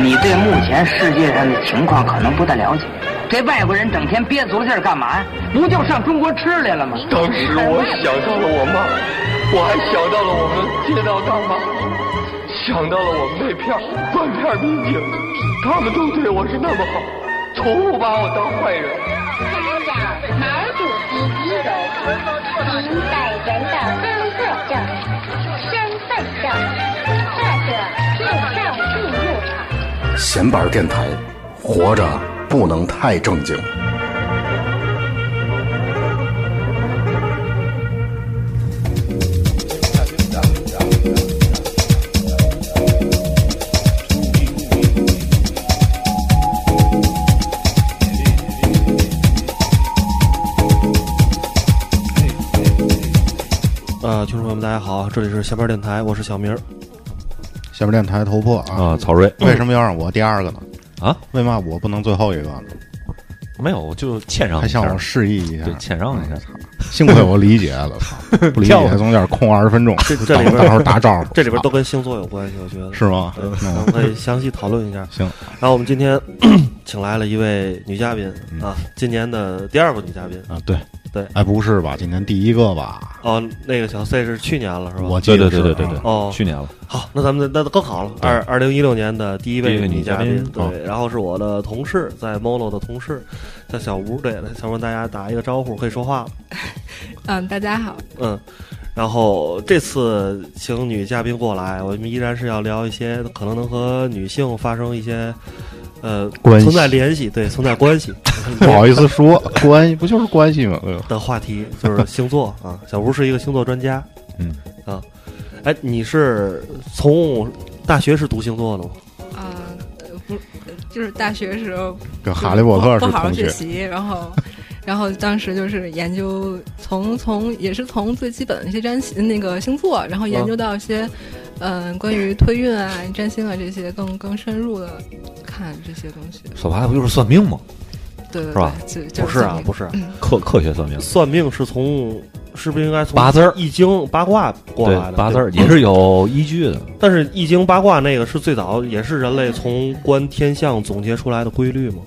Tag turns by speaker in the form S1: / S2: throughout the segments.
S1: 你对目前世界上的情况可能不太了解。这外国人整天憋足了劲儿干嘛呀？不就上中国吃来了吗？
S2: 当时我想到了我妈，我还想到了我们街道大妈，想到了我们那片儿断片儿民警，他们都对我是那么好，从不把我当坏人。
S3: 家长、毛主席遗容，您本人的身份证、身份证，或者线上进入。
S4: 闲板电台，活着不能太正经。
S5: 呃，听众朋友们，大家好，这里是闲班电台，我是小明儿。
S6: 下边电台头破啊！
S7: 啊，曹睿
S6: 为什么要让我第二个呢？
S7: 啊，
S6: 为嘛我不能最后一个呢？
S7: 没有，我就谦让
S6: 还
S7: 一下
S6: 向我示意一下嗯
S7: 对，， 谦让一下。
S6: 幸亏我理解 了，操不理解
S5: 跳过
S6: 还总得空二十分钟，
S5: 这这
S6: 等
S5: 里边
S6: 到时候打招呼，
S5: 这里边都跟星座有关系，我觉得
S6: 啊 是吗？
S5: 对，
S6: 嗯
S5: 咱们可以详细讨论一 下。
S6: 行，
S5: 然后我们今天 请来了一位女嘉宾啊，今年的第二个女嘉宾。
S6: 啊，对
S5: 对
S6: 哎，不是吧？今天第一个吧？
S5: 哦，那个小 C 是去年了是吧？
S6: 我记
S7: 对
S6: 得
S7: 对
S6: 是
S7: 对对对对，
S6: 啊
S5: 哦
S7: 去年了，
S5: 好，那咱们那更好了。二二零一六年的第一
S7: 第一
S5: 位
S7: 位女
S5: 嘉嗯
S7: 嘉宾哦
S5: 对，然后是我的同事，在 Mono 的同事，叫小吴，对，想问大家打一个招呼，可以说话了。
S8: 嗯，大家好，
S5: 嗯，然后这次请女嘉宾过来，我们依然是要聊一些可能能和女性发生一些呃
S6: 关系
S5: 存在联系，对存在关 系
S6: 不好意思说，关系不就是关系吗？哎呦
S5: 的话题，就是星座 啊。小吴是一个星座专家，
S7: 嗯
S5: 啊，哎，你是从大学是读星座的吗？
S8: 啊、呃不，就是大学时候
S6: 跟哈利波特是
S8: 不好好
S6: 同
S8: 学
S6: 学，
S8: 习，然后，然后当时就是研究从从也是从最基本的一些占星那个星座，然后研究到一些嗯、关于推运啊、占星啊这些更更深入的看这些东西，
S7: 说白了不就是算命吗？
S8: 对对
S7: 是吧
S8: 对，就就
S5: 不是啊
S8: 这，
S5: 不是啊、
S7: 科科学算命，
S5: 算命是从是不是应该从
S7: 八字儿
S5: 易经八卦过
S7: 对
S5: 来的
S7: 八字儿
S5: 对吧
S7: 也是有依据的。
S5: 但是《易经》八卦那个是最早，也是人类从观天象总结出来的规律吗？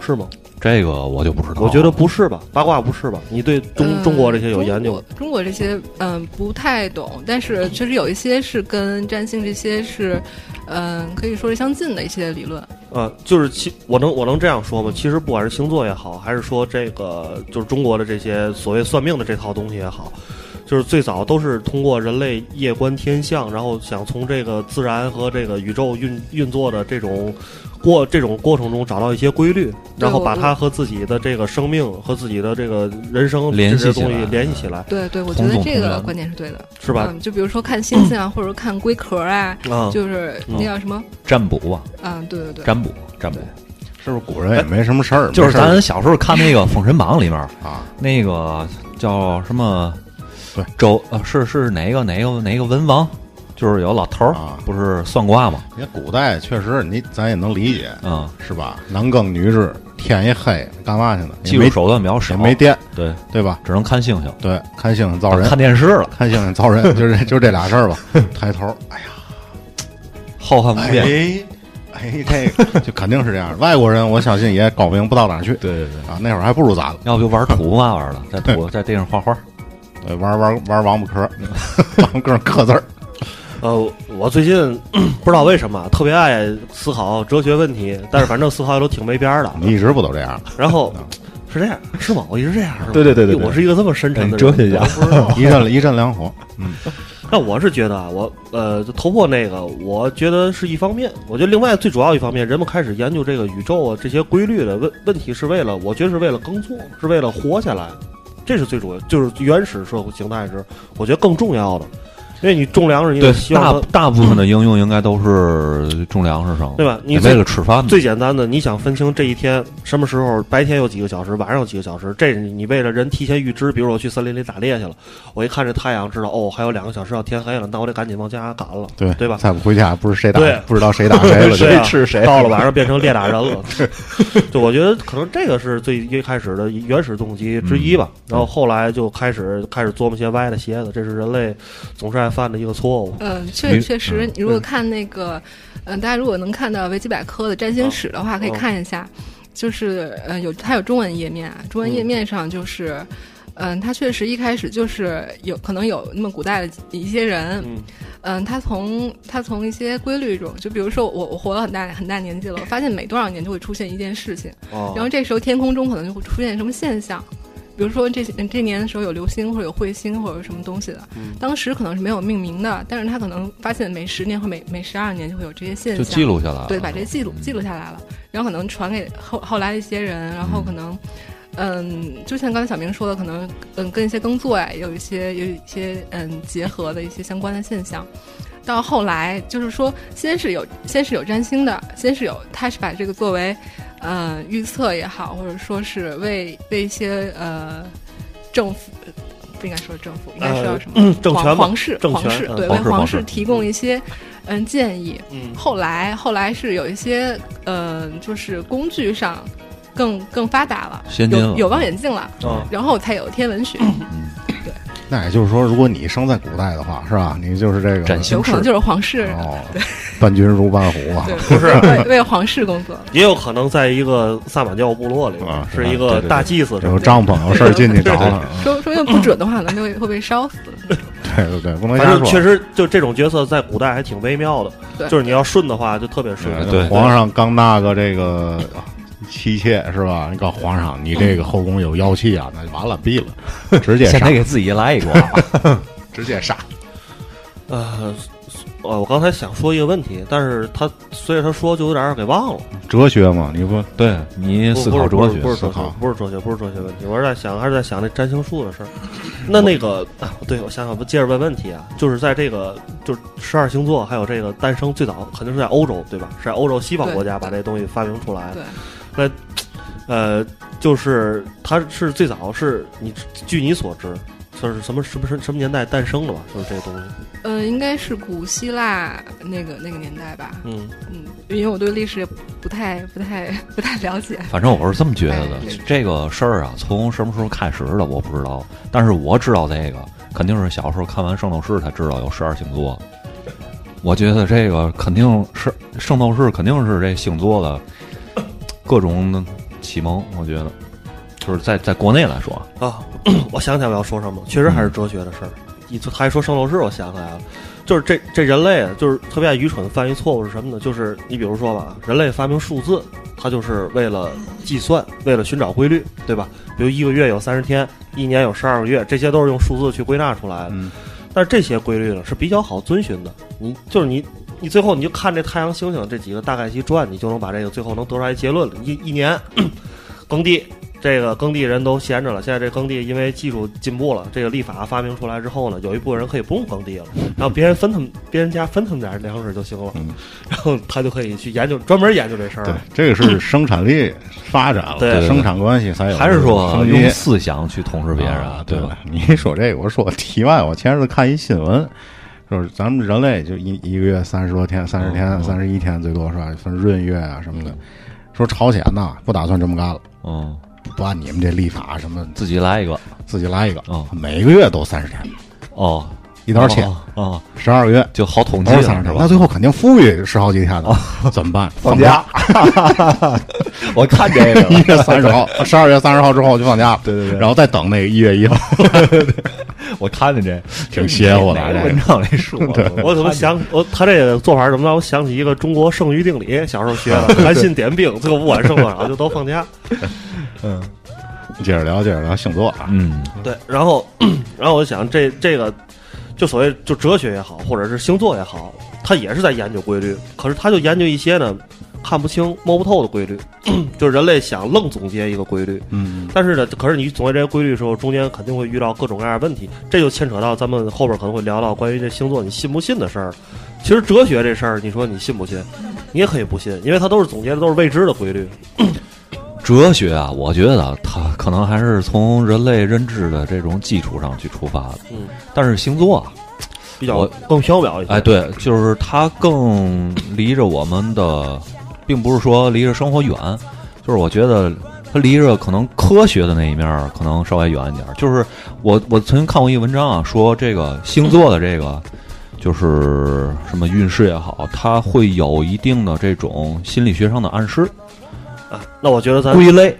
S5: 是吗？
S7: 这个我就不知道了，
S5: 我觉得不是吧，八卦不是吧？你对中、
S8: 嗯
S5: 中国这些有研究
S8: 中
S5: 吗？
S8: 国中国这些嗯不太懂，但是确实有一些是跟占星这些是嗯可以说是相近的一些理论。
S5: 呃，就是其我能我能这样说吗？其实不管是星座也好，还是说这个就是中国的这些所谓算命的这套东西也好，就是最早都是通过人类夜观天象，然后想从这个自然和这个宇宙运运作的这种过这种过程中找到一些规律，然后
S8: 我
S5: 把
S8: 我
S5: 它和自己的这个生命和自己的这个人生
S7: 联
S5: 这些
S7: 系起
S5: 东西
S7: 来嗯
S5: 联系起来，
S8: 对对，我觉
S7: 同
S8: 得
S7: 种
S8: 这
S7: 同
S8: 个
S7: 源
S8: 观点是对的，
S5: 是吧？
S8: 嗯，就比如说看星星啊，或者看龟壳啊，
S5: 啊，
S8: 就是
S5: 嗯
S8: 那叫什么？
S7: 占卜吧，
S8: 嗯，对对对，
S7: 占卜占卜，
S6: 是不是古人也没什么事儿？
S7: 就是
S6: 没事儿
S7: 咱小时候看那个《封神榜》里面
S6: 啊，
S7: 那个叫什么？
S6: 对，
S7: 周呃是是哪个哪个哪个文王？就是有老头儿、
S6: 啊
S7: 不是算卦吗？
S6: 也古代确实你咱也能理解，
S7: 嗯，
S6: 是吧？男耕女织，天一黑干嘛去呢？也
S7: 技术
S6: 没
S7: 手段比较少，
S6: 也没电，
S7: 对，
S6: 对吧？
S7: 只能看星星，
S6: 对，看星星造人
S7: 啊看，电视了，
S6: 看星星造人， 就是就这俩事儿吧。抬头，哎呀，
S7: 浩瀚无边。
S6: 哎，哎，这个就肯定是这样。外国人我相信也高明不到哪儿去
S7: 对对对，
S6: 啊，那会儿还不如咱了，
S7: 要不就玩土嘛玩的，在土在地上画画。
S6: 对玩玩玩王八壳， 王八壳刻字儿，
S5: 呃，我最近 不知道为什么特别爱思考哲学问题，但是反正思考都挺没边儿的。
S6: 你一直不都这样？
S5: 然后 是这样，是吗？我一直这样，是吗
S7: 对对对对对
S5: 我是一个这么深沉的
S7: 哎哲
S5: 人
S7: 学家
S5: 我不知道
S6: 一阵一阵凉火，
S5: 那我是觉得啊，我呃，就头破那个，我觉得是一方面。我觉得另外最主要一方面，人们开始研究这个宇宙啊这些规律的问问题，是为了我觉得是为了耕作，是为了活下来，这是最主要，就是原始社会形态是我觉得更重要的，因为你种粮食，你
S7: 对
S5: 得，希望
S7: 大
S5: 它
S7: 大部分的应用应该都是种粮食上，
S5: 对吧？你
S7: 也
S5: 最
S7: 为了吃饭的。
S5: 最简单的，你想分清这一天什么时候白天有几个小时，晚上有几个小时，这是你你为了人提前预知，比如我去森林里打猎去了，我一看这太阳，知道哦还有两个小时要天黑了，那我得赶紧往家赶了，
S6: 对
S5: 对吧？
S6: 再不回家，不是谁打
S5: 对，
S6: 不知道谁打谁了，就
S5: 对啊
S7: 吃谁
S5: 到了晚上变成猎打人了，就我觉得可能这个是最一开始的原始动机之一吧。然后后来就开始开始琢磨些歪的邪的，这是人类总是爱犯的一个错误。
S8: 嗯，确
S7: 你
S8: 确实，你如果看那个嗯、大家如果能看到维基百科的占星史的话，可以看一下，就是呃有它有中文页面，啊，中文页面上就是。嗯它确实一开始就是有可能有那么古代的一些人，
S5: 嗯
S8: 嗯，他从他从一些规律中，就比如说我我活了很大很大年纪了，我发现每多少年就会出现一件事情，
S5: 哦，
S8: 然后这时候天空中可能就会出现什么现象，比如说这这年的时候有流星或者有彗星或者有什么东西的，
S7: 嗯
S8: 当时可能是没有命名的，但是他可能发现每十年或每每十二年就会有这些现
S7: 就
S8: 象，
S7: 记录下来了，
S8: 对，把这记录记录下来了，然后可能传给后后来一些人，然后可能，嗯，就像刚才小明说的，可能嗯跟一些耕作呀，有一些有一些嗯结合的一些相关的现象。到后来就是说，先是有先是有占星的，先是有他是把这个作为，呃预测也好，或者说是为为一些呃政府。不应该说政府，应该说叫什么？
S5: 呃嗯政权吧
S8: 皇皇室，
S5: 政
S8: 皇
S5: 权
S8: 室
S5: 嗯
S8: 对，为
S7: 皇室皇
S8: 皇
S7: 室
S8: 室提供一些嗯建议。
S5: 嗯
S8: 后来后来是有一些呃，就是工具上更更发达了，
S7: 先进了嗯
S8: 有有望远镜了，
S5: 啊
S8: 然后才有天文学，
S6: 那也就是说，如果你生在古代的话，是吧？你就是这个
S7: 占星
S8: 有可能就是皇室，
S6: 哦，伴君如伴虎啊
S8: 对，，
S5: 不是
S8: 为为皇室工
S7: 哦
S8: 作。
S5: 也有可能在一个萨满教部落里边
S6: 啊
S5: 是一
S7: 对
S5: 个
S7: 对对
S5: 大祭司什么
S6: 有
S5: 的，
S6: 帐篷，有事儿进去找他。
S8: 说说的不准的话，可能就会会被烧死。
S6: 对对对，不能
S5: 反
S6: 瞎
S5: 正
S7: 啊
S6: 说。
S5: 确实就这种角色在古代还挺微妙的，
S8: 对
S5: 就是你要顺的话就特别顺。
S7: 对对
S6: 皇上刚纳个这个妻妾是吧？你告皇上，你这个后宫有妖气啊，那就完了，毙了，直接
S7: 先
S6: 杀
S7: 得，给自己来一啊卦，
S6: 直接杀。
S5: 呃，呃，我刚才想说一个问题，但是他随着他说就有点儿给忘了。
S6: 哲学嘛，你不
S7: 对你
S5: 不
S7: 思
S5: 不
S7: 考
S5: 是不
S7: 哲
S5: 是
S7: 学，
S5: 不是
S6: 思
S5: 哲学
S6: 考，
S5: 不是哲学，不是哲学问题。我是在想，还是在想那占星术的事儿。那那个，啊对我想想，不接着问问题啊，就是在这个，就是十二星座，还有这个诞生最早肯定是在欧洲，对吧？是在欧洲西方
S8: 对
S5: 国家把
S8: 对
S5: 这东西发明出来。
S8: 对，
S5: 呃，就是它是最早是你据你所知，就是什么什么什么什么年代诞生的吧？就是这东西。
S8: 呃，应该是古希腊那个那个年代吧。
S5: 嗯，
S8: 嗯，因为我对历史也不太不太不太了解。
S7: 反正我是这么觉得的
S8: 哎，
S7: 这个事儿啊，从什么时候开始的我不知道，但是我知道这个肯定是小时候看完《圣斗士》才知道有十二星座。我觉得这个肯定是《圣斗士》，肯定是这星座的各种的启蒙。我觉得，就是在在国内来说，
S5: 啊， 我想起来我要说什么，确实还是哲学的事儿。你他还说圣斗士，我想起来了，就是这这人类啊，就是特别爱愚蠢犯一错误是什么呢？就是你比如说吧，人类发明数字，它就是为了计算，为了寻找规律，对吧？比如一个月有三十天，一年有十二个月，这些都是用数字去归纳出来的。
S6: 嗯
S5: 但是这些规律呢是比较好遵循的，你就是你。你最后你就看这太阳、星星这几个大概其转，你就能把这个最后能得出来一结论了。一一年 耕地，这个耕地人都闲着了。现在这耕地因为技术进步了，这个立法发明出来之后呢，有一部分人可以不用耕地了，然后别人分他们别人家分他们点儿粮食就行了，
S6: 嗯
S5: 然后他就可以去研究专门研究这事儿
S6: 对
S5: 了。，
S6: 这个是生产力发展了，
S5: 对对对
S6: 生产关系才有，
S7: 还是说啊
S6: 升
S7: 用
S6: 级。
S7: 思想去统治别人，
S6: 嗯啊
S7: 对
S6: 对
S7: 吧？？
S6: 你一说这个，我说我题外，我前日看一新闻，就是咱们人类就一一个月三十多天、三十天、三十一天最多是吧？分闰月啊什么的。说朝鲜呐，不打算这么干了，
S7: 嗯，
S6: 不按你们这立法什么，
S7: 自己来一个
S6: 自己来一个
S7: 哦，
S6: 每个月都三十天，
S7: 哦，
S6: 一刀切，
S7: 哦哦，
S6: 十二个月
S7: 就好统
S6: 都
S7: 计了
S6: 是三十
S7: 是
S6: 天，
S7: 吧
S6: 那？最后肯定富裕十好几天的， 怎么办？放假，
S7: 我看这个
S6: 一
S7: 了
S6: 月三十号，十二月三十号之后就放假，对对对，然后再等那个一月一号，
S7: 我看见 这
S6: 挺邪乎的
S7: 哪个
S6: 这个
S7: 文章里 说的，
S5: 我怎么想我他这个做法怎么让我想起一个中国剩余定理，小时候学的，韩信点兵，最后不管剩多少就都放假。
S6: 接着聊，接着聊星座啊，
S7: 嗯，
S5: 对，然后 然后我就想这这个就所谓就哲学也好，或者是星座也好，他也是在研究规律，可是他就研究一些呢看不清摸不透的规律， 就是人类想愣总结一个规律，
S6: 嗯，
S5: 但是呢，可是你总结这些规律的时候，中间肯定会遇到各种各样的问题，这就牵扯到咱们后边可能会聊到关于这星座你信不信的事儿。其实哲学这事儿，你说你信不信？你也可以不信，因为它都是总结的都是未知的规律。
S7: 哲学啊，我觉得它可能还是从人类认知的这种基础上去出发的。
S5: 嗯，
S7: 但是星座啊，
S5: 比较
S7: 我
S5: 更缥缈一些。
S7: 哎，，对，就是它更离着我们的，并不是说离着生活远，就是我觉得它离着可能科学的那一面儿可能稍微远一点儿。就是我我曾经看过一个文章啊，说这个星座的这个就是什么运势也好，它会有一定的这种心理学上的暗示
S5: 啊，那我觉得咱
S7: 归类。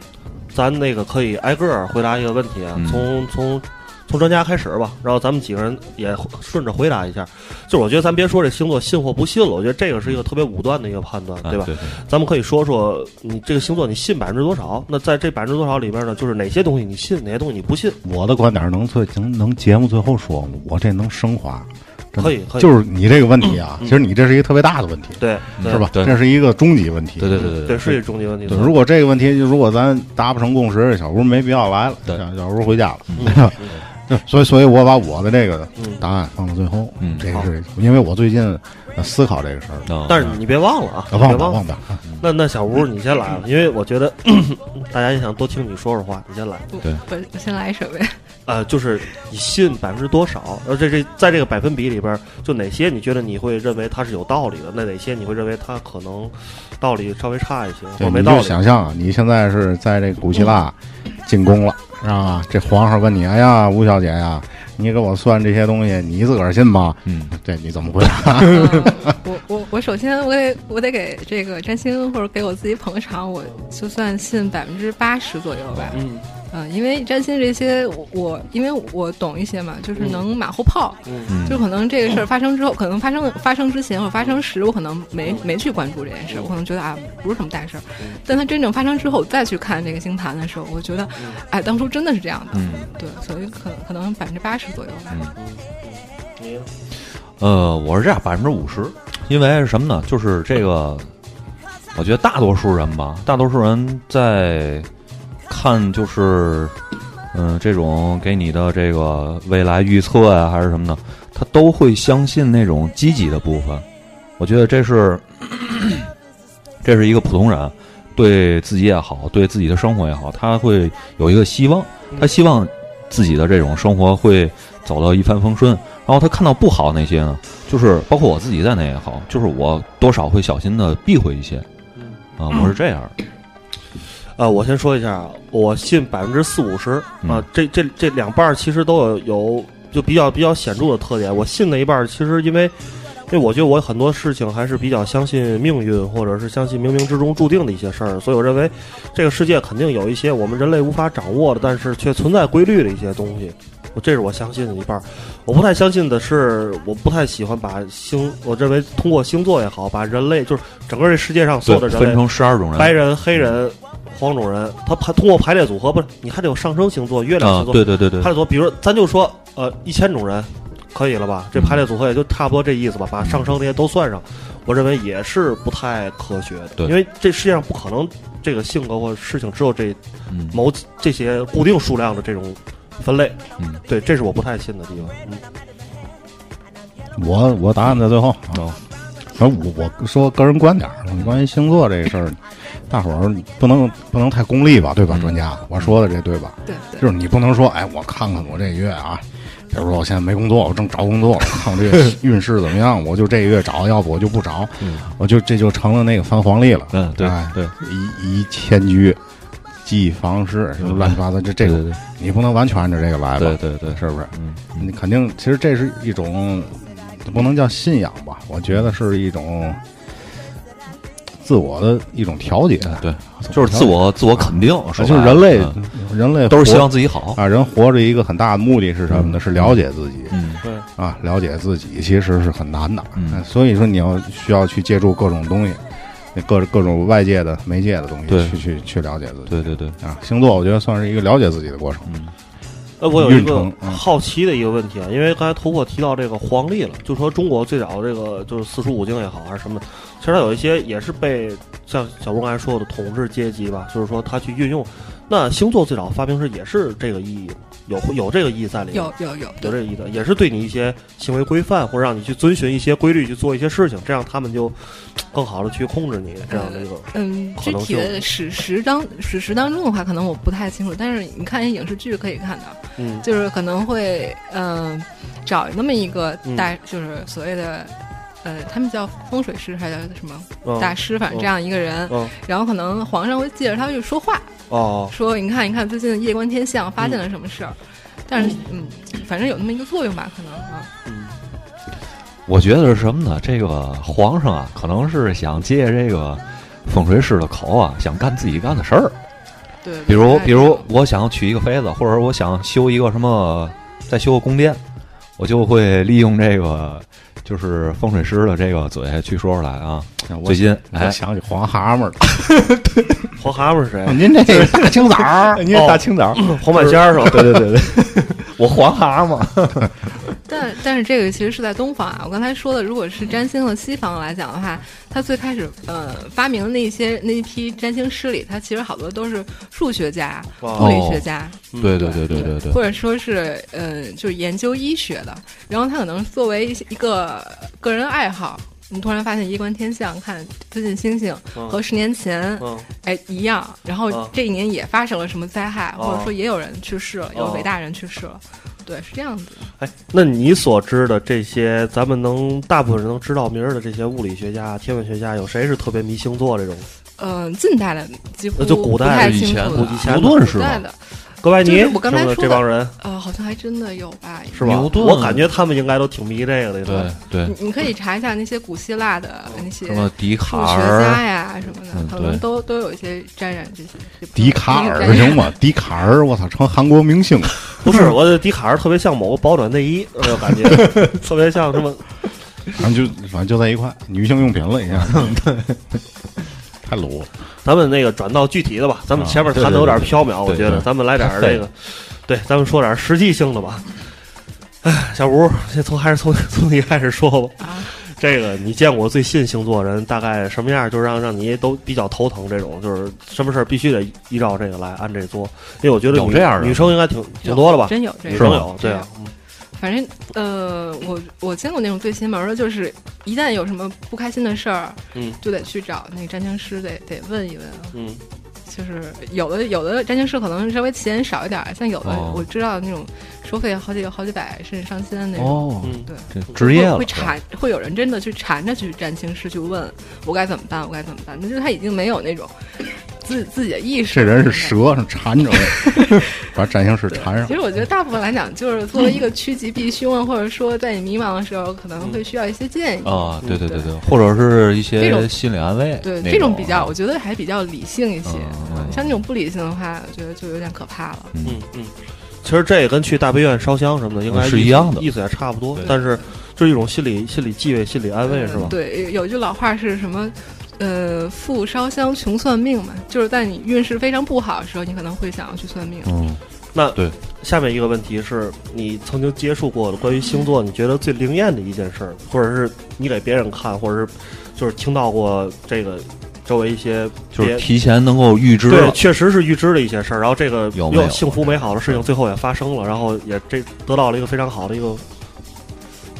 S5: 咱那个可以挨个儿回答一个问题啊，
S7: 嗯
S5: 从从从专家开始吧，然后咱们几个人也顺着回答一下。就是我觉得咱别说这星座信或不信了，我觉得这个是一个特别武断的一个判断，
S7: 啊
S5: 对吧？
S7: 对
S5: 咱们可以说说你这个星座你信百分之多少？那在这百分之多少里边呢，就是哪些东西你信，哪些东西你不信？
S6: 我的观点能最能能节目最后说吗？我这能升华，真的
S5: 可以可以
S6: 就是你这个问题啊，其实你这是一个特别大的问题，
S5: 对，对
S6: 嗯是吧？
S7: 对
S6: 这是一个终极问题。
S7: 对对对对
S5: 对，是一终极问题。
S6: 对，如果这个问题就如果咱达不成共识，小吴没必要来了，
S7: 对
S6: 小小吴回家了， 对吧？对所以，所以我把我的这个
S5: 嗯
S6: 答案放到最后，
S7: 嗯
S6: 这个是因为我最近呃思考这个事儿，
S7: 啊
S5: 但是你别忘了啊，
S6: 啊
S5: 你别
S6: 忘了
S5: 了
S6: 忘。了，啊
S5: 那那小吴你先来吧，啊因为我觉得 大家也想多听你说说话，你先来。
S8: 我
S7: 对
S8: 我我先来一首呗。
S5: 呃，就是你信百分之多少，然后这这在这个百分比里边儿，就哪些你觉得你会认为它是有道理的，那哪些你会认为它可能道理稍微差一些
S6: 对
S5: 或没
S6: 你
S5: 道
S6: 就
S5: 理？
S6: 想象啊，你现在是在这个古希腊进宫了，是吧？这皇上问你，哎呀，吴小姐呀，你给我算这些东西，你自个儿信吗？
S7: 嗯，
S6: 这你怎么回答？
S8: 嗯 我我我首先我得我得给这个占星或者给我自己捧个场，我就算信百分之八十左右吧。
S5: 嗯
S8: 嗯，因为占星这些，我我因为我懂一些嘛，就是能马后炮。
S5: 嗯
S7: 嗯
S8: 就可能这个事儿发生之后，可能发生发生之前或者发生时，我可能没没去关注这件事，我可能觉得啊不是什么大事儿。但它真正发生之后，我再去看这个星盘的时候，我觉得，哎，当初真的是这样的。
S7: 嗯
S8: 对，所以可可能百分之八十左右吧。
S5: 你
S7: 呃，我是这样，百分之五十，因为是什么呢？就是这个，我觉得大多数人吧，大多数人在看就是，嗯、这种给你的这个未来预测呀、还是什么的，他都会相信那种积极的部分。我觉得这是， 这是一个普通人对自己也好，对自己的生活也好，他会有一个希望，他希望自己的这种生活会走到一帆风顺。然后他看到不好那些呢，就是包括我自己在内也好，就是我多少会小心的避讳一些。啊、我是这样
S5: 嗯
S7: 的。
S5: 呃，我先说一下啊，我信百分之四五十啊
S7: 嗯，
S5: 这这这两半儿其实都有有就比较比较显著的特点。我信的一半儿其实因为。因为我觉得我很多事情还是比较相信命运，或者是相信冥冥之中注定的一些事儿，所以我认为这个世界肯定有一些我们人类无法掌握的，但是却存在规律的一些东西。我这是我相信的一半儿。我不太相信的是，我不太喜欢把星，我认为通过星座也好，把人类就是整个这世界上所有的人类
S7: 分成十二种人，
S5: 白人、黑人、黄种人，他排通过排列组合，不是你还得有上升星座、月亮
S7: 啊
S5: 星，座、
S7: 对对对对
S5: 排，列组合。比如咱就说，呃，一千种人，可以了吧？
S7: 嗯
S5: 这排列组合也就差不多这意思吧，把上升那些都算上，我认为也是不太科学的，
S7: 对
S5: 因为这世界上不可能这个性格或者事情只有这
S7: 嗯
S5: 某几这些固定数量的这种分类。
S7: 嗯，
S5: 对，这是我不太信的地方。嗯
S6: 我我答案在最后啊。
S7: 哦
S6: 反正我我说个人观点儿，关于星座这个事儿，大伙儿不能不能太功利吧，对吧？
S7: 嗯
S6: 专家，我说的这对吧？
S8: 对对
S6: 就。是你不能说，哎，我看看我这月啊，比如说我现在没工作，我正找工作，我看我这个 运势怎么样，我就这个月找，要不我就不找，
S7: 嗯
S6: 我就这就成了那个翻黄历了。
S7: 嗯，对
S6: 哎
S7: 对
S6: 一一千居，记房事什么乱七八糟，这这
S7: 嗯对
S6: 个
S7: 对
S6: 你不能完全按照这个来吧？
S7: 对对对，
S6: 是不是？
S7: 嗯
S6: 你肯定，其实这是一种不能叫信仰吧，我觉得是一种自我的一种调节，啊
S7: 对，就是自我自我肯定，说
S6: 就
S7: 白
S6: 是
S7: 了
S6: 人类
S7: 嗯
S6: 人类
S7: 都是希
S6: 活
S7: 望自己好。
S6: 啊，人活着一个很大的目的是什么呢？是了解自己
S7: 嗯
S6: 啊，了解自己其实是很难的，
S7: 嗯
S6: 呃所以说你要需要去借助各种东西，各各种外界的媒介的东
S7: 对
S6: 西去去去了解自己。
S7: 对对对，
S6: 啊，星座我觉得算是一个了解自己的过程。
S7: 嗯
S5: 呃，我有一
S6: 运
S5: 个
S6: 程嗯
S5: 好奇的一个问题啊，因为刚才突破提到这个黄历了，就说中国最早的这个就是四书五经也好还是什么的，其实它有一些也是被像小吴刚才说的统治阶级吧，就是说他去运用。那星座最早发明时也是这个意义，有有这个意义在里面，
S8: 有有有
S5: 有这个意义的，也是对你一些行为规范或者让你去遵循一些规律去做一些事情，这样他们就更好的去控制你这样的一个。
S8: 嗯，
S5: 可
S8: 具
S5: 能
S8: 体
S5: 就
S8: 的史实当史实当中的话，可能我不太清楚，但是你看一些影视剧可以看到，
S5: 嗯
S8: 就是可能会嗯、找那么一个
S5: 嗯
S8: 大，就是所谓的呃，他们叫风水师还是叫什么
S5: 嗯
S8: 大师，反正这样一个人，
S5: 嗯
S8: 然后可能皇上会借着他去说话，
S5: 哦
S8: 说你看你看最近夜观天象发现嗯了什么事儿，但是嗯，反正有那么一个作用吧，可能啊，
S5: 嗯
S7: 我觉得是什么呢？这个皇上啊，可能是想借这个风水师的口啊，想干自己干的事儿。
S8: 对，
S7: 比如，
S8: 太
S7: 比如我想娶一个妃子，或者我想修一个什么，再修个宫殿，我就会利用这个就是风水师的这个嘴去说出来啊。
S6: 我
S7: 最近
S6: 我
S7: 哎，
S6: 想起黄蛤蟆了，
S5: 黄蛤蟆是谁？
S6: 您这个 大清早儿，您这大清早儿，
S5: 黄半仙儿是吧？
S6: 对对 对对，
S7: 我黄蛤蟆，
S8: 但但是这个其实是在东方啊，我刚才说的，如果是占星和西方来讲的话，它最开始呃发明的那些那一批占星师里，它其实好多都是数学家、物
S5: 哦
S8: 理学家，
S7: 对对对对对
S5: 嗯
S7: 对，
S8: 或者说是呃就是研究医学的。然后他可能作为一些一个个人爱好，你突然发现一观天象，看最近星星
S5: 嗯
S8: 和十年前
S5: 嗯，
S8: 哎一样，然后
S5: 嗯
S8: 这一年也发生了什么灾害，
S5: 哦
S8: 或者说也有人去世了，有
S5: 哦
S8: 伟大人去世了，对，是这样子的。
S5: 哎，那你所知的这些，咱们能大部分人能知道名儿的这些物理学家、天文学家，有谁是特别迷星座这种？
S8: 嗯，近代的几乎
S5: 呃就古代
S8: 不太
S5: 以
S8: 清楚
S5: 前
S8: 了
S5: 古以前
S7: 啊牛顿是
S8: 古代
S7: 吗？
S8: 的，
S5: 哥白尼
S8: 就
S5: 什
S8: 是我刚才
S5: 么的
S8: 说的
S5: 这帮人
S8: 呃，好像还真的有吧。
S5: 是吧
S7: 牛？顿
S5: 我感觉他们应该都挺迷这个的。
S7: 对对，
S8: 你你可以查一下那些古希腊的那些
S7: 什么笛
S8: 数
S7: 卡
S8: 学
S7: 尔
S8: 家，呀什么
S7: 嗯
S8: 的，可能
S7: 对
S8: 都都有一些沾染这些。这
S6: 笛卡
S8: 这
S6: 尔
S8: 个
S6: 行吗？笛卡尔，我操，成韩国明星了。
S5: 不是，我的笛卡尔特别像某个保暖内衣，我感 觉特别像什么
S6: 反正就反正就在一块，女性用品了已经。太鲁了，
S5: 咱们那个转到具体的吧，咱们前面谈的有点缥缈，我觉得
S7: 啊对对
S5: 咱们来点儿这个，对，咱们说点儿实际性的吧。哎，小吴，先从还是从从你开始说吧。
S8: 啊
S5: 这个你见过最信星座人大概什么样？就让让你都比较头疼，这种就是什么事儿必须得依照这个来按这个做，因为我觉得
S7: 有
S5: 女
S7: 这样的
S5: 女生应该挺挺多的吧，
S8: 真有这
S5: 女
S8: 个
S5: 生
S7: 吗
S5: 有对啊，嗯
S8: 反正呃，我我见过那种最邪门的，就是一旦有什么不开心的事儿，
S5: 嗯，
S8: 就得去找那个占星师，得得问一问。
S5: 嗯
S8: 就是有的有的占星师可能稍微钱少一点儿，像有的
S7: 哦
S8: 我知道那种收费好几好几百甚至上千的那种。
S7: 哦，
S5: 嗯，
S8: 对，
S7: 这职业
S8: 会
S7: 了
S8: 会，缠，会有人真的去缠着去占星师去问我该怎么办，我该怎么办？那就是他已经没有那种自自己的意识
S6: 这
S8: 了。
S6: 人是
S8: 现在。
S6: 蛇，是缠着我， 把占星师缠上
S8: 其。实我觉得大部分来讲，就是作为一个趋吉避凶啊，或者说在你迷茫的时候，可能会需要一些建议。
S7: 啊，对对
S8: 对
S7: 对对，或者是一
S8: 这
S7: 些
S8: 种
S7: 心理安慰，
S8: 对，
S7: 那
S8: 这种
S7: 种
S8: 比较，
S7: 啊
S8: 我觉得还比较理性一些
S7: 嗯嗯。嗯
S8: 像那种不理性的话，我觉得就有点可怕了。
S5: 嗯，嗯，其实这跟去大悲院烧香什么的应该
S7: 嗯是
S5: 意思
S7: 一样的
S5: 意思也差不多
S7: 对，
S5: 但是就是一种心理心理忌讳、心理安慰是吧？
S8: 对，有句老话是什么？呃，富烧香，穷算命嘛，就是在你运势非常不好的时候，你可能会想要去算命。
S7: 嗯，
S5: 那
S7: 对，
S5: 下面一个问题是你曾经接触过的关于星座，你觉得最灵验的一件事儿，或者是你给别人看，或者是就是听到过这个周围一些
S7: 就是
S5: 别
S7: 提前能够预知
S5: 对，
S7: 了，
S5: 确实是预知的一些事儿，然后这个
S7: 有没有
S5: 又幸福美好的事情最后也发生了，然后也这得到了一个非常好的一个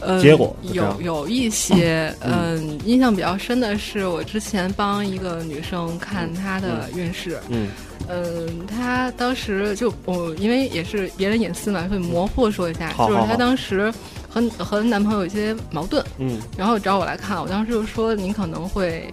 S8: 呃，
S5: 嗯结果就这
S8: 有
S5: 样
S8: 有一些，嗯，印象比较深的是，我之前帮一个女生看她的运势，
S5: 嗯
S8: 嗯，她当时就我因为也是别人隐私嘛，所以模糊说一下，
S5: 嗯好
S8: 就是
S5: 好
S8: 她
S5: 好
S8: 当时和和男朋友有一些矛盾，
S5: 嗯
S8: 然后找我来看，我当时就说你可能会，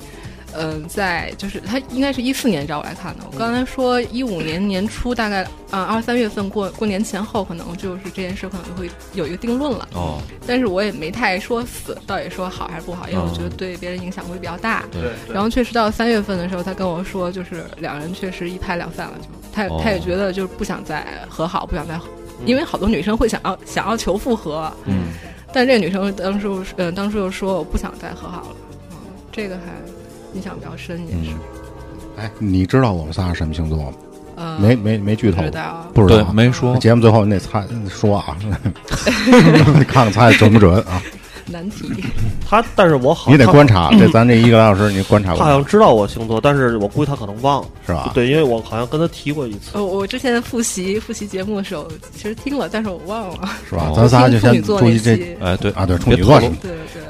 S8: 嗯、在就是他应该是一四年找我来看的，我刚才说一五年年初大概啊二三月份过过年前后，可能就是这件事可能会有一个定论了。
S7: 哦，
S8: 但是我也没太说死，到底说好还是不好，因为我觉得对别人影响会比较大。
S6: 嗯
S7: 对
S8: 然后确实到三月份的时候，他跟我说，就是两人确实一拍两散了，就他、
S7: 哦
S8: 他也觉得就是不想再和好，不想再和，
S6: 嗯
S8: 因为好多女生会想要想要求复合，
S7: 嗯，
S8: 但这个女生当时又是，呃，当时又说我不想再和好了，嗯，这个还印象比较深，也是，
S6: 哎，你知道我们仨什么星座吗？嗯
S8: 呃，
S5: 嗯
S6: 没没没剧透
S8: 不知，道，
S6: 不知
S7: 对
S6: 道，啊。
S7: 没说，
S6: 节目最后你得猜 说啊， 看看猜准不准啊？
S8: 难题，
S5: 他，但是我好
S6: 你得
S5: 他
S6: 观察，
S7: 嗯
S6: 这咱这一个来小时你观察
S5: 他好
S6: 过
S5: 像知道我星座，但是我估计他可能忘了，
S6: 是吧？
S5: 对，因为我好像跟他提过一次。
S8: 呃，我之前复习复习节目的时候，其实听了，但是我忘了，
S6: 是吧
S7: 哦？
S6: 咱仨就
S8: 听处
S6: 先
S8: 女座
S6: 注
S8: 那
S6: 意这
S8: 期，
S7: 哎，对
S6: 啊，对，处
S7: 别
S6: 女座
S7: 透
S6: 是
S7: 露
S8: 对对，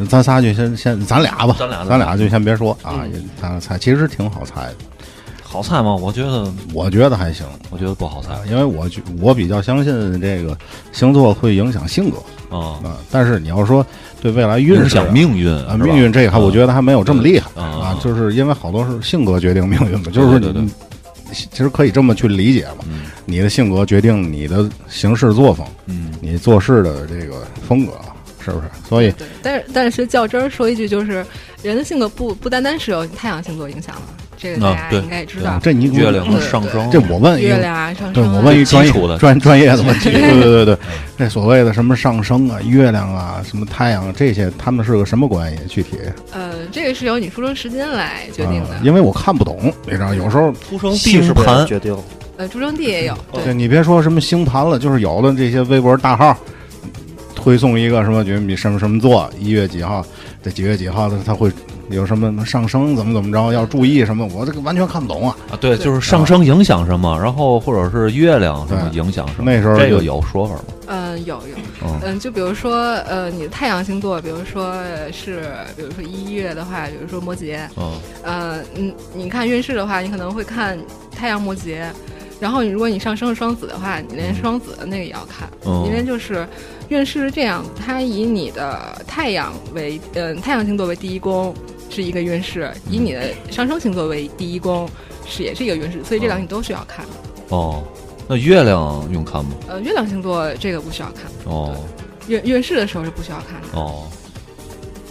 S6: 嗯，咱仨就先先咱俩吧，
S7: 咱俩嗯
S6: 咱俩就先别说啊，也咱俩猜其实挺好猜的，
S7: 好猜吗？我觉得，
S6: 我觉得还行
S7: 我觉得不好猜
S6: 啊，因为我觉我比较相信这个星座会影响性格
S7: 啊，
S6: 啊，但是你要说对未来运势啊
S7: 影响命运
S6: 啊，命运这个还我觉得还没有这么厉害
S7: 嗯嗯
S6: 啊
S7: 嗯，
S6: 就是因为好多是性格决定命运嘛，就是说
S7: 对对
S6: 你其实可以这么去理解嘛，
S7: 嗯
S6: 你的性格决定你的行事作风，
S7: 嗯
S6: 你做事的这个风格。是不是？所以
S8: 对，但是但是较真儿说一句，就是人的性格不不单单是由太阳星座影响了，这个
S7: 啊
S8: 大家
S7: 对
S8: 应该也知道。
S6: 这你
S7: 月亮的上升，
S6: 这我问一
S8: 月
S6: 个
S8: 亮啊，上升啊
S6: 对我问一个专
S7: 基础
S6: 业
S7: 的嗯
S6: 专专业的问 题，对对对对，这所谓的什么上升啊、月亮啊、什么太阳啊这些，他们是个什么关系？具体
S8: 呃，这个是由你出生时间来决定的
S6: 啊，因为我看不懂，你知道，有时候
S5: 出生地是不是决定？
S8: 呃，出生地也有，对，
S6: 哦对你别说什么星盘了，就是有的这些微博大号推送一个什么觉得你什么什么座，一月几号，这几月几号，他他会有什么上升，怎么怎么着，要注意什么，我这个完全看不懂啊。
S7: 啊，对，就是上升影响什么，然后或者是月亮什么
S6: 对
S7: 影响什么，
S6: 那时候
S7: 这
S6: 就
S7: 个有说法吗？
S8: 嗯，有有，
S7: 嗯
S6: 哦
S8: 嗯、就比如说，呃，你的太阳星座，比如说呃是，比如说一月的话，比如说摩羯，
S7: 嗯，
S8: 呃，嗯，你看运势的话，你可能会看太阳摩羯，然后你如果你上升是双子的话，你连双子的那个也要看，
S7: 嗯
S8: 因为就是运势是这样，它以你的太阳为，嗯、太阳星座为第一宫是一个运势，以你的上升星座为第一宫是也是一个运势，所以这两个你都需要看。
S7: 哦，那月亮用看吗？
S8: 呃，月亮星座这个不需要看，
S7: 哦
S8: 运运势的时候是不需要看的。
S7: 哦，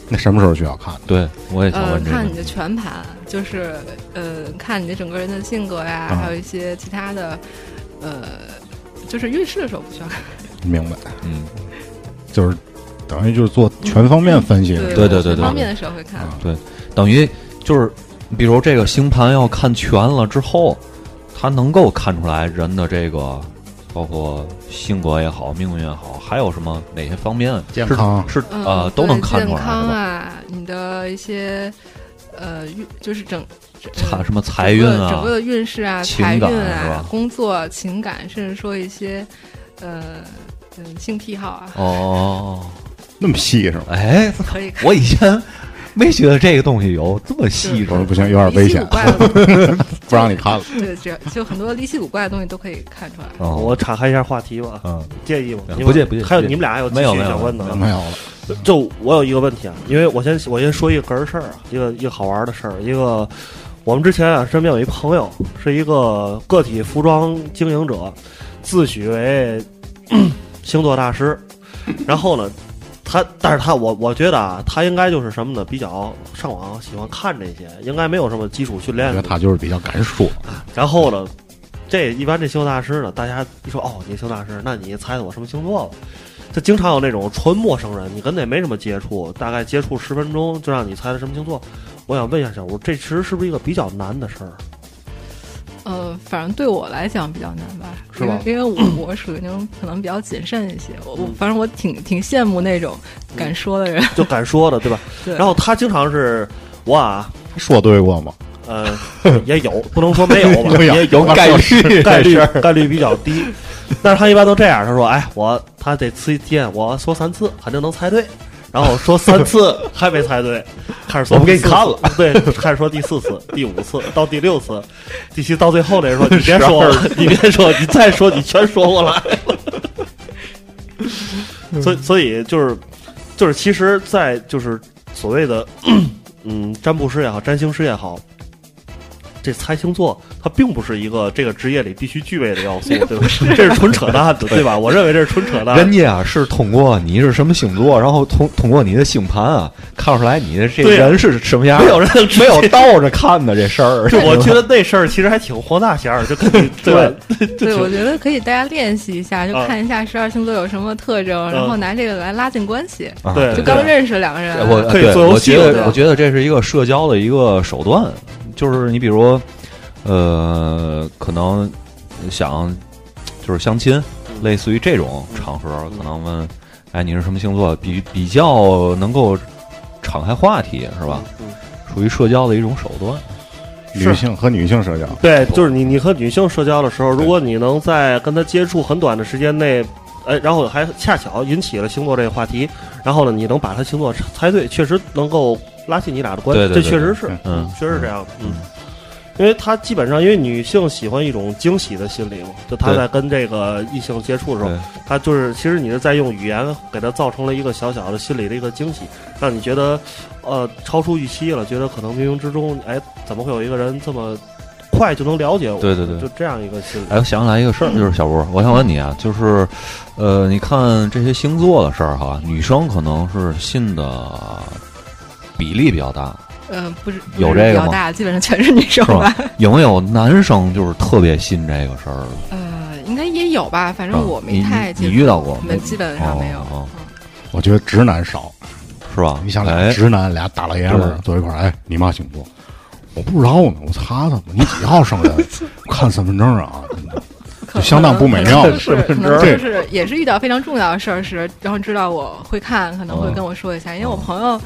S6: 那什么时候需要看？
S7: 对，我也想
S8: 呃，
S7: 问这
S8: 看你
S7: 个。
S8: 的全盘，就是呃，看你的整个人的性格呀，
S6: 啊
S8: 还有一些其他的，呃，就是运势的时候不需要看。
S6: 明白，
S7: 嗯，
S6: 就是等于就是做全方面分析。是吧
S7: 嗯对对对对
S8: 方面的时候会看。
S6: 啊
S7: 等于就是，比如这个星盘要看全了之后，它能够看出来人的这个，包括性格也好，命运也好，还有什么哪些方面
S6: 健康
S7: 是是
S8: 嗯，
S7: 呃都
S8: 对
S7: 能看出来
S8: 健康
S7: 是吧？
S8: 啊，你的一些呃运，就是整整
S7: 财
S8: 呃
S7: 什么财运
S8: 整个整
S7: 啊
S8: 个，的运势啊，
S7: 情
S8: 财运
S7: 感是吧
S8: 啊，工作、情感，甚至说一些呃嗯性癖好啊，
S7: 哦哦，
S6: 那么细是吗？
S7: 哦哎，
S8: 可以看。
S7: 我以前没觉得这个东西有这么细致
S6: 我。说不行，有点危
S8: 离奇
S6: 险
S8: 古，怪 的，
S6: 不让你看了。
S8: 对，只要就很多离奇古怪的东西都可以看出来。
S7: 哦
S5: 我岔开一下话题吧，
S7: 嗯，
S5: 介意吗？
S7: 嗯
S5: 你们
S7: 不介不介
S5: 还有
S7: 不介
S5: 你们俩还有继
S7: 没有
S5: 续
S7: 没有
S5: 想问的吗？
S6: 没有了，
S5: 就我有一个问题啊，因为我先我先说一个个人事儿啊，一个一个好玩的事儿，啊一个我们之前啊身边有一朋友是一个个体服装经营者，自诩为 咳星座大师，然后呢，他但是他我我觉得啊，他应该就是什么呢，比较上网喜欢看这些，应该没有什么基础训
S6: 我
S5: 练
S6: 觉得
S5: 的，
S6: 他就是比较敢说，
S5: 然后呢，这一般这星座大师呢，大家一说哦，你星座大师，那你猜猜我什么星座吧？就经常有那种纯陌生人，你跟那没什么接触，大概接触十分钟就让你猜他什么星座。我想问一下小吴，这其实是不是一个比较难的事儿？
S8: 呃，反正对我来讲比较难吧，
S5: 是吧
S8: 因为因为 我我属于那种可能比较谨慎一些，我
S7: 嗯
S8: 我反正我挺挺羡慕那种敢说的人。
S5: 就敢说的，对吧？
S7: 嗯
S8: 对，
S5: 然后他经常是我啊，
S6: 说对过吗？
S5: 呃，也有，不能说没有 吧，也有
S6: 概 率
S5: 概率概率比较低。但是他一般都这样，他说：“哎，我他得吃一天，我说三次肯定能猜对，然后说三次还没猜对，开始说
S7: 我不给你
S5: 第四次
S7: 看了，
S5: 对，开始说第四次、第五次到第六次，第七到最后 那人说你别说了，你别说，你再说你全说过来了。 所以，所以就是就是，其实，在就是所谓的 嗯占卜师也好，占星师也好。这猜星座，它并不是一个这个职业里必须具备的要素，对吧？
S8: 啊
S5: 这是纯扯淡 的，对吧？我认为这是纯扯淡。
S7: 人家啊是通过你是什么星座，然后通通过你的星盘啊，看出来你的这
S5: 对啊
S7: 人是什么 样。
S5: 没有人能
S7: 没有倒着看的这事儿。
S5: 就我觉得那事儿其实还挺黄大仙儿，就跟你对吧？
S8: 对，我觉得可以大家练习一下，就
S5: 啊
S8: 看一下十二星座有什么特征，然后
S5: 嗯
S8: 拿这个来拉近关系。
S7: 啊
S5: 对
S8: 就
S5: 对
S8: 刚认识两个人啊，
S7: 我
S5: 呃可以
S7: 对
S5: 做游
S7: 我
S5: 戏
S7: 觉
S5: 对
S7: 得
S5: 吧
S7: 我觉得这是一个社交的一个手段，就是你比如，呃，可能想就是相亲，
S5: 嗯
S7: 类似于这种场合，可能问，哎，你是什么星座？比比较能够敞开话题是吧？
S5: 嗯
S7: 属于社交的一种手段。
S6: 女性和女性社交，
S5: 对，就是你你和女性社交的时候，如果你能在跟她接触很短的时间内，哎，然后还恰巧引起了星座这个话题，然后呢，你能把她星座猜对，确实能够拉近你俩的关系，
S7: 对对对
S5: 这确实是，
S7: 嗯，
S5: 确实是这样，嗯。因为她基本上，因为女性喜欢一种惊喜的心理嘛，就她
S7: 对
S5: 在跟这个异性接触的时候
S7: 对，
S5: 他就是，其实你是在用语言给他造成了一个小小的心理的一个惊喜，让你觉得，呃，超出预期了，觉得可能冥冥之中，哎，怎么会有一个人这么快就能了解我，
S7: 对对对
S5: 就这样一个心理。
S7: 哎，我想起来一个事儿，就是小波，我想问你啊，就是，呃，你看这些星座的事儿哈，女生可能是信的比例比较大，
S8: 呃，不是
S7: 有
S8: 不是
S7: 这个
S8: 比较
S7: 吗
S8: 大，基本上全是女生
S7: 是吧
S8: 吧？
S7: 有没有男生就是特别信这个事儿的？
S8: 呃，应该也有吧，反正
S7: 啊
S8: 我
S7: 你
S8: 没太
S7: 你
S8: 接
S7: 你
S8: 触，
S7: 遇到过
S8: 我
S7: 没
S8: 们？基本上没有。
S7: 哦哦
S8: 嗯
S6: 我觉得直男少，
S7: 是吧？
S6: 你想俩
S7: 哎，
S6: 直男俩大老爷们儿
S7: 对
S6: 坐一块儿，哎，你妈星座，我不知道呢，我擦擦，你几号生人？ 看身份证啊，
S8: 可
S6: 就相当不美妙
S8: 可能就是可能
S6: 对
S8: 就是也是遇到非常重要的事儿时，然后知道我会看，可能会
S7: 嗯
S8: 跟我说
S6: 哦
S8: 一下，因为我朋友。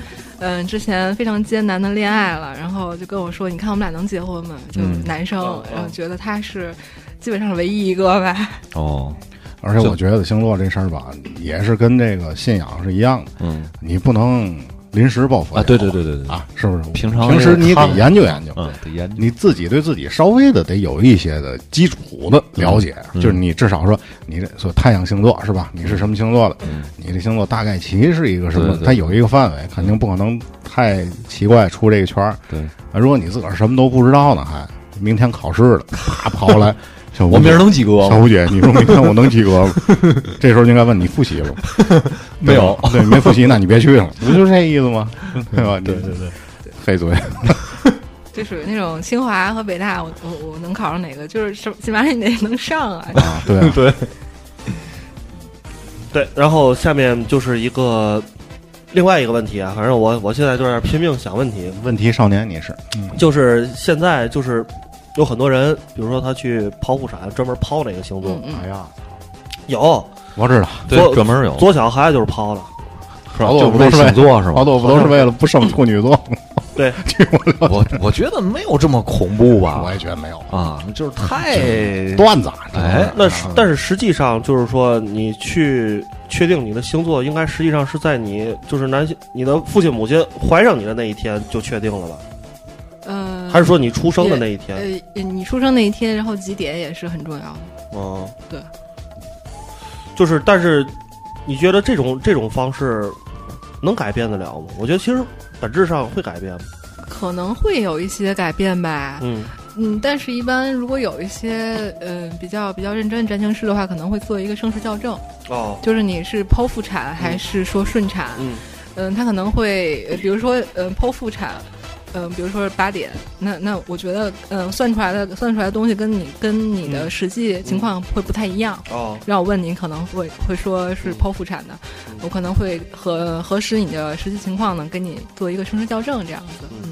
S8: 嗯，之前非常艰难的恋爱了，然后就跟我说：“你看我们俩能结婚吗？”就
S7: 嗯
S8: 男生
S5: 嗯，嗯
S8: 然后觉得他是基本上是唯一一个吧。
S7: 哦，
S6: 而且我觉得星座这事儿吧，也是跟这个信仰是一样的，
S7: 嗯，
S6: 你不能临时抱佛脚
S7: 啊，对对对对对，
S6: 啊，是不是？
S7: 平常
S6: 平时你得
S7: 看
S6: 研究研究，
S7: 嗯，得研究，
S6: 你自己对自己稍微的得有一些的基础的了解，
S7: 嗯
S6: 就是你至少说你这说太阳星座是吧？你是什么星座的？你这星座大概其是一个什么？
S7: 嗯对对
S6: 它有一个范围，肯定不可能太奇怪出这个圈儿。
S7: 对，
S6: 啊如果你自个儿什么都不知道呢，还明天考试了，啪跑过来，小吴
S7: 我明儿
S6: 姐
S7: 能及格
S6: 小
S7: 吗？
S6: 吴姐，你说明天我能及格吗？ 这时候就应该问你复习了吗，
S7: 没有
S6: 对吧，对，没复习，那你别去了，不就这意思 吗？对吧？对对对，黑嘴，
S8: 就属于那种清华和北大，我我我能考上哪个？就是什么起码你得能上啊。
S6: 对啊
S7: 对，
S5: 对，然后下面就是一个另外一个问题啊，反正我我现在就是拼命想问题，
S6: 问题少年你是，嗯，
S5: 就是现在就是有很多人，比如说他去抛物伞，专门抛哪个星座
S8: 嗯，嗯，
S6: 哎呀，
S5: 有
S6: 我知道，
S5: 左
S7: 对，专门有，
S5: 左小孩就是抛了，
S7: 是吧哦
S6: 好多
S7: 就
S6: 不都
S7: 是为
S6: 是为
S7: 星座是
S6: 好
S7: 吗？
S6: 多不都是为了不胜处女 座吗？
S5: 对，
S6: 据我了
S7: 我我觉得没有这么恐怖
S6: 解，
S7: 吧
S6: 我？也觉得没有
S7: 啊，就是太
S6: 段子啊，这
S7: 哎
S6: 都
S5: 那是但是实际上就是说，你去确定你的星座，应该实际上是在你就是男性你的父亲母亲怀上你的那一天就确定了吧？
S8: 呃，
S5: 还是说你出生的那一
S8: 呃
S5: 天？，
S8: 你出生那一天，然后几点也是很重要的。
S5: 嗯，
S8: 对，
S5: 就是但是你觉得这种这种方式能改变得了吗？我觉得其实本质上会改变。
S8: 可能会有一些改变吧，
S5: 嗯，
S8: 嗯，但是一般如果有一些呃比较比较认真的占星师的话，可能会做一个生时校正，
S5: 哦，
S8: 就是你是剖腹产还是说顺产，
S5: 嗯
S8: 嗯，他可能会呃比如说呃剖腹产，嗯、比如说是八点，那那我觉得嗯、呃算出来的算出来的东西跟你跟你的
S5: 嗯
S8: 实际情况会不太一样。
S5: 哦，
S8: 让我问你，可能会会说是剖腹产的，
S5: 嗯
S8: 我可能会核核实你的实际情况呢，给你做一个生时校正这样子。嗯
S5: 嗯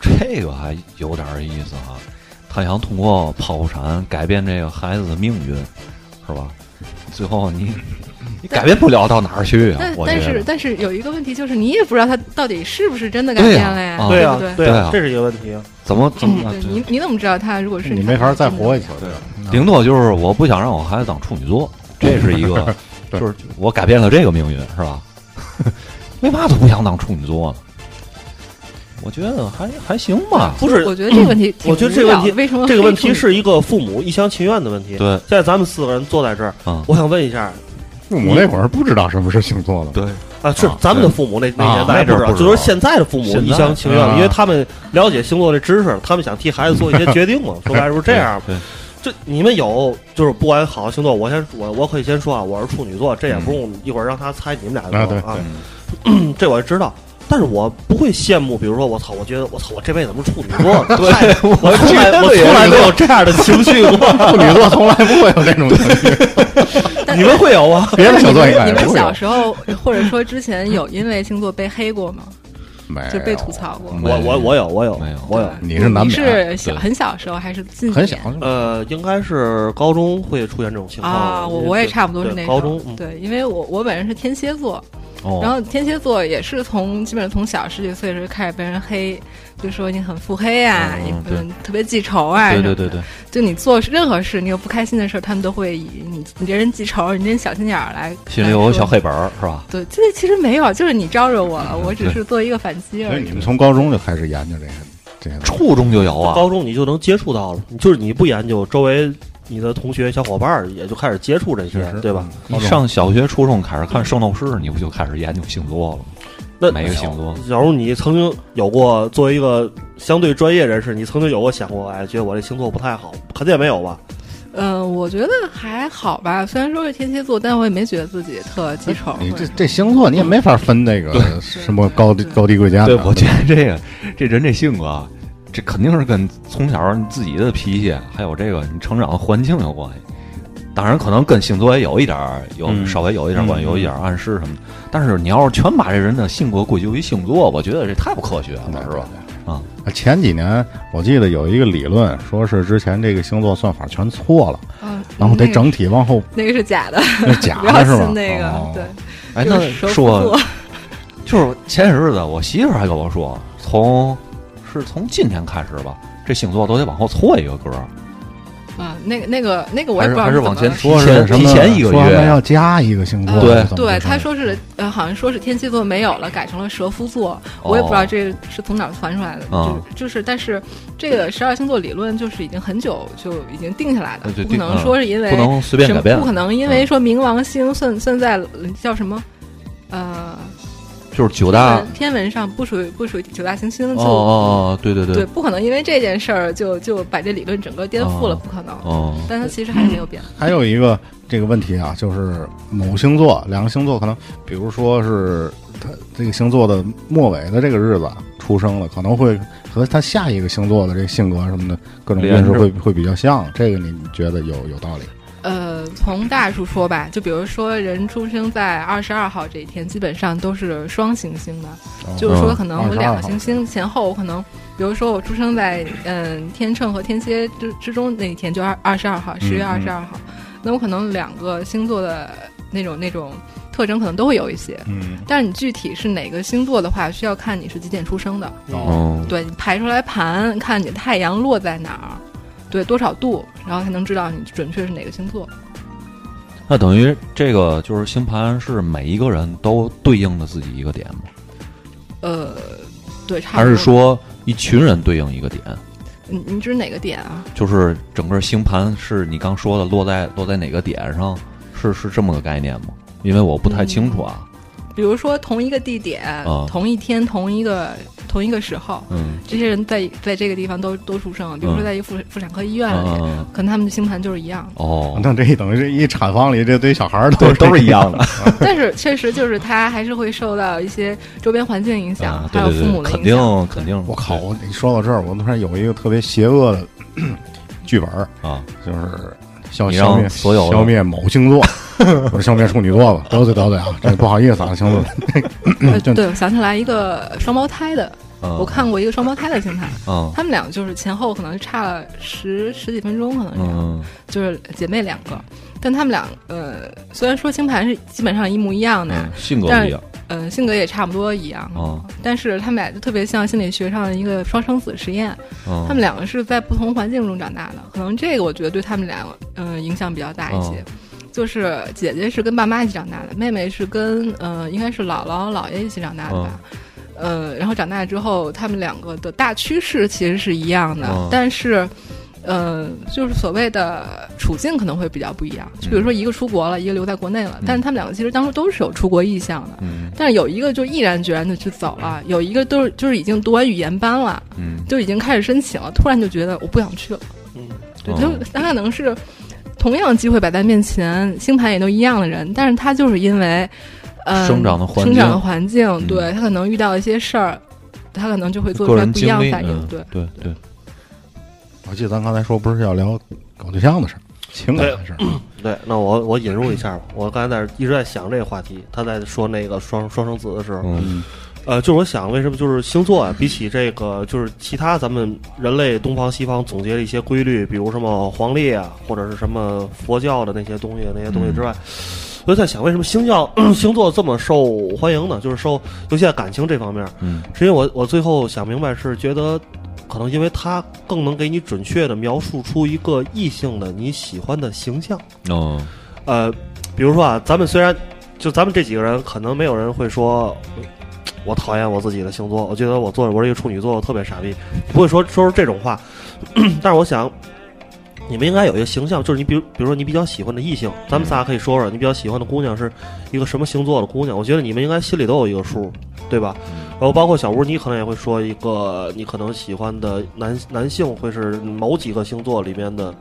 S7: 这个还有点意思啊。他想通过剖腹产改变这个孩子的命运，是吧？最后你你改变不了到哪儿去啊
S8: 但！
S7: 我觉
S8: 但是
S7: 得，
S8: 但是有一个问题就是，你也不知道他到底是不是真的改
S7: 对
S8: 变
S7: 呀
S8: 了呀，
S7: 啊
S5: 对
S8: 不
S5: 啊，
S8: 对？
S5: 对
S7: 对啊
S5: 这是一个问题。
S7: 怎么怎么、
S8: 嗯
S7: 啊
S8: 对你你怎么知道他如果是
S6: 你没法再活下去
S8: 去？
S6: 了，
S7: 顶多就是我不想让我孩子当处女座，这是 一个，
S6: 对
S7: 就是我改变了这个命运，是吧？ 为嘛都不想当处女座呢？我觉得还还行 吧。
S5: 不是
S8: 我觉得这个问题挺
S5: 我觉得这
S8: 无
S5: 个
S8: 聊
S5: 问题
S8: 的为什么
S5: 这个
S8: 非
S5: 问
S8: 处
S5: 题
S8: 女
S5: 是一个父母一厢情愿的问题。
S7: 对
S5: 现在咱们四个人坐在这儿，
S7: 嗯
S5: 我想问一下
S6: 父母那会儿不知道什么是星座的，
S7: 对，
S5: 啊，是
S7: 啊
S5: 咱们的父母那那年代
S7: 那阵儿
S5: 知道，
S7: 不
S5: 就
S7: 知
S5: 是说
S7: 道
S5: 现在的父母
S7: 现
S5: 一
S7: 在
S5: 厢情愿，
S6: 啊
S5: 因为他们了解星座这知识，他们想替孩子做一些决 定嘛。说白了是这
S6: 啊
S5: 样。
S7: 对，
S5: 这你们有就是不管好的星座，我先我我可以先说啊，我是处女座，这也不用一会儿让他猜你们俩
S6: 啊
S5: 就
S6: 对
S5: 行啊。这我知道。但是我不会羡慕，比如说我操，我觉得我操，我这辈子怎么处女座呢？对，我从来我从来没有这样的情绪过。
S6: 处女座从来不会有这种情绪，
S5: 你们会有吗？
S6: 别的星座应该
S8: 你
S6: 也
S8: 们
S6: 不会
S8: 小
S6: 有，
S8: 时候或者说之前有因为星座被黑过吗？
S6: 没有
S8: 就被吐。槽过？
S5: 我我我有我有
S7: 没有
S5: 我有
S8: 对吧
S6: 你是难
S8: 你
S6: 免啊
S8: 是小
S7: 对
S8: 很小时候还是近
S6: 很
S8: 几
S6: 小
S8: 年，
S5: 呃，应该是高中会出现这种情况
S8: 啊？我我也差不多是
S5: 对
S8: 那
S5: 高
S8: 种
S5: 中，嗯
S8: 对，因为我我本人是天蝎座，
S7: 哦，
S8: 然后天蝎座也是从基本上从小十几岁的时候开始被人黑，就说你很腹黑啊，
S7: 嗯
S8: 你不
S7: 对
S8: 能特别记仇啊，
S7: 对
S8: 什
S7: 对
S8: 么
S7: 对
S8: 的，
S7: 对，
S8: 就你做任何事，你有不开心的事儿，他们都会以你你这人记仇，你这人小心眼儿来
S7: 心里有个小。
S8: 来说
S7: 黑本儿是吧？
S8: 对，这其实没有，就是你招惹我了，我
S7: 嗯
S8: 只
S7: 对
S8: 是做一个反击
S6: 所
S8: 而
S6: 以你
S8: 已。
S6: 们从高中就开始研究这些这些东西，
S7: 初中就有啊，
S5: 高中你就能接触到了，就是你不研究，周围你的同学小伙伴儿也就开始接触这些
S6: 确实，
S5: 对吧？？
S7: 你上小学、初中开始看《圣斗士》，你不就开始研究星座了吗？
S5: 那
S7: 每个星座
S5: 假如你曾经有过作为一个相对专业人士，你曾经有过想过，哎，觉得我这星座不太好，肯定也没有吧？
S8: 嗯、我觉得还好吧，虽然说是天蝎座，但我也没觉得自己特记仇。
S6: 哎你这这星座你也没法分那个什么高低高低贵
S8: 啊
S6: 贱的。
S7: 对，我觉得这个这人这性格啊，这肯定是跟从小你自己的脾气，啊还有这个你成长的环境有关系。当然，可能跟星座也有一点儿，有
S6: 嗯
S7: 稍微有一点儿关系，
S6: 嗯
S7: 有一点儿暗示什么的。但是你要是全把这人的性格归咎于星座，我觉得这太不科学了，
S6: 对
S7: 是
S8: 嗯
S7: 吧？？
S6: 对
S7: 啊，
S6: 前几年我记得有一个理论，说是之前这个星座算法全错了，
S8: 嗯，
S6: 然后得
S8: 那个
S6: 整体往 后
S8: 那个是假的，
S6: 那假
S8: 不要
S6: 的是吧？
S8: 信那个，
S6: 哦
S8: 对。
S7: 哎，
S8: 就
S7: 那
S8: 是蛇
S7: 说
S8: 座，
S7: 就是前些日子，我媳妇儿还跟我说，从是从今天开始吧，这星座都得往后错一个格儿，
S8: 啊，那个那个那个我也
S7: 还是
S8: 不知道
S7: 还是
S8: 怎么
S7: 往前
S8: 了
S6: 说是什么？
S7: 提前一个
S6: 说
S7: 月
S6: 他要加一个星座，
S8: 呃
S7: 对
S6: 怎么
S8: 对，
S6: 回事
S8: 他说
S7: 嗯
S8: 是呃，好像说是天蝎座没有了，改成了蛇夫座，我也不知道这是从哪儿传出来的。
S7: 哦
S8: 就就是，但是这个十二星座理论就是已经很久就已经定下来的
S7: 呃，对
S8: 不可
S7: 定
S8: 能
S7: 嗯
S8: 说是因为
S7: 不能随便
S8: 什么
S7: 改变嗯
S8: 不，可能因为说冥王星算算在叫什么呃
S7: 就是九大
S8: 天文天文上不属于不属于九大行星
S7: 哦
S8: 就。
S7: 哦哦，对对
S8: 对，，不可能因为这件事儿就就把这理论整个颠覆了，
S7: 哦
S8: 不可能。
S7: 哦，
S8: 但它其实还是没有变。
S6: 还有一个这个问题啊，就是某星座，两个星座可能，比如说是他这个星座的末尾的这个日子啊出生了，可能会和他下一个星座的这个性格什么的各种运势会会比较像。这个你觉得有有道理？
S8: 呃，从大处说吧，就比如说人出生在二十二号这一天，基本上都是双行星的，就是
S7: 嗯
S8: 说可能我两个行星前后，我可能，比如说我出生在嗯、天秤和天蝎之之中那一天，就二二十二号，十月二十二号，那我可能两个星座的那种那种特征可能都会有一些，
S6: 嗯，
S8: 但是你具体是哪个星座的话，需要看你是几点出生的，
S7: 哦，
S8: 对你排出来盘，看你的太阳落在哪儿，对多少度，然后才能知道你准确是哪个星座。
S7: 那等于这个就是星盘是每一个人都对应的自己一个点吗？
S8: 呃，对，差不
S7: 还
S8: 多
S7: 是说一群人对应一个点？
S8: 你你指哪个点啊？
S7: 就是整个星盘是你刚说的落在落在哪个点上？是是这么个概念吗？因为我不太清楚啊。
S8: 比如说同一个地点、
S7: 啊
S8: 同一天、同一个同一个时候，
S7: 嗯，
S8: 这些人在在这个地方都都出生，比如说
S7: 嗯
S8: 在一妇妇产科医院里，
S7: 嗯，。
S8: 可能他们的星盘就是一样的
S7: 哦，
S6: 那这一等于这一产房里这堆小孩儿
S7: 对
S6: 都
S7: 都是一样 的，
S8: 但是确实就是他还是会受到一些周边环境影响，
S7: 啊，对
S8: 还有
S7: 对
S8: 父母
S7: 对，
S8: 的
S7: 肯
S8: 影响。
S7: 定肯 定，
S6: 我靠！我你说到这儿，我突然有一个特别邪恶的 剧本儿，
S7: 啊，
S6: 就是消
S7: 你
S6: 消
S7: 让
S6: 灭
S7: 所有的
S6: 消灭某星 座，不是消灭处女座吧？得罪得罪啊，这不好意思啊，星座。
S8: 呃
S6: 真的
S8: 对，我想起来一个双胞胎的，
S7: 嗯
S8: 我看过一个双胞胎的星盘，
S7: 嗯
S8: 他们俩就是前后可能差了十十几分钟，可能是。
S7: 嗯
S8: 就是姐妹两个，但她们俩呃，虽然说星盘是基本上一模一样的，
S7: 嗯，性格
S8: 但
S7: 不一样
S8: 嗯、性格也差不多一样，
S7: 啊，
S8: 但是她们俩就特别像心理学上的一个双生子实验，
S7: 嗯，
S8: 她们两个是在不同环境中长大的，可能这个我觉得对她们俩嗯、呃影响比较大一些。就是姐姐是跟爸妈一起长大的，妹妹是跟呃应该是姥姥姥爷一起长大的吧。呃，然后长大之后，她们两个的大趋势其实是一样的，
S7: 嗯
S8: 但是，呃，就是所谓的处境可能会比较不一样。就比如说，一个出国了，一个留在国内了，但是他们两个其实当初都是有出国意向的，
S7: 嗯
S8: 但是有一个就毅然决然的去走了，有一个都是就是已经读完语言班了，
S7: 嗯
S8: 就已经开始申请了，突然就觉得我不想去了。
S5: 嗯，
S8: 对，
S7: 哦
S8: 就他可能是同样机会摆在面前，星盘也都一样的人，但是他就是因为，呃，
S7: 生长的环境
S8: 生长的环境，
S7: 嗯
S8: 对他可能遇到一些事儿，他可能就会做出
S7: 个
S8: 来
S7: 人
S8: 不一
S7: 经
S8: 样的
S7: 历，
S8: 反应。
S7: 嗯
S8: 对，
S7: 对对，
S6: 我记得咱刚才说不是要聊搞对象的事儿，情感的事儿。
S5: 对，那我我引入一下吧。我刚才在一直在想这个话题，他在说那个双双生子的时候，
S7: 嗯
S5: 呃，就是我想为什么就是星座啊，比起这个就是其他咱们人类东方西方总结的一些规律，比如什么黄历啊，或者是什么佛教的那些东西那些东西之外，我就在想为什么星教 星座这么受欢迎呢？就是受尤其在感情这方面，
S7: 嗯，
S5: 是因为我我最后想明白是觉得。可能因为它更能给你准确的描述出一个异性的你喜欢的形象，
S7: 哦，
S5: 呃，比如说啊，咱们虽然就咱们这几个人，可能没有人会说，呃我讨厌我自己的星座，我觉得我 做我是一个处女座，我特别傻逼，不会说说出这种话。但是我想，你们应该有一个形象，就是你比如，比如说你比较喜欢的异性，咱们仨可以说说你比较喜欢的姑娘是一个什么星座的姑娘。我觉得你们应该心里都有一个数，对吧？然后包括小吴，你可能也会说一个你可能喜欢的男男性会是某几个星座里面的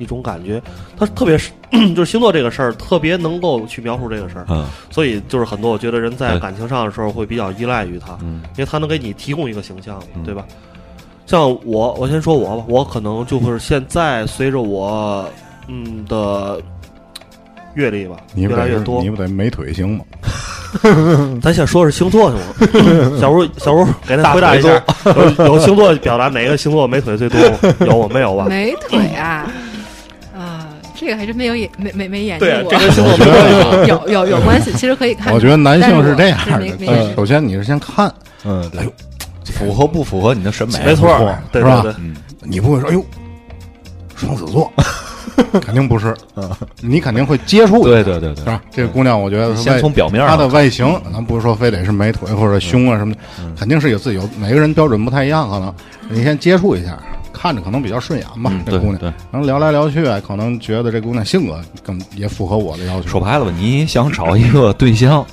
S5: 一种感觉，它特别是 就是星座这个事儿特别能够去描述这个事儿，
S7: 嗯
S5: 所以就是很多我觉得人在
S7: 对
S5: 感情上的时候会比较依赖于它。
S7: 嗯
S5: 因为它能给你提供一个形象，
S7: 嗯
S5: 对吧？像我，我先说我吧，我可能就是现在随着我嗯的阅历吧，
S6: 你
S5: 越
S6: 不
S5: 来
S6: 得
S5: 越多
S6: 你。不得美腿行吗？
S5: 咱先说是星座行吗？小吴，小吴给他回答一下，有有星座表达哪个星座美腿最多吗？有我没有吧？
S8: 美腿啊，啊，这个还真没有研没没没研究
S5: 对，啊
S8: 过
S5: 这。跟星座
S6: 我觉
S5: 没关系。
S6: 得，
S8: 有有有关系，其实可以看。
S6: 我觉得男性
S8: 是
S6: 这样
S8: 没
S6: 的
S8: 没
S6: 呃，首先你是先看，
S7: 嗯，哎呦，符合不符合你的审美？
S5: 没错
S6: 不错，
S5: 对
S6: 是吧
S5: 对对，
S7: 嗯，
S6: 你不会说哎呦，双子 座，肯定不是，你肯定会接触一下
S7: 嗯对对对
S6: 是
S7: 对，
S6: 吧？这个姑娘，我觉得她
S7: 嗯先
S6: 外
S7: 从表面
S6: 她的
S7: 上，嗯
S6: 外形，咱不是说非得是美腿或者胸啊什么的，肯定是有自己有每个人标准不太一样，可能你先接触一下，看着可能比较顺眼吧
S7: 嗯，
S6: 这
S7: 对
S6: 姑娘。
S7: 对，
S6: 然后聊来聊去，啊可能觉得这姑娘性格更也符合我的要求。
S7: 说白了吧，你想找一个对象，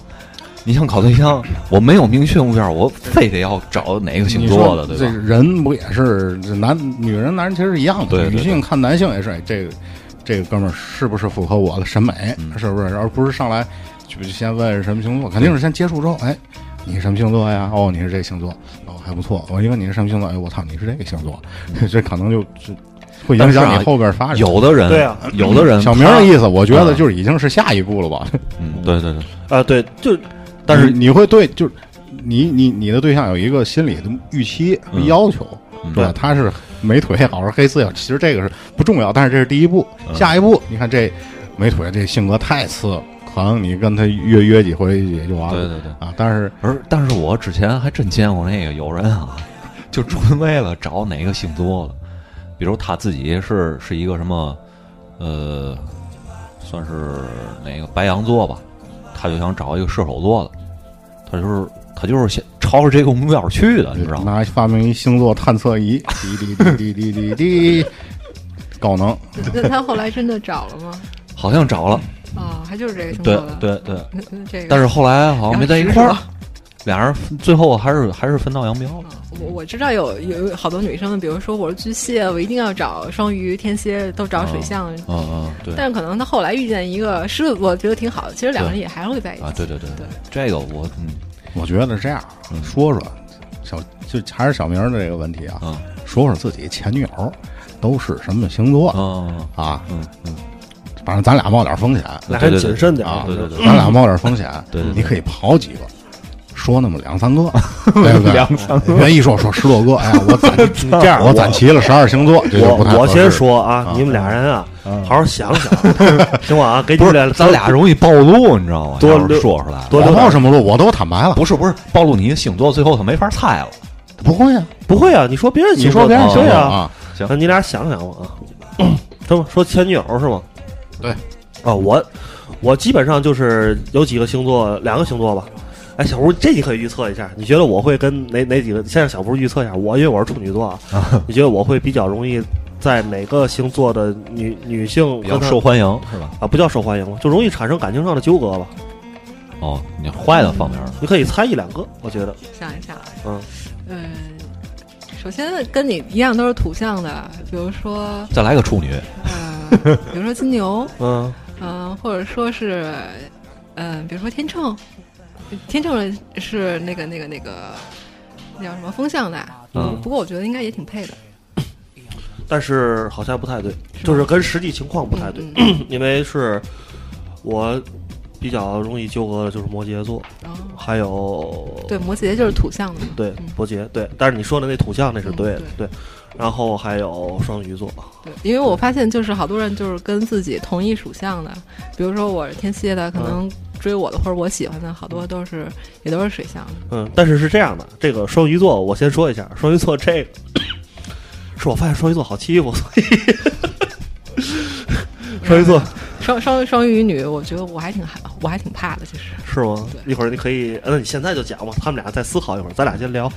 S7: 你想搞对象，我没有明确目标，我非得要找哪个星
S6: 你
S7: 座
S6: 说
S7: 的，对
S6: 这
S7: 吧？
S6: 人不也是这男女人男人其实是一样的，
S7: 对对对
S6: 女性看男性也是，哎这个这个哥们儿是不是符合我的审美，
S7: 嗯
S6: 是不是？而不是上来就先问什么星座，肯定是先接触之后，哎，你是什么星座呀？哦，你是这星座，哦还不错。我一问你是什么星座，哎，我操，你是这个星座， 这可能就就会影
S7: 嗯但是
S6: 响
S7: 啊
S6: 你后边发展。
S7: 有的人，
S5: 对啊
S7: 有的人，
S6: 小明的
S7: 他
S6: 意思，我觉得
S7: 嗯
S6: 就是已经是下一步了吧。
S7: 嗯，对对对，
S5: 啊对，就
S6: 但是你会对，就是你你你的对象有一个心理的预期和
S7: 嗯
S6: 要求，
S7: 嗯
S6: 对吧？他是美腿也好，是黑丝也好，其实这个是不重要，但是这是第一步。
S7: 嗯
S6: 下一步，你看这美腿这性格太次了，可能你跟他约约几回也就完了。
S7: 对对对
S6: 啊，但是
S7: 而但是我之前还真见过那个有人啊， 就纯为了找哪个星座的，比如他自己是是一个什么，呃，算是哪个白羊座吧，他就想找一个射手座的，他就是他就是先朝着这个目标去的，你知道吗？
S6: 拿发明一星座探测仪，滴滴滴滴滴滴滴，高能。
S8: 那他后来真的找了吗？
S7: 好像找了，
S8: 啊，还就是这个星座
S7: 对
S8: 的。
S7: 对对，
S8: 那，那嗯这个。
S7: 但是后来好像没在一块
S8: 然
S7: 儿
S8: 后，
S7: 俩人最后还是还是分道扬镳了。
S8: 嗯我我知道有有好多女生，比如说我是巨蟹，我一定要找双鱼、天蝎，都找水象。
S7: 嗯嗯，对。
S8: 但是可能她后来遇见一个狮子座，觉得挺好的，其实两个人也还会在一起。
S7: 啊，对对对
S8: 对，
S7: 这个我嗯
S6: 我觉得这样
S7: 嗯
S6: 说说，小就还是小明的这个问题啊，
S7: 嗯
S6: 说说自己前女友都是什么星座、
S7: 嗯
S6: 啊？
S7: 嗯嗯，
S6: 反正咱俩冒点风险，
S5: 俩人谨慎点
S6: 啊
S5: 对
S7: 对
S5: 对对
S7: 对对
S6: 咱俩冒点风险，
S7: 对对对
S6: 你可以刨几个，说那么两三个，对不对？两三个，别一说说十多个，哎呀，我攒这样，我攒齐了十二星座，这就不太
S5: 我
S6: 合
S5: 我
S6: 适
S5: 先，说啊
S6: 啊，
S5: 你们俩人啊，好好想想，行吧啊，给你
S7: 不
S5: 们
S7: 是，咱俩容易暴露，你知道吗？
S5: 多
S7: 要是
S5: 留
S7: 说出来，
S5: 多
S6: 我
S5: 留
S6: 冒
S5: 点。
S6: 什么路，我都坦白了，
S7: 不是不是暴露你的星座，最后他没法猜了。
S6: 不会啊，
S5: 不会啊，你说别人
S6: 你说别人
S5: 行
S6: 星座
S5: 啊，
S6: 啊，
S7: 行
S5: 那你俩想想吧啊，这么说前女友是吗？
S6: 对，。
S5: 啊，我我基本上就是有几个星座，两个星座吧。哎，小吴，这你可以预测一下，你觉得我会跟哪哪几个？先让小吴预测一下，我因为我是处女座啊，你觉得我会比较容易在哪个星座的女女性
S7: 比
S5: 跟
S7: 较
S5: 她
S7: 受欢迎是吧？
S5: 啊不叫受欢迎吧，就容易产生感情上的纠葛吧？
S7: 哦，你坏的方面儿，
S5: 你可以猜一两个，我觉得
S8: 想一想，
S5: 嗯
S8: 嗯，首先跟你一样都是土象的，比如说
S7: 再来个处女，
S8: 呃，比如说金牛，
S5: 嗯，
S8: 嗯、或者说是嗯、呃比如说天秤，天秤人是那个那个那个那叫什么风象的，
S7: 嗯
S8: 不过我觉得应该也挺配的，
S5: 但是好像不太对，就是跟实际情况不太对。
S8: 嗯嗯
S5: 因为是我比较容易纠葛的就是摩羯座，
S8: 然后
S5: 还有
S8: 对，摩羯就是土象的嘛。
S5: 对
S8: 嗯
S5: 摩羯对，但是你说的那土象那是对的
S8: 嗯，
S5: 对。然后还有双鱼座，
S8: 对，因为我发现就是好多人就是跟自己同一属相的，比如说我是天蝎的，可能追我的或者我喜欢的，好多都是也都是水象的。
S5: 嗯，但是是这样的，这个双鱼座我先说一下，双鱼座这个 嗯是我发现双鱼座好欺负，所以双鱼座，
S8: 双双双鱼女，我觉得我还挺害，我还挺怕的，其实。
S5: 是吗？
S8: 对
S5: 一会儿你可以，呃那你现在就讲吧，他们俩再思考一会儿，咱俩先聊。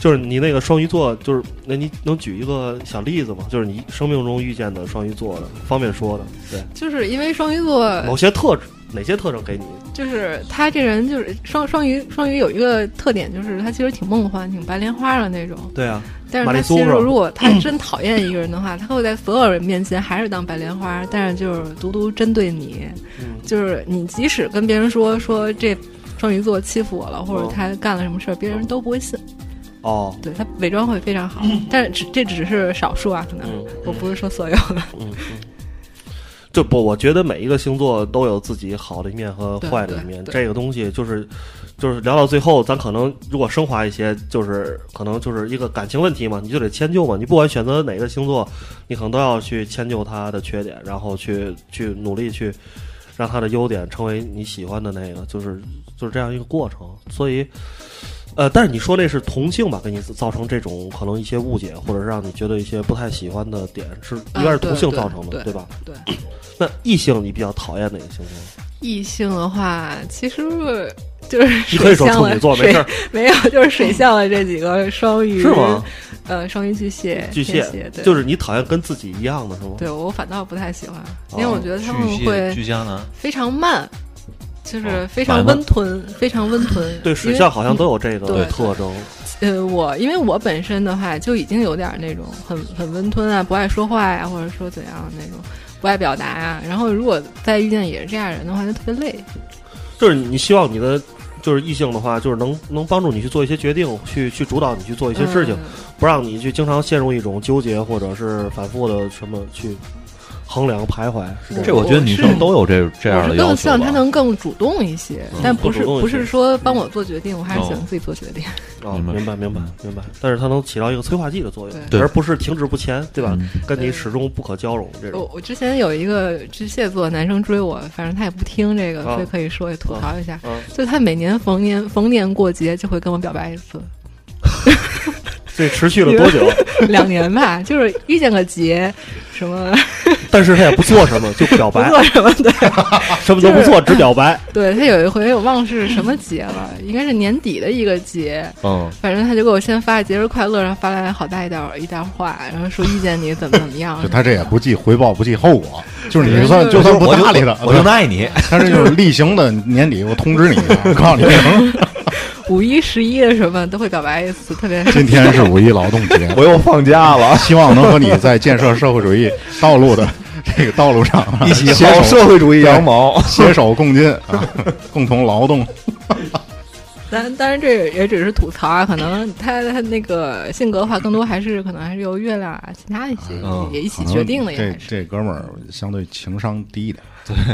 S5: 就是你那个双鱼座，就是那你能举一个小例子吗？就是你生命中遇见的双鱼座的，方便说的，对，
S8: 就是因为双鱼座，
S5: 某些特质，哪些特征给你？
S8: 就是他这人就是双双鱼，双鱼有一个特点，就是他其实挺梦幻、挺白莲花的那种。
S5: 对啊，
S8: 但是
S5: 玛丽
S8: 他
S5: 苏
S8: 其实
S5: 是吧
S8: 如果 他真讨厌一个人的话，他会在所有人面前还是当白莲花，但是就是独独针对你，
S5: 嗯
S8: 就是你即使跟别人说说这双鱼座欺负我了，或者
S5: 嗯
S8: 他干了什么事儿，别人都不会信。
S5: 哦，
S8: 对他伪装会非常好， 但是只这只是少数啊，可能
S5: 嗯
S8: 我不是说所有的。
S5: 嗯嗯。就不，我觉得每一个星座都有自己好的一面和
S8: 对
S5: 坏的
S8: 对
S5: 一面。
S8: 对
S5: 这个东西就是，就是聊到最后，咱可能如果升华一些，就是可能就是一个感情问题嘛，你就得迁就嘛。你不管选择哪个星座，你可能都要去迁就他的缺点，然后去去努力去让他的优点成为你喜欢的那个，就是就是这样一个过程。所以，呃，但是你说那是同性吧，给你造成这种可能一些误解，或者让你觉得一些不太喜欢的点，是应该是同性造成的，
S8: 啊对
S5: 对吧？
S8: 对，
S5: 那异性你比较讨厌哪个星座？
S8: 异性的话，其实就是
S5: 你可以
S8: 水
S5: 说
S8: 象
S5: 处
S8: 了，
S5: 女座，没
S8: 水
S5: 事儿，
S8: 没有，就是水象的这几个双鱼
S5: 是吗？？
S8: 呃，双鱼、巨蟹、
S5: 巨
S8: 天
S5: 蟹
S8: 蝎，对，
S5: 就是你讨厌跟自己一样的是吗？
S8: 对我反倒不太喜欢，
S5: 哦
S8: 因为我觉得他们
S7: 巨蟹、
S8: 会
S7: 巨虾男，
S8: 非常慢，就是
S7: 哦
S8: 非常
S7: 慢吗
S8: 温吞，非常温吞。
S5: 对，
S8: 因
S5: 水
S8: 为
S5: 象好像都有这
S8: 对
S5: 个
S8: 对
S5: 特征，
S8: 呃，我因为我本身的话就已经有点那种很很温吞啊，不爱说话呀、或者说怎样那种不爱表达呀、然后如果再遇见也是这样人的话，就特别累。
S5: 就是你希望你的。就是异性的话，就是能能帮助你去做一些决定，去去主导你去做一些事情，
S8: 嗯
S5: 不让你去经常陷入一种纠结或者是反复的什么去衡量徘徊。是这
S8: 嗯
S7: 这
S5: 种
S7: 我觉得女生都有这这
S8: 我
S7: 样
S8: 是
S7: 的
S8: 更
S7: 要
S8: 希
S7: 求
S8: 望
S7: 吧
S8: 他能更主动一些，
S7: 嗯
S8: 但不
S5: 更
S8: 是
S5: 主动一
S8: 不
S5: 些嗯
S8: 是说帮我做决定，我还是喜欢
S7: 哦
S8: 自己做决定。
S5: 哦，
S7: 明白
S5: 明白明白
S7: 嗯
S5: 明白。但是它能起到一个催化剂的作用，
S7: 对
S5: 而不是停滞不前，对吧？
S7: 嗯
S5: 跟你
S8: 对
S5: 始终不可交融这种。
S8: 我我之前有一个巨蟹座男生追我，反正他也不听这个，
S5: 啊
S8: 所以可以说也吐槽一下。
S5: 啊，
S8: 就他每年逢年逢年过节就会跟我表白一次，
S5: 这持续了多 久？
S8: 两年吧， 就是遇见个节，什么
S5: 但是他也不做什么，就表
S8: 不
S5: 白，
S8: 做什么的。
S5: 什么都不做，只表白。
S8: 对他有一回我忘了是什么节了，应该是年底的一个节，
S5: 哦
S7: 嗯，
S8: 反正他就给我先发节日快乐，然后发来好大一段一段话，然后说遇见你怎么怎么样
S6: 就他这也不计回报，不计后果，就是你就算
S8: 对
S6: 就算不
S7: 我就
S6: 搭理他，
S7: 我就爱你。
S6: 他这就是例行的年底，我通知你一下，我告诉你，
S8: 五一、十一的什么都会表白一次，特别
S6: 今天是五一劳动节，
S2: 我又放假了，
S6: 希望能和你在建设社会主义道路的这个道路上一起携手
S2: 会主义羊毛。
S6: 携手共进啊，共同劳动。
S8: 但当然这也只是吐槽啊，可能他他那个性格的话，更多还是可能还是由月亮啊，其他一些、
S7: 嗯
S8: 也一起决定的，也
S6: 这
S8: 还是。
S6: 这哥们儿相对情商低一点，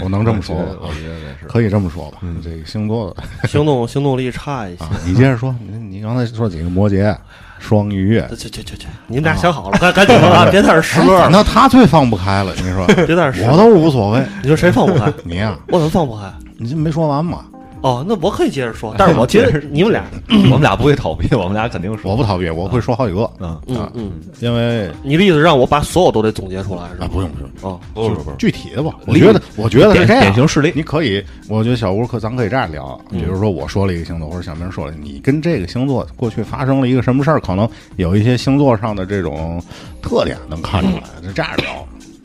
S6: 我能这么说吧？
S7: 我觉得也是。
S6: 可以这么说吧，这个星座的
S5: 行动行动力差一些
S6: 啊。，你接着说，你你刚才说几个摩羯、双鱼，
S5: 去去去去，你们俩想好了，赶赶紧吧，别在这儿 拾乐
S6: 哎
S5: 了，
S6: 那他最放不开了，你说
S5: 别在这儿拾。
S6: 我都无所谓，
S5: 你说谁放不开？
S6: 你呀、
S5: 我怎么放不开？
S6: 你这没说完嘛，
S5: 哦，那我可以接着说，但是我觉得你们俩，
S7: 我们俩不会逃避，我们俩肯定是
S6: 我不逃避，我会说好几个，啊
S7: 嗯，
S5: 嗯嗯，
S6: 因为
S5: 你的意思让我把所有都得总结出来是吧
S6: 啊，？不用不用，
S5: 哦，
S7: 不是不是，
S6: 具体的吧，我
S7: 例
S6: 觉得我觉得是
S7: 典
S6: 这样，
S7: 典型事例
S6: 你可以，我觉得小吴可咱可以这样聊，比如说我说了一个星座，或者小明说了，你跟这个星座过去发生了一个什么事儿，可能有一些星座上的这种特点能看出来，就这样聊。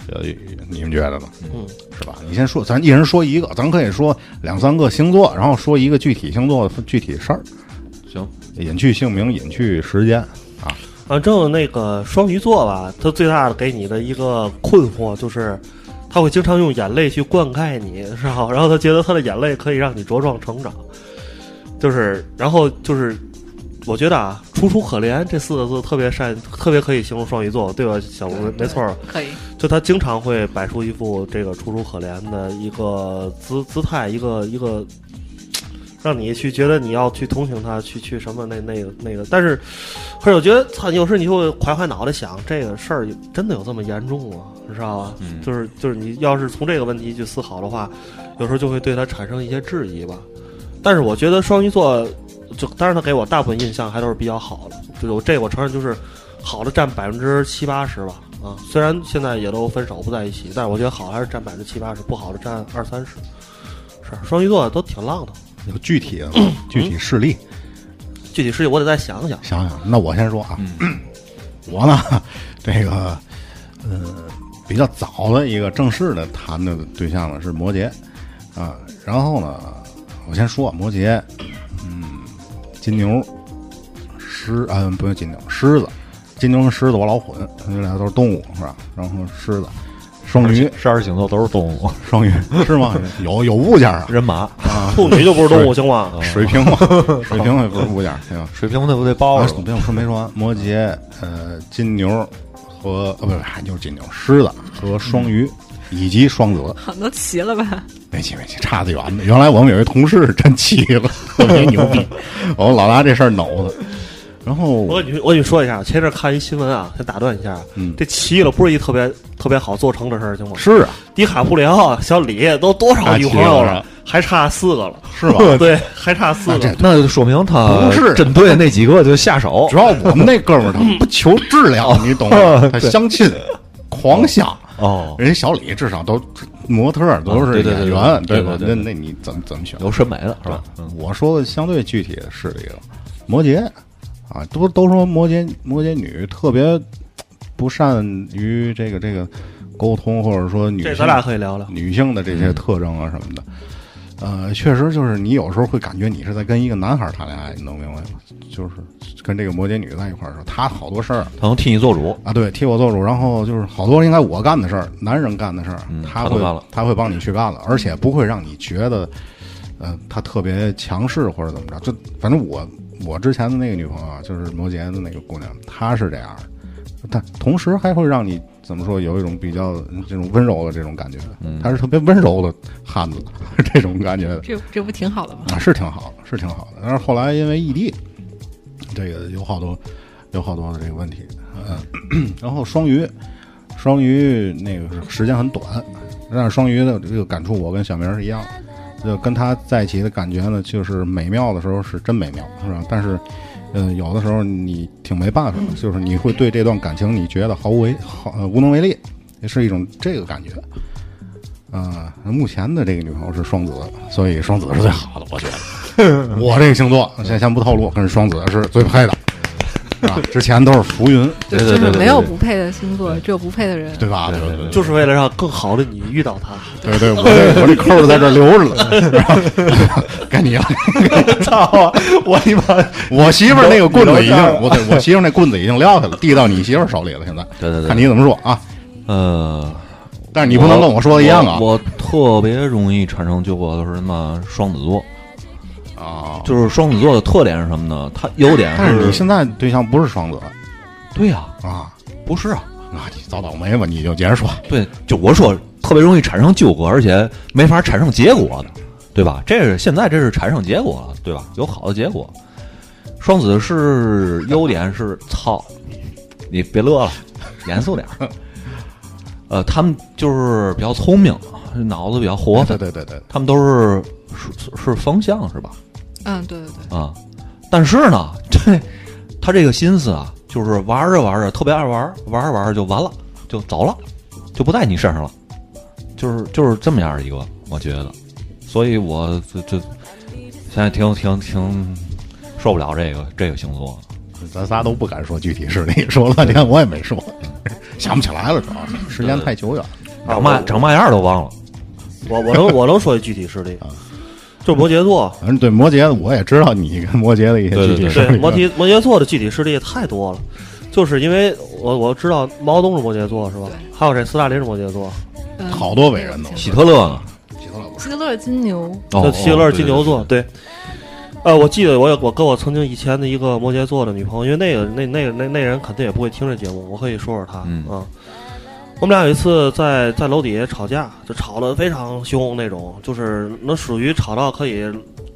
S6: 呃，你们觉得呢？
S5: 嗯，
S6: 是吧？你先说，咱一人说一个，咱可以说两三个星座，然后说一个具体星座的具体事儿，
S7: 行，
S6: 隐去姓名，隐去时间啊。
S5: 反正那个双鱼座吧，他最大的给你的一个困惑就是，他会经常用眼泪去灌溉你，是吧？然后他觉得他的眼泪可以让你茁壮成长，就是，然后就是，我觉得啊，楚楚可怜这四个字特别善，特别可以形容双鱼座，对吧，小吴？没错儿，
S8: 可以，
S5: 就他经常会摆出一副这个楚楚可怜的一个姿姿态，一个一个，让你去觉得你要去同情他，去去什么那那个那个。但是，可是我觉得，操，有时候你就会怀怀脑袋想，这个事儿真的有这么严重吗？你知道吧？
S7: 嗯
S5: 就是就是你要是从这个问题去思考的话，有时候就会对他产生一些质疑吧。但是我觉得双鱼座，就当然他给我大部分印象还都是比较好的，就我这我承认就是好的占百分之七八十吧，啊。虽然现在也都分手不在一起，但是我觉得好还是占百分之七八十，不好的占二三十。是双鱼座都挺浪的，
S6: 有具体的具体事例，
S5: 具体事情我得再想想。
S6: 想想。那我先说啊，
S5: 嗯
S6: 我呢， 这个呃比较早的一个正式的谈的对象呢是摩羯啊，然后呢，我先说摩羯，嗯，金牛，狮啊、不是金牛，狮子，金牛跟狮子我老混，这俩都是动物是吧？然后狮子，双鱼，
S7: 十二星座都是动物，
S6: 双鱼是吗？有有物件啊，
S7: 人马、
S5: 处女就不是动物，行吗？
S6: 水瓶嘛，水瓶也不是物件对吧？
S7: 水瓶那不得包
S6: 啊，
S7: 了吗？
S6: 别我说没说 完，摩羯、呃，金牛和呃，不是还就是金牛、狮子和双鱼，
S7: 嗯
S6: 以及双子，
S8: 好都齐了吧？
S6: 没起没起，差得远的。原来我们有一同事真气 了，特别牛逼， 我老拿这事儿恼他。然后
S5: 我跟你我跟你说一下，前一阵看一新闻啊，先打断一下，
S6: 嗯
S5: 这奇了不是一特别特别好做成的事儿，行吗？
S6: 是啊，齐
S5: 迪卡布里奥、小李都多少女朋友了，还差四个了，
S6: 是吧？
S5: 对，还差四
S6: 啊
S5: 个
S6: 这。
S7: 那就说明他
S6: 不是
S7: 针对那几个就下手
S6: 主，要我们那哥们儿他不求质量，你懂
S7: 嗯
S6: 吗？他相亲，狂相。
S7: 哦，
S6: 人家小李至少都模特儿，都
S7: 啊
S6: 是
S7: 对对
S6: 演
S7: 对
S6: 员，
S7: 对
S6: 吧？
S7: 对
S6: 那那
S7: 对
S6: 你怎么怎么选？
S7: 有审美了是吧？
S6: 嗯
S7: 嗯，
S6: 我说的相对具体的事例了，摩羯啊，都都说摩羯摩羯女特别不善于这个这个沟通，或者说女性
S5: 这咱嗯俩可以聊聊。
S6: 女性的这些特征啊什么的。呃，确实就是你有时候会感觉你是在跟一个男孩儿谈恋爱，你能明白吗？就是跟这个摩羯女在一块儿的时候，她好多事儿
S7: 他能替你做主，
S6: 啊，对，替我做主，然后就是好多应该我干的事儿，男人干的事儿，
S7: 嗯
S6: 他会
S7: 他都干了
S6: 他会帮你去干了，而且不会让你觉得，呃，他特别强势或者怎么着。就反正我我之前的那个女朋友啊，就是摩羯的那个姑娘，她是这样的，但同时还会让你怎么说，有一种比较嗯这种温柔的这种感觉，
S7: 嗯
S6: 她是特别温柔的汉子， 这种感觉的。
S8: 这这不挺好的吗？
S6: 啊，是挺好的，是挺好的。但是后来因为异地，这个有好多有好多的这个问题。嗯， 然后双鱼，双鱼那个时间很短，但是双鱼的这个感触我跟小明儿是一样的，就跟他在一起的感觉呢，就是美妙的时候是真美妙，是吧？但是。嗯，有的时候你挺没办法的，就是你会对这段感情你觉得毫无为毫呃无能为力，也是一种这个感觉。啊、目前的这个女朋友是双子，所以双子是最好的，我 觉得。我这个星座先先不透露，跟双子是最配的，是吧？之前都是浮云，
S7: 对
S8: 就
S7: 对
S8: 是
S7: 对对，
S8: 没有
S7: 对
S8: 不配的星座，只有不配的人。
S6: 对吧？
S5: 就是为了让更好的你遇到他，
S6: 对对，我 这我这扣儿在这留着了，是吧？ 该你了，啊
S7: 操，我你妈，
S6: 我媳妇儿那个棍子已
S7: 你留
S6: 经
S7: 这儿，了
S6: 我对我媳妇儿那棍子已经撂下了，递到你媳妇儿手里了。现在
S7: 对对对
S6: 看你怎么说啊！
S7: 呃，
S6: 但是你不能跟我说的一样啊！
S7: 我我特别容易产生纠葛的是什么？双子座，
S6: 啊，
S7: 就是双子座的特点是什么呢？它优点
S6: 但是你现在对象不是双子
S7: 对呀、
S6: 啊，
S7: 不是啊，
S6: 那你遭倒霉吧，你就接着说。
S7: 对，就我说特别容易产生纠葛，而且没法产生结果的，对吧？这是现在这是产生结果了，对吧？有好的结果。双子是优点是操，你别乐 了，严肃点儿。呃，他们就是比较聪明，脑子比较活
S6: 对
S7: 泛，
S6: 对对对，
S7: 他们都是是是风向是吧？
S8: 嗯，对对对，
S7: 啊、但是呢， 这他这个心思啊，就是玩着玩着特别爱玩，玩着玩着就完了，就走了，就不在你身上了，就是就是这么样儿一个，我觉得，所以我这这现在挺挺挺受不了这个这个星座了。
S6: 咱仨都不敢说具体事例，说了半天我也没说，想不起来了，主要是时间太久远了。
S5: 啊
S7: 长嘛长嘛样儿都忘了，
S5: 我我能我能说一具体事例，就是摩羯座，
S6: 反正对摩羯，我也知道你跟摩羯的一些具体事
S5: 对
S6: 例。
S5: 摩羯摩羯座的具体事例也太多了，就是因为我我知道毛泽东是摩羯座是吧？还有这斯大林是摩羯座，
S8: 嗯
S6: 好多伟人呢
S7: 希特勒呢？
S8: 希特勒是金牛，
S7: 哦，
S5: 就希特勒
S7: 哦
S5: 是金牛，座，对。呃，我记得我有我跟我曾经以前的一个摩羯座的女朋友，因为那个那那个那那人肯定也不会听这节目，我可以说说他
S7: 嗯
S5: 啊。我们俩有一次在在楼底下吵架，就吵得非常凶那种，就是那属于吵到可以，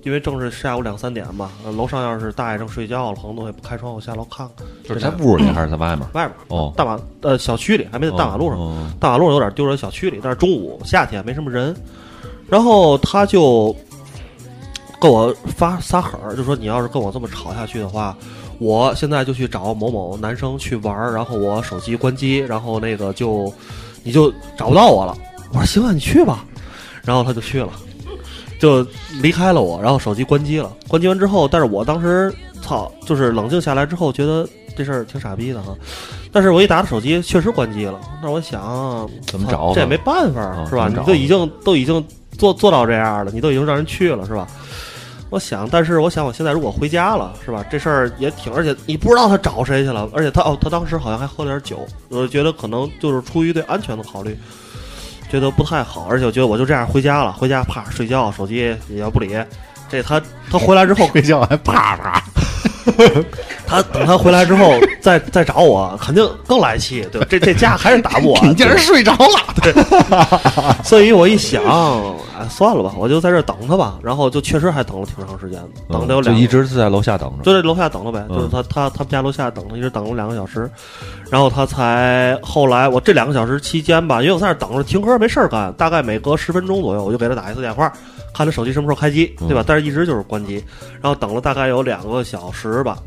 S5: 因为正是下午两三点吧，呃楼上要是大爷正睡觉了，可能都会开窗户下楼看看，
S7: 对对对就是
S5: 这
S7: 在
S5: 样
S7: 屋里还是在外面？
S5: 外边
S7: 哦，
S5: 大马呃小区里还没在大马路上，
S7: 哦，哦
S5: 大马路上有点丢人，小区里，但是中午夏天没什么人，然后他就跟我发撒狠儿，就说你要是跟我这么吵下去的话，我现在就去找某某男生去玩儿，然后我手机关机，然后那个就你就找不到我了。我说行啊，你去吧。然后他就去了，就离开了我，然后手机关机了。关机完之后，但是我当时操，就是冷静下来之后，觉得这事儿挺傻逼的哈。但是我一打手机，确实关机了。那我想
S7: 怎么
S5: 操
S7: 找他
S5: 这也没办法，
S7: 啊
S5: 是吧？
S7: 怎么
S5: 你
S7: 找
S5: 都已经都已经做做到这样了，你都已经让人去了，是吧？我想，但是我想，我现在如果回家了，是吧？这事儿也挺，而且你不知道他找谁去了，而且他哦，他当时好像还喝了点酒，我觉得可能就是出于对安全的考虑，觉得不太好，而且我觉得我就这样回家了，回家啪睡觉，手机也要不理。这他他回来之后，
S6: 睡觉还啪啪，
S5: 他等他回来之后再再找我，肯定更来气，对吧？这这架还是打 不啊完
S6: 你，竟然睡着了。
S5: 所以我一想，
S7: 嗯
S5: 哎，算了吧，我就在这儿等他吧。然后就确实还等了挺长时间的，等了有
S7: 嗯就
S5: 两个
S7: 一直是在楼下等
S5: 就
S7: 着。
S5: 在楼下等了呗，
S7: 嗯
S5: 就是他他他们家楼下等了，一直等了两个小时，然后他才后来我这两个小时期间吧，因为我在那儿等着停歌没事儿干，大概每隔十分钟左右我就给他打一次电话，看他手机什么时候开机，
S7: 嗯
S5: 对吧？但是一直就是关机，然后等了大概有两个小时吧，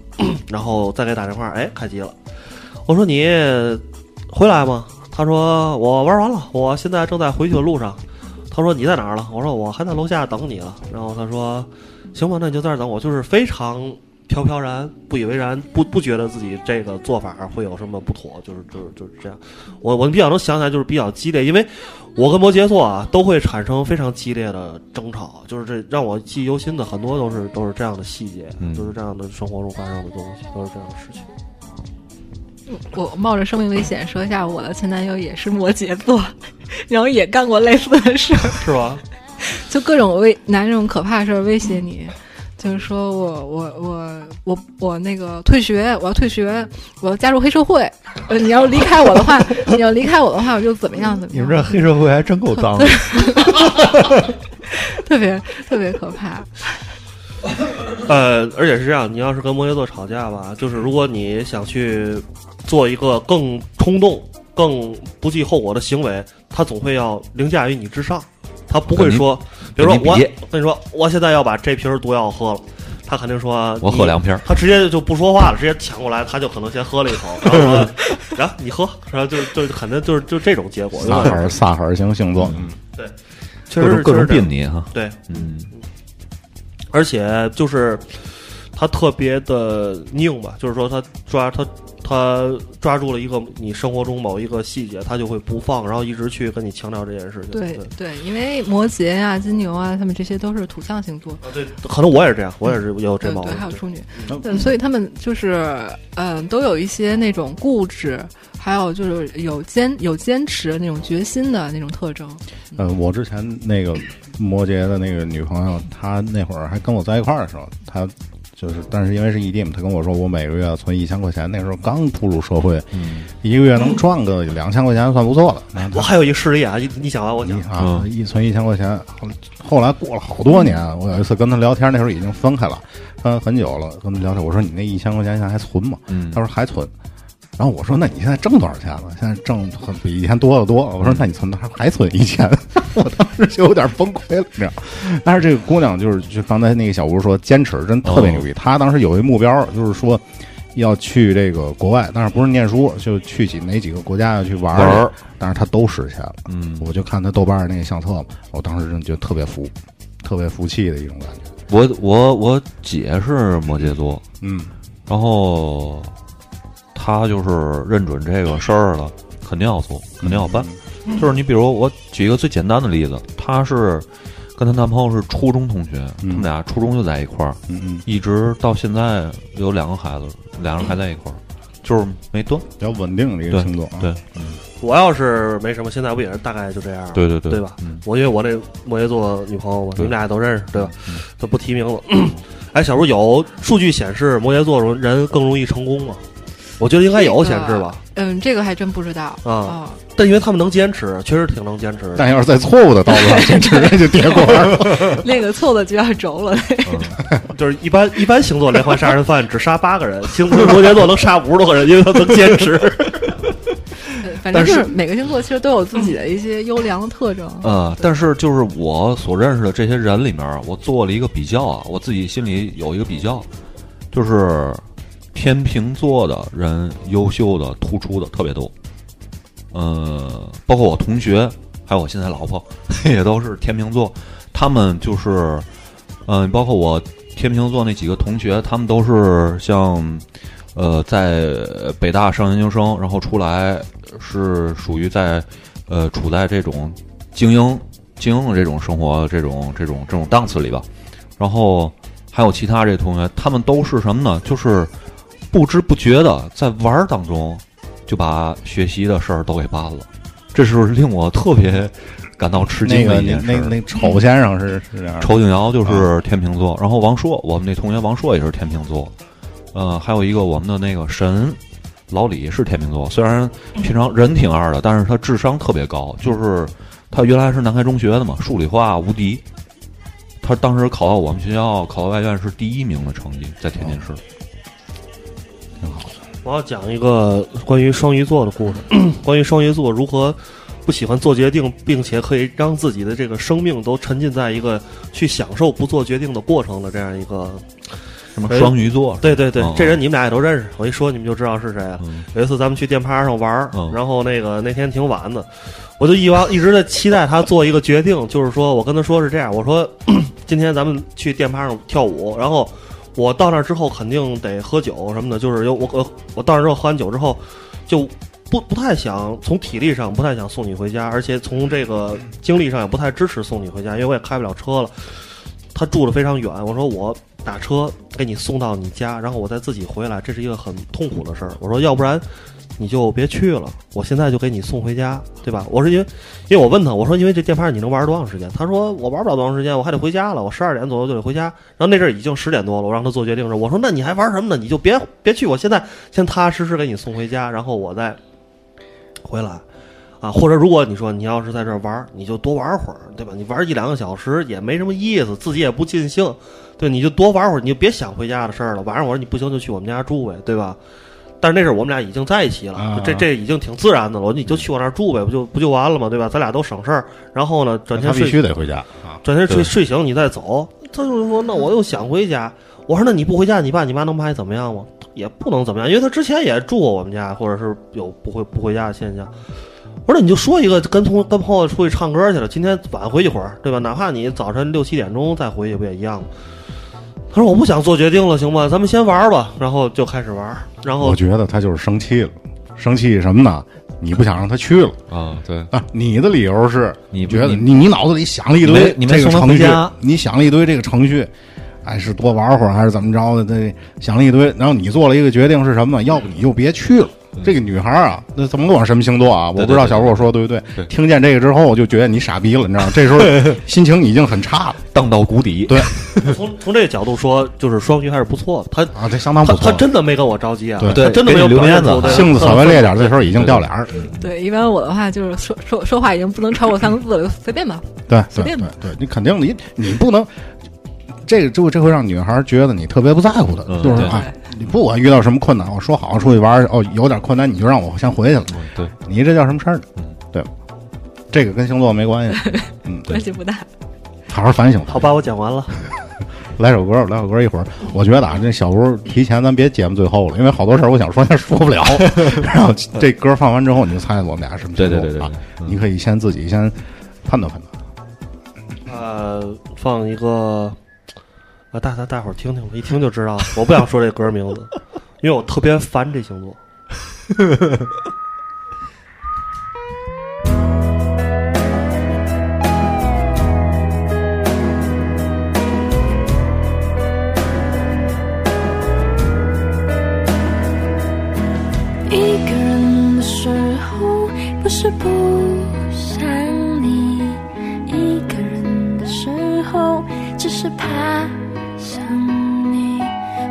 S5: 然后再给他打电话，哎，开机了，我说你回来吗？他说我玩完了，我现在正在回去的路上。他说你在哪儿了？我说我还在楼下等你了。然后他说行吧，那你就在这儿等我。就是非常飘飘然，不以为然，不不觉得自己这个做法会有什么不妥，就是就是就是这样。我我比较能想起来，就是比较激烈，因为我跟摩羯座啊都会产生非常激烈的争吵，就是这让我记忆犹新的很多都是都是这样的细节，
S7: 嗯
S5: 就是这样的生活中发生的东西，都是这样的事情。
S8: 我冒着生命危险说一下，我的前男友也是摩羯座， 然后也干过类似的事儿，
S5: 是吧？
S8: 就各种威拿这种可怕的事儿威胁你，就是说我我我我我那个退学，我要退学，我要加入黑社会，呃，你要离开我 的话，你要离开我的话，我就怎么样怎么
S9: 你
S8: 样。
S9: 们这黑社会还真够脏的。
S8: 特别特别可怕，
S5: 呃，而且是这样，你要是跟摩羯座吵架吧，就是如果你想去做一个更冲动、更不计后果的行为，他总会要凌驾于你之上，他不会说，比如说
S7: 跟你
S5: 我
S7: 比
S5: 跟你说，我现在要把这瓶毒药喝了。他肯定说
S7: 我
S5: 你
S7: 喝两 瓶儿
S5: 他直接就不说话了，直接抢过来，他就可能先喝了一口，然后说， 然后你喝，然后就就肯定就是就这种结果，
S6: 撒狠儿嗯撒狠儿型星座，
S5: 确实
S7: 各种
S5: 是
S7: 各种
S5: 确实是这样
S7: 病你哈，
S5: 对，
S7: 嗯，
S5: 而且就是他特别的拧吧，就是说他抓他他抓住了一个你生活中某一个细节，他就会不放，然后一直去跟你强调这件事情。
S8: 对
S5: 对，
S8: 对，因为摩羯啊、金牛啊，他们这些都是土象星座，
S5: 啊对，可能我也是这样，我也是有这
S8: 对
S5: 毛病
S8: 对，。还有
S5: 对
S8: 处女，
S6: 嗯
S8: 对，所以他们就是嗯、都有一些那种固执，还有就是有坚有坚持那种决心的那种特征。
S6: 呃，我之前那个摩羯的那个女朋友，她那会儿还跟我在一块儿的时候，她就是，但是因为是异地嘛，她跟我说我每个月要存一千块钱，那时候刚步入社会，一个月能赚个两千块钱算不错了。然后
S5: 我
S6: 她
S5: 还有一事例啊，你你想啊，我
S6: 一
S5: 讲，
S6: 啊，一存一千块钱，后后来过了好多年，啊我有一次跟她聊天，那时候已经分开了，分很久了，跟她聊天，我说你那一千块钱现在还存吗？
S7: 嗯
S6: 她说还存。然后我说：“那你现在挣多少钱了？现在挣很比以前多得多。”
S7: 嗯
S6: 我说：“那你存还还存一千？” 我当时就有点崩溃了，你知道。但是这个姑娘就是就刚才那个小吴说，坚持真特别牛逼。
S7: 哦
S6: 她当时有一目标，就是说要去这个国外，但是不是念书，就去几哪几个国家要去玩
S7: 玩儿
S6: 儿。但是她都实现了。
S7: 嗯，
S6: 我就看她豆瓣儿那个相册嘛，我当时真觉得特别服，特别服气的一种感觉。
S7: 我我我姐是摩羯座，
S6: 嗯，
S7: 然后她就是认准这个事儿了，肯定要做，肯定要办。
S5: 嗯
S7: 就是你比如我举一个最简单的例子，她是跟她男朋友是初中同学，他
S6: 嗯
S7: 们俩初中就在一块儿，
S6: 嗯嗯，
S7: 一直到现在有两个孩子，俩人还在一块儿，就是没断。
S6: 比较稳定的一个
S7: 对
S6: 星座啊。
S7: 对
S5: 我要是没什么，现在不也是大概就这样？
S7: 对对对
S5: 对吧？
S7: 嗯
S5: 我因为我那摩羯座女朋友嘛，你
S7: 对
S5: 们俩也都认识，对吧？就不提名了。 哎，小茹有数据显示摩羯座人更容易成功吗？我觉得应该有显示吧。
S8: 嗯，这个还真不知道
S5: 啊
S8: 哦
S5: 但因为他们能坚持，确实挺能坚持的。
S6: 但要是在错误的道路上坚持，那就跌过弯儿了。
S8: 那个错的就要轴了。
S5: 就是一般一般星座连环杀人 犯只杀八个人，星座摩羯座能杀五十多个人，因为他能坚持。
S8: 反正就
S7: 但
S8: 是每个星座其实都有自己的一些优良的特征。
S6: 嗯
S7: 呃，但是就是我所认识的这些人里面，我做了一个比较啊，我自己心里有一个比较，就是天秤座的人优秀的、突出的特别多，呃，包括我同学，还有我现在老婆 也都是天秤座，他们就是，嗯、包括我天秤座那几个同学，他们都是像。呃，在北大上研究生，然后出来是属于在，呃，处在这种精英精英的这种生活这种这种这种档次里吧。然后还有其他这些同学，他们都是什么呢？就是不知不觉的在玩儿当中就把学习的事儿都给办了，这是令我特别感到吃
S6: 那
S7: 惊
S6: 个
S7: 的一
S6: 那
S7: 件事。
S6: 那那丑先生是是这样的，
S7: 仇景瑶就是天秤座，然后王朔，我们那同学王朔也是天秤座，呃，还有一个我们的那个神老李是天秤座，虽然平常人挺二的，但是他智商特别高，就是他原来是南开中学的嘛，数理化无敌，他当时考到我们学校考到外院是第一名的成绩，在天津市。
S5: 我要讲一个关于双鱼座的故事， 关于双鱼座如何不喜欢做决定，并且可以让自己的这个生命都沉浸在一个去享受不做决定的过程的这样一个。
S7: 什么双鱼座？
S5: 对对对
S7: 嗯，
S5: 这人你们俩也都认识，我一说你们就知道是谁了。
S7: 嗯
S5: 有一次咱们去电趴上玩儿
S7: 嗯，
S5: 然后那个那天挺晚的，我就一往一直在期待他做一个决定，就是说我跟他说是这样，我说 今天咱们去电趴上跳舞，然后我到那儿之后肯定得喝酒什么的，就是有我我我到那儿之后喝完酒之后就。不不太想从体力上不太想送你回家，而且从这个精力上也不太支持送你回家，因为我也开不了车了。他住的非常远，我说我打车给你送到你家，然后我再自己回来，这是一个很痛苦的事儿。我说要不然你就别去了，我现在就给你送回家，对吧？我是因为因为我问他，我说因为这电趴你能玩多长时间？他说我玩不了多长时间，我还得回家了，我十二点左右就得回家。然后那阵儿已经十点多了，我让他做决定是，我说那你还玩什么呢？你就别别去，我现在先踏踏实实给你送回家，然后我再回来。啊，或者如果你说你要是在这儿玩儿，你就多玩会儿，对吧？你玩一两个小时也没什么意思，自己也不尽兴，对，你就多玩会儿，你就别想回家的事儿了。晚上我说你不行就去我们家住呗，对吧？但是那时候我们俩已经在一起了，
S6: 啊
S5: 这这已经挺自然的了。我说你就去我那儿住呗，不就不就完了嘛，对吧？咱俩都省事儿。然后呢，转
S6: 他
S5: 天
S6: 必
S5: 睡
S6: 须得回家啊。
S5: 转天睡
S7: 对
S5: 睡醒你再走。他就说：“那我又想回家。”我说：“那你不回家，你爸你妈能把你怎么样吗？也不能怎么样，因为他之前也住过我们家，或者是有不回不回家的现象。”我说：“那你就说一个，跟同跟朋友出去唱歌去了，今天晚回一会儿，对吧？哪怕你早晨六七点钟再回去，不也一样吗？”他说：“我不想做决定了，行吗？咱们先玩儿吧。”然后就开始玩儿，然后
S6: 我觉得他就是生气了，生气什么呢？你不想让他去了
S7: 啊，对，
S6: 啊？你的理由是
S7: 你
S6: 觉得
S7: 你
S6: 你你脑子里想了一堆
S7: 你没你没
S6: 这个
S7: 送他
S6: 程
S7: 回
S6: 序
S7: 家，
S6: 你想了一堆这个程序，哎，是多玩会儿还是怎么着的？这想了一堆，然后你做了一个决定是什么呢？要不你就别去了。这个女孩啊，那甭管什么星座啊，我
S7: 对
S6: 不知道
S7: 对对
S6: 小我说的对不对。
S7: 对
S6: 听见这个之后，我就觉得你傻逼了，你 知道吗？这时候心情已经很差了
S7: 荡到谷底。
S6: 对
S5: 从从这个角度说，就是双鱼还是不错的。他
S6: 啊，这相当
S5: 他
S6: 不错
S5: 他。真的没跟我着急啊，
S6: 对
S5: 他真的没有
S7: 给你留
S5: 表现
S7: 面子
S5: 出对
S6: 性子稍微
S5: 很
S6: 烈点，这时候已经掉脸儿。
S8: 对，一般我的话就是说说说话已经不能超过三个字了，就随便吧。
S6: 对对对
S8: 随便吧
S6: 对，你肯定你你不能，这个就这会让女孩觉得你特别不在乎的，
S7: 嗯
S6: 就是
S7: 对
S6: 哎，你不管遇到什么困难，我说好出去玩儿，哦，有点困难你就让我先回去了，
S7: 嗯对，
S6: 你这叫什么事儿呢
S7: 嗯？
S6: 对吧？这个跟星座没关 系，嗯，对
S8: 关，系不大。
S6: 好好反省吧。
S5: 好吧，我讲完了。
S6: 来首歌，来首歌，一会儿我觉得啊，这小吴提前咱别节目最后了，因为好多事儿我想说，但说不 了。然后这歌放完之后，你就猜我们俩什么
S7: 对
S6: 星座
S7: 对对对
S6: 啊
S7: 对嗯
S6: 你可以先自己先判断判断。
S5: 呃，放一个，呃，大大大伙儿听听吧，一听就知道了。 我不想说这歌名字，因为我特别烦这星座。
S10: 一个人的时候，不是不想你；一个人的时候，只是怕想你。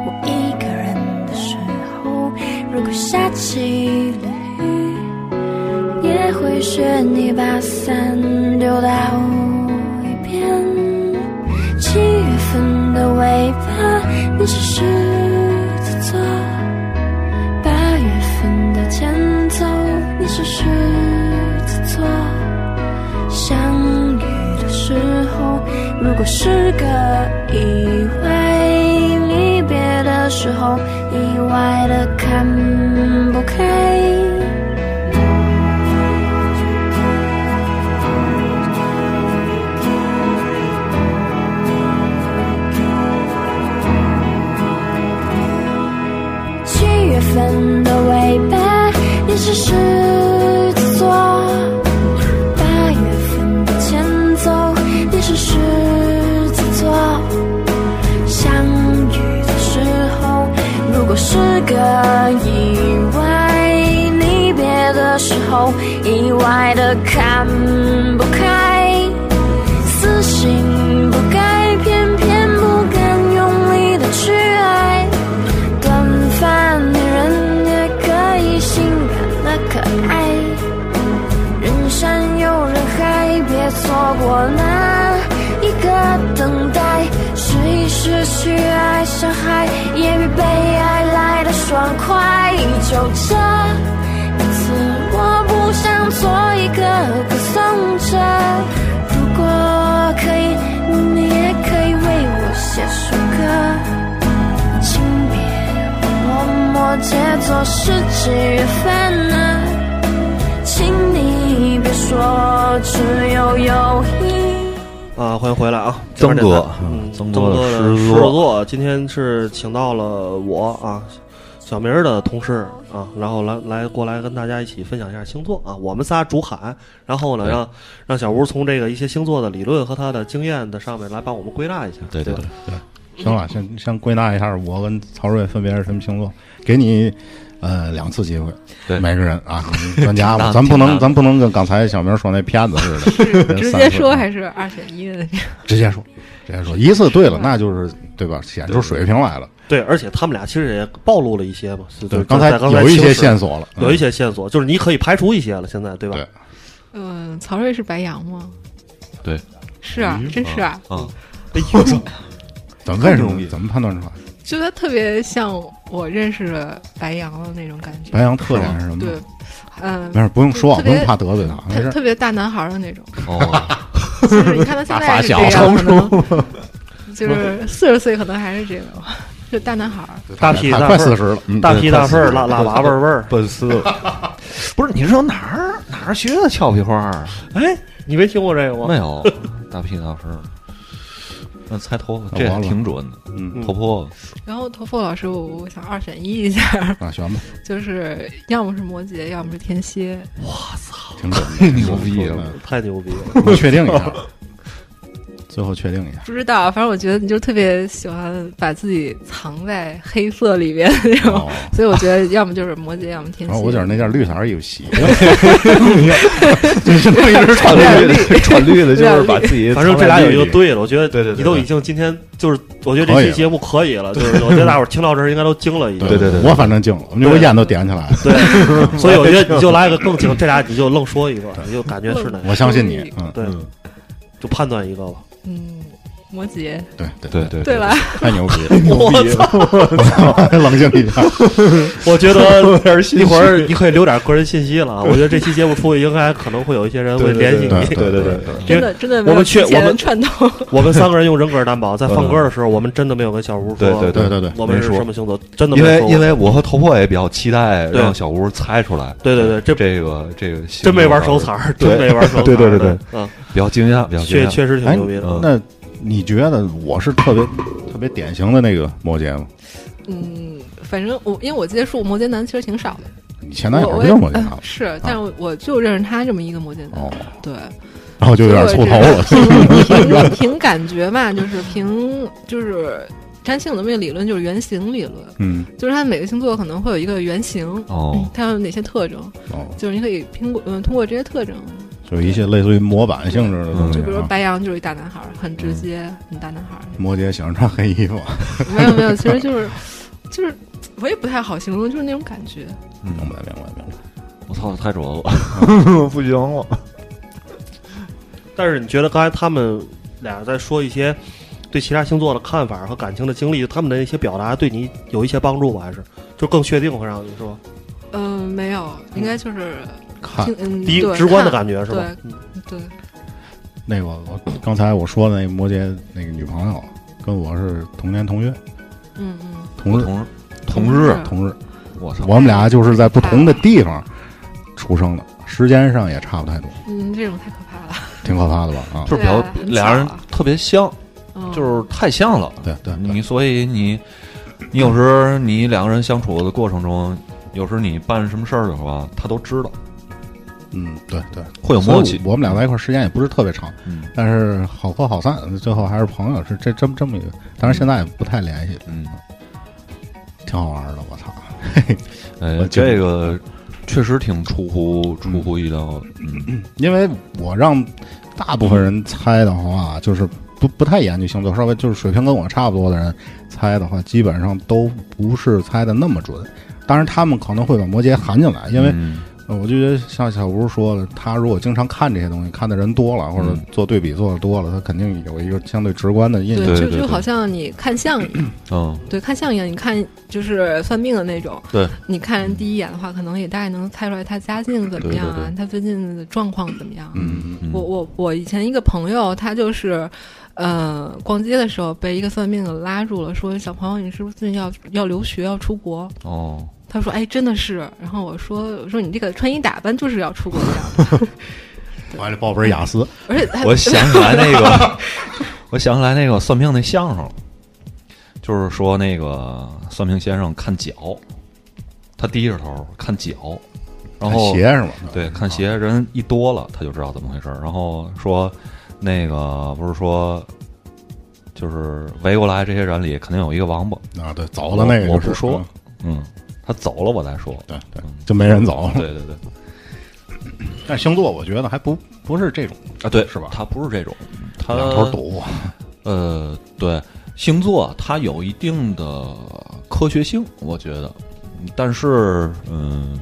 S10: 我一个人的时候，如果下起了雨，也会学你把伞丢到一边。七月份的尾巴，你是狮子座。八月份的前奏，你是狮子座，相遇的时候，如果是个意外，离别的时候意外的看不开。七月份的尾巴也是狮子座，八月份的前奏也是狮子座。相遇的时候，如果是个意外，离别的时候意外的看不开，死性不改，偏偏不敢用力的去爱。短发女人也可以性感的可爱，人山又人海，别错过那一个等待。试一试去爱，伤害也比被爱来的爽快。就这一次，我不想做一个歌颂者。如果可以，你也可以为我写首歌。请别默默借作是几月份呢？请你别说只有友谊。
S5: 啊，欢迎回来啊，
S7: 曾哥
S5: 嗯
S7: 曾
S5: 曾
S7: 哥的
S5: 哥
S7: 狮子
S5: 狮
S7: 座
S5: 子座，今天是请到了我啊，小明儿的同事啊，然后来来过来跟大家一起分享一下星座啊，我们仨主喊，然后呢
S7: 对
S5: 让让小吴从这个一些星座的理论和他的经验的上面来帮我们归纳一下，
S7: 对
S5: 对
S7: 对
S5: 吧
S7: 对，
S6: 行了，先先归纳一下，我跟曹睿分别是什么星座，给你呃两次机会，
S7: 对
S6: 每个人啊，你专家
S7: 挺
S6: 嘛，
S7: 大
S6: 咱不能
S7: 挺大
S6: 咱不能跟刚才小明说那骗子似 的，
S8: 直
S6: 三
S8: 接
S6: 次
S8: 说还是二选一的？
S6: 直接说直接说一次对了，那就是对吧？显出水平来了，
S5: 对，而且他们俩其实也暴露了一些嘛，就就
S6: 刚
S5: 在
S6: 才
S5: 刚
S6: 有一
S5: 清
S6: 些
S5: 史
S6: 线索了，
S5: 有一
S6: 嗯
S5: 些线索，就是你可以排除一些了，现在对吧？
S6: 对
S8: 嗯、曹睿是白羊吗？
S7: 对，
S8: 是啊，真是啊，
S7: 嗯，
S5: 哎呦，
S6: 怎么为什
S7: 更不容
S6: 么
S7: 易
S6: 怎么判断出来？
S8: 就他特别像我认识的白羊的那种感觉。
S6: 白羊特点是什么
S8: 对？，嗯、
S6: 没事，不用说，啊
S8: 特
S6: 不
S8: 别
S6: 用怕得罪他，没
S8: 特
S6: 事。
S8: 特别大男孩儿的那种。
S7: 哦，
S8: 就是你看他现在是这
S7: 大
S8: 样，可能 就是四十岁可能还是这个，就大男孩儿。
S5: 大屁
S6: 快
S5: 大
S6: 快
S5: 份
S6: 四
S5: 儿
S6: 十了，嗯
S5: 大
S6: 对
S5: 屁
S6: 快
S5: 大
S6: 40
S5: 份儿，
S6: 了
S5: 辣辣娃味儿味 儿。
S9: 笨死了，
S7: 不是，你是哪儿哪儿学的俏皮话儿？啊
S5: 哎，你没听过这个吗？
S7: 没有，大屁大分儿。那猜头发，这
S6: 完
S7: 还
S6: 了
S7: 挺准的，
S6: 嗯
S7: 头破
S8: 然后头发老师，我我想二选一一下，
S6: 啊，选吧，
S8: 就是要么是摩羯，要么是天蝎。
S6: 挺准的，
S7: 牛逼了
S6: 了。
S5: 太牛逼了！
S6: 我确定一下，最后确定一下。
S8: 不知道，反正我觉得你就特别喜欢把自己藏在黑色里 边的那种，
S6: 哦，
S8: 所以我觉得要么就是摩羯，要么天
S6: 然
S7: 哦
S6: 啊后
S8: 蝎。
S6: 我觉得那件绿色衣服 洗了，就是那一直
S9: 穿
S6: 穿
S9: 绿的，穿绿的就是 把自己
S5: 反正这俩
S9: 藏在
S5: 有
S9: 绿
S5: 一
S9: 里
S5: 个对了，我觉得
S9: 对对对
S5: 你都已经今天就是，我觉得这期节目可以了，就是我觉得大伙儿听到这儿应该都惊了已经。
S9: 对对对
S6: 我反正惊了，因为我烟都点起来了。
S5: 对，所以我觉得你就来个更惊，这俩你就愣说一个，你就感觉是哪个？
S6: 我相信你，嗯，
S5: 对
S7: 嗯，
S5: 就判断一个吧。
S8: 嗯，摩羯，
S6: 对对
S7: 对，对
S8: 对吧？
S6: 太 牛逼了，
S5: 我操！
S6: 冷静一下，
S5: 我觉得一
S9: 一
S5: 会儿你可以留点个人信息了啊。我觉得这期节目出去，应该可能会有一些人会
S9: 对对
S5: 联系
S6: 对
S5: 你。
S9: 对对对对，
S5: 因
S8: 真
S5: 为
S8: 的真的没
S5: 我
S8: 有
S5: 们确
S8: 之前
S5: 我们
S8: 串通，
S5: 我们三个人用人格担保，在放歌的时候，我们真的没有跟小吴
S9: 对
S5: 说嗯
S9: 对
S6: 对对对，
S5: 我们是
S9: 没说
S5: 什么星座，真的
S7: 因
S5: 没有
S7: 为
S5: 说
S7: 因
S5: 过。
S7: 为我和头破也比较期待
S5: 对
S7: 让小吴猜出来，
S5: 对对对，这
S7: 这个这个
S5: 真没玩手彩，儿，真没玩手彩儿。
S9: 对对对对，
S5: 嗯，
S7: 比较惊讶，比较惊
S5: 确
S7: 讶。
S5: 确实挺
S6: 哎
S5: 牛逼的。
S6: 那你觉得我是特别特别典型的那个摩羯吗？
S8: 嗯，反正我因为我接触摩羯男其实挺少的，
S6: 你前男友
S8: 我
S6: 不
S8: 也
S6: 就摩羯
S8: 呃
S6: 吗？
S8: 是，但是我我就认识他这么一个摩羯
S9: 嗯
S8: 男，
S6: 啊哦，
S8: 对，
S6: 然后就有点
S8: 所
S6: 出
S8: 以
S6: 头
S8: 我
S6: 了。
S8: 只是 凭凭感觉吧，就是凭就是占星有那么一个理论，就是原型理论，
S6: 嗯，
S8: 就是它每个星座可能会有一个原型，
S7: 哦，
S8: 它有哪些特征，
S6: 哦，
S8: 就是你可以通过嗯通过这些特征，
S6: 就一些类似于模板性质的东西
S8: 就比如
S9: 嗯
S6: 啊。嗯
S8: 白羊就是一大男孩儿，很直接，很大男孩儿，
S6: 摩羯喜欢穿黑衣服，
S8: 没有没有，其实就是就是我也不太好形容，就是那种感觉。
S9: 嗯
S6: 明白明白明白。
S7: 我操，太准了！
S9: 不行了，
S5: 但是你觉得刚才他们俩在说一些对其他星座的看法和感情的经历，他们的一些表达对你
S8: 呃
S5: 有一些帮助吧？还是就更确定会让你说
S8: 嗯，没有，应该就是
S6: 嗯看
S8: 听嗯，
S5: 第一
S8: 对
S5: 直观的
S8: 看
S5: 感觉是吧？
S8: 对，
S6: 那个我刚才我说的那摩羯那个女朋友，跟我是同年同月、
S8: 嗯嗯，
S6: 同日、
S7: 同日同日，啊
S6: 同日，
S7: 我操！
S6: 我们俩就是在不同的地方出生的，时间上也差不太多，
S8: 嗯，这种太可怕了。
S6: 挺可怕的吧？啊，
S7: 就是表
S8: 对啊很巧
S7: 俩人
S8: 啊
S7: 特别像，
S8: 嗯，
S7: 就是太像了。
S6: 对对对
S7: 你所以你，你有时你两个人相处的过程中，有时你办什么事儿的话，他都知道，
S6: 嗯，对对，
S7: 会有
S6: 所以
S7: 默契。
S6: 我们俩在一块儿时间也不是特别长，
S7: 嗯
S6: 但是好合好散，最后还是朋友，是这这么这么一个。当然现在也不太联系，
S7: 嗯，
S6: 挺好玩的。我操，
S7: 呃，
S6: 我记得
S7: 这个确实挺出乎出乎意料的。嗯，
S6: 因为我让大部分人猜的话，就是不不太研究星座，稍微就是水平跟我差不多的人猜的话，基本上都不是猜的那么准。当然，他们可能会把摩羯含进来，因为
S7: 嗯
S6: 呃我就觉得像小吴说的，他如果经常看这些东西，看的人多了，或者
S7: 嗯
S6: 做对比做的多了，他肯定有一个相对直观的印象。
S7: 对
S8: 就
S7: 对
S8: 就
S7: 对
S8: 好像你看相 一样，
S7: 嗯，
S8: 对，看相一样，你看就是算命的那种，
S7: 对，
S8: 你看人第一眼的话，可能也大概能猜出来他家境怎么样
S7: 对对
S8: 啊，他最近的状况怎么样啊。
S6: 嗯，
S7: 嗯
S8: 我我我以前一个朋友，他就是，呃，逛街的时候被一个算命的拉住了，说：“小朋友，你是不是最近要要留学要出国
S7: 哦，？”
S8: 他说：“哎，真的是。”然后我说：“我说你这个穿衣打扮就是要出国的样子，
S6: 我还得报本雅思，
S8: 而且他
S7: 我想起来那个，我想起来那个算命那相声，就是说那个算命先生看脚，他低着头看脚，然后
S6: 看鞋是吗？
S7: 对，看鞋人一多了，他就知道怎么回事儿。然后说，那个不是说，就是围过来这些人里肯定有一个王八，
S6: 啊，对，走的那个、就是、
S7: 我不说
S6: 嗯，
S7: 嗯，他走了我再说。
S6: 对对，就没人走。
S7: 对对对，
S6: 但星座我觉得还不不是这种
S7: 啊对，
S6: 是吧嗯
S7: 他不是这种，他
S6: 两头堵，
S7: 呃，对，星座它有一定的科学性，我觉得，嗯但是嗯，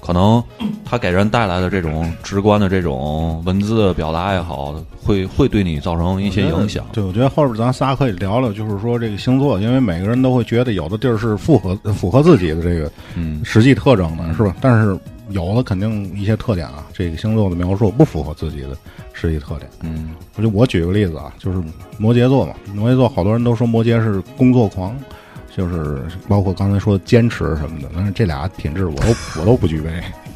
S7: 可能它给人带来的这种直观的这种文字表达也好，会会对你造成一些影响。
S6: 对，我觉得后边咱仨可以聊聊，就是说这个星座，因为每个人都会觉得有的地儿是符合符合自己的这个
S7: 嗯，
S6: 实际特征的，是吧？但是有的肯定一些特点啊，这个星座的描述不符合自己的实际特点。
S7: 嗯
S6: 我就我举个例子啊，就是摩羯座嘛，摩羯座好多人都说摩羯是工作狂，就是包括刚才说的坚持什么的，但是这俩品质我都我都不具备，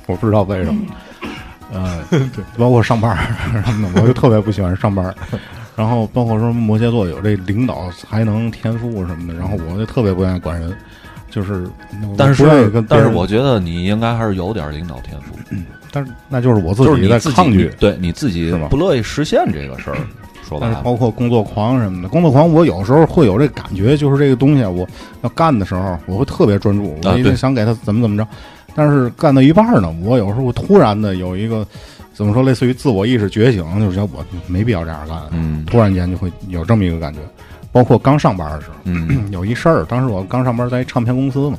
S6: 我不知道为什么。呃，对，包括上班儿什么的，我就特别不喜欢上班儿。然后包括说摩羯座有这领导才能、天赋什么的，然后我就特别不愿意管人，就是我
S7: 但
S6: 不愿意
S7: 是
S6: 跟别
S7: 但是
S6: 人
S7: 我觉得你应该还是有点领导天赋，
S6: 但是那就是我自
S7: 就是
S6: 己
S7: 你
S6: 在
S7: 自己
S6: 抗拒，
S7: 对你自己
S6: 是吗
S7: 不乐意实现这个事儿。说白
S6: 但是
S7: 了，
S6: 包括工作狂什么的，工作狂我有时候会有这个感觉，就是这个东西啊我要干的时候，我会特别专注，我
S7: 啊
S6: 一定
S7: 对
S6: 想给他怎么怎么着。但是干到一半儿呢，我有时候突然的有一个怎么说，类似于自我意识觉醒，就是觉得我没必要这样干，啊
S7: 嗯
S6: 突然间就会有这么一个感觉。包括刚上班的时候，
S7: 嗯
S6: 有一事儿，当时我刚上班在一唱片公司嘛，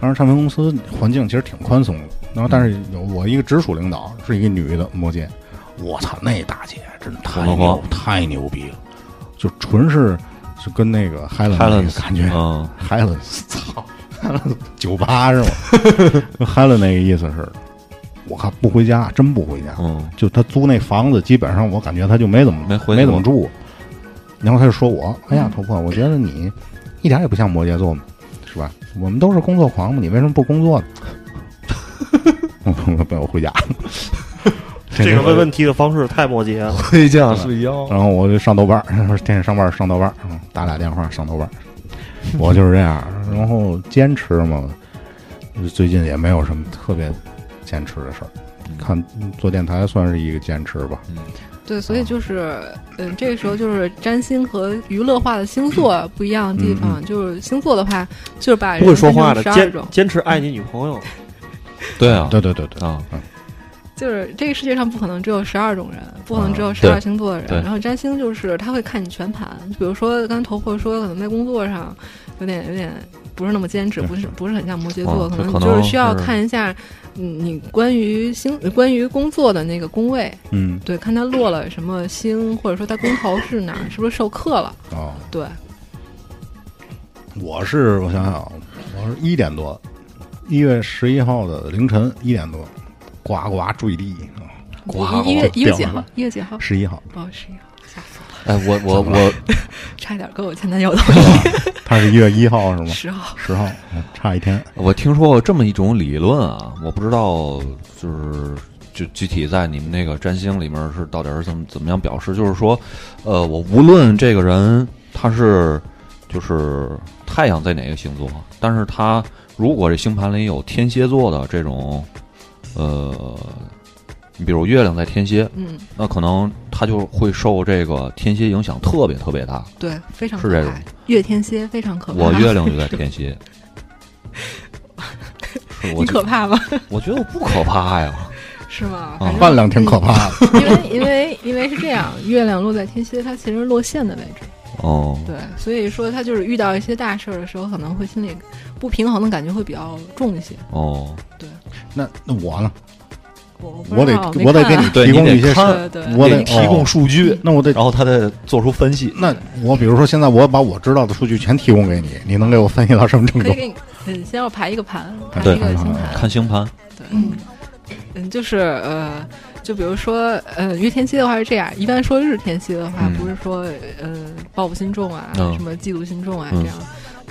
S6: 当时唱片公司环境其实挺宽松的，然后但是有我一个直属领导是一个女的摩羯，我操那大姐真的太
S7: 红头
S6: 牛
S7: 发
S6: 太牛逼了，就纯是就跟那个 Helen 那个
S7: Helen
S6: 感觉
S7: 嗯，
S6: ，Helen 操酒吧是吗 ？Helen 那个意思是，我靠不回家真不回家，
S7: 嗯，
S6: 就他租那房子，基本上我感觉他就没怎么
S7: 没回去
S6: 怎么
S7: 过
S6: 住。然后他就说我，哎呀，头破，我觉得你一点也不像摩羯座嘛，是吧？我们都是工作狂嘛，你为什么不工作呢？ 我我 我回家。
S5: 这个问问题的方式太摩羯了。
S9: 回家睡觉。
S6: 然后我就上豆瓣儿，天天上班儿上豆瓣儿，嗯打俩电话上豆瓣儿，我就是这样。然后坚持嘛，最近也没有什么特别坚持的事儿。
S5: 嗯
S6: 看做电台算是一个坚持吧，
S7: 嗯
S8: 对，所以就是，嗯，这个时候就是占星和娱乐化的星座不一样的地方，就是星座的话，就是把人
S5: 不会说话的，
S8: 十二
S5: 坚
S8: 种，
S5: 坚持爱你女朋友，
S7: 对啊，
S6: 对对对对，
S7: 啊，
S8: 就是这个世界上不可能只有十二种人，不可能只有
S6: 啊
S8: 十二星座的人。
S7: 对
S8: 然后占星就是他会看你全盘，就比如说刚才头破说，可能在工作上有点有点不是那么坚持，
S6: 对
S8: 不是不是很像摩羯
S7: 啊
S8: 座，
S7: 这
S8: 可能
S7: 可能
S8: 就是需要
S7: 是
S8: 看一下，嗯，你关于星关于工作的那个宫位，
S6: 嗯，
S8: 对，看他落了什么星，或者说他宫头是哪儿，是不是受克了？
S6: 哦。
S8: 对，
S6: 我是我想想，啊，我是一点多，一月十一号的凌晨一点多，呱呱注意力啊，
S7: 呱呱！
S8: 一月一月
S6: 掉
S8: 几
S6: 了
S8: 号？一月几号？
S6: 十一号，
S8: 哦，十一号，吓死我了，
S7: 哎，我我我，
S8: 差点跟我前 男友都一样
S6: 他是一月一号是吗？
S8: 十号。
S6: 十号，嗯差一天。
S7: 我听说过这么一种理论啊，我不知道就是就具体在你们那个占星里面是到底是怎么怎么样表示，就是说，呃，我无论这个人他是就是呃太阳在哪个星座，但是他如果这星盘里有天蝎座的这种，呃，你比如月亮在天蝎，
S8: 嗯，
S7: 那可能他就会受这个天蝎影响特别特别大。
S8: 对，非常
S7: 是
S8: 可
S7: 这
S8: 怕。月天蝎非常可怕。
S7: 我月亮就在天蝎，是我
S8: 你可怕吗？
S7: 我觉得我不可怕呀。
S8: 是吗？
S7: 啊
S8: 反正
S6: 饭量挺可怕的，
S8: 因为因为因为是这样，月亮落在天蝎，它其实是落陷的位置，
S7: 哦，
S8: 对，所以说它就是遇到一些大事儿的时候，可能会心里不平衡的感觉会比较重一些。
S7: 哦，
S6: 那那我呢？
S8: 我不
S6: 我
S8: 知
S6: 得
S8: 道没
S6: 我得
S8: 看
S6: 给
S8: 啊
S6: 你
S7: 对
S6: 提
S7: 你
S6: 供
S7: 得
S6: 一些事
S7: 看
S6: 儿，
S8: 对对，
S6: 我得
S7: 给你提供哦
S6: 数据，那我得
S7: 然后他再做出分析。
S6: 那我比如说现在我把我知道的数据全提供给你，你能给我分析到什么程
S8: 可以
S6: 度？
S8: 给你，嗯，先要排一个盘，排
S7: 啊对嗯
S8: 一个星盘，
S7: 看星盘，
S8: 对，嗯，就是呃，就比如说呃，月天蝎的话是这样，一般说日天蝎的话，
S7: 嗯
S8: 不是说呃报复心重啊，
S7: 嗯
S8: 什么嫉妒心重啊、
S7: 嗯
S8: 这样。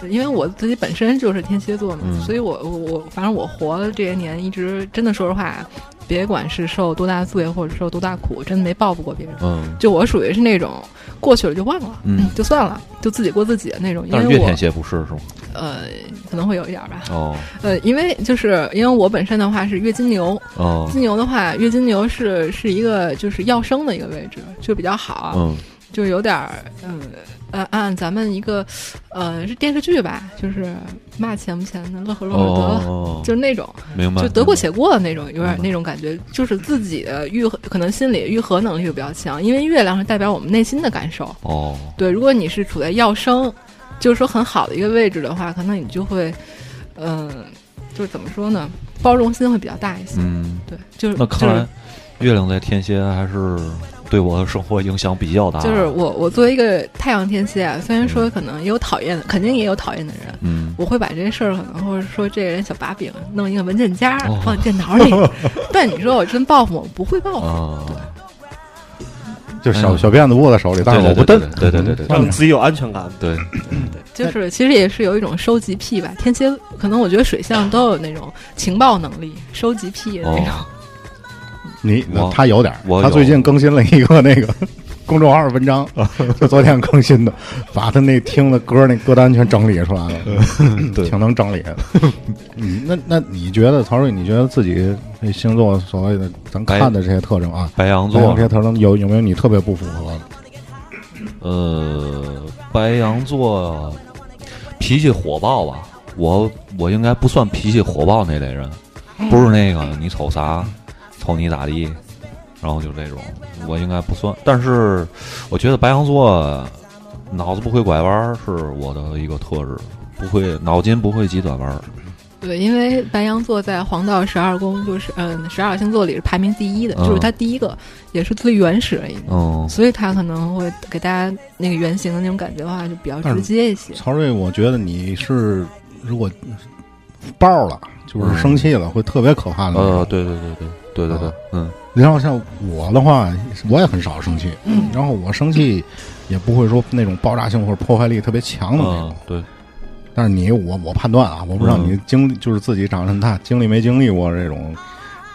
S8: 呃因为我自己本身就是天蝎座嘛，
S7: 嗯
S8: 所以我我我反正我活了这些年，一直真的说实话，别管是受多大罪或者受多大苦，真的没报复过别人。
S7: 嗯
S8: 就我属于是那种过去了就忘了，
S7: 嗯
S8: 就算了，就自己过自己的那种。因
S7: 但是
S8: 为
S7: 月
S8: 我
S7: 天蝎不是是吗？
S8: 呃可能会有一点儿吧，
S7: 哦
S8: 呃，因为就是因为我本身的话是月金牛，
S7: 哦，
S8: 金牛的话，月金牛是是一个就是要生的一个位置，就比较好啊，
S7: 嗯
S8: 就有点儿呃呃，按咱们一个呃是电视剧吧，就是骂钱不钱的，乐呵乐呵得了。
S7: 哦，
S8: 就是那种，
S7: 明白，
S8: 就得过
S7: 明白
S8: 且过的那种，有
S7: 明
S8: 点
S7: 白
S8: 那种感觉，就是自己的愈合，可能心理愈合能力会比较强，因为月亮是代表我们内心的感受。
S7: 哦，
S8: 对，如果你是处在要生，就是说很好的一个位置的话，可能你就会，嗯、就是怎么说呢，包容心会比较大一些。
S7: 嗯，
S8: 对，就是
S7: 那看
S8: 就是
S7: 来月亮在天蝎还是对我的生活影响比较大。
S8: 就是我，我作为一个太阳天蝎啊，虽然说可能也有讨厌的，肯定也有讨厌的人，
S7: 嗯，
S8: 我会把这些事儿可能或者说这个人小把柄弄一个文件夹
S7: 哦
S8: 放电脑里。 但你说我真报复吗，我不会报复。
S6: 嗯
S7: 啊，
S6: 就小
S7: 嗯
S6: 小辫子握在手里，但是我不嗯
S7: 对
S6: 蹬。
S7: 对对对对对
S5: 让
S7: 对
S5: 自己有安全感。
S7: 对，
S8: 就是其实也是有一种收集癖吧。天蝎可能我觉得水象都有那种情报能力、收集癖的那种。
S7: 哦，
S6: 你
S7: 我
S6: 他有点儿
S7: 我，有
S6: 他
S7: 啊
S6: 最近更新了一个那个 公众号文章，就昨天更新的，把他那听的歌那歌单全整理出来了，
S7: 嗯对
S6: 挺能整理 的。嗯，那那你觉得曹睿，你觉得自己这星座所谓的咱看的这些特征啊，
S7: 白羊
S6: 白羊
S7: 哎座
S6: 这些，特征有有没有你特别不符合的？
S7: 呃，白羊座脾气火爆吧，我我应该不算脾气火爆那类人，
S8: 哎
S7: 不是那个你瞅啥，瞅你咋地，然后就这种，我应该不算。但是我觉得白羊座脑子不会拐弯儿是我的一个特质，不会脑筋不会急转弯儿。
S8: 对，因为白羊座在黄道十二宫，就是嗯，十二星座里是排名第一的，
S7: 嗯
S8: 就是它第一个，也是最原始的一个，
S7: 嗯，
S8: 所以它可能会给大家那个原型的那种感觉的话，就比较直接一些。
S6: 曹睿，我觉得你是如果爆了，就是生气了，会特别可怕的那种。
S7: 嗯呃，对对对对对对对，嗯
S6: 然后像我的话，我也很少生气，然后我生气也不会说那种爆炸性或者破坏力特别强的那种
S7: 嗯。，对，
S6: 但是你我我判断啊，我不知道
S7: 嗯
S6: 你经历、就是自己长这么大经历没经历过这种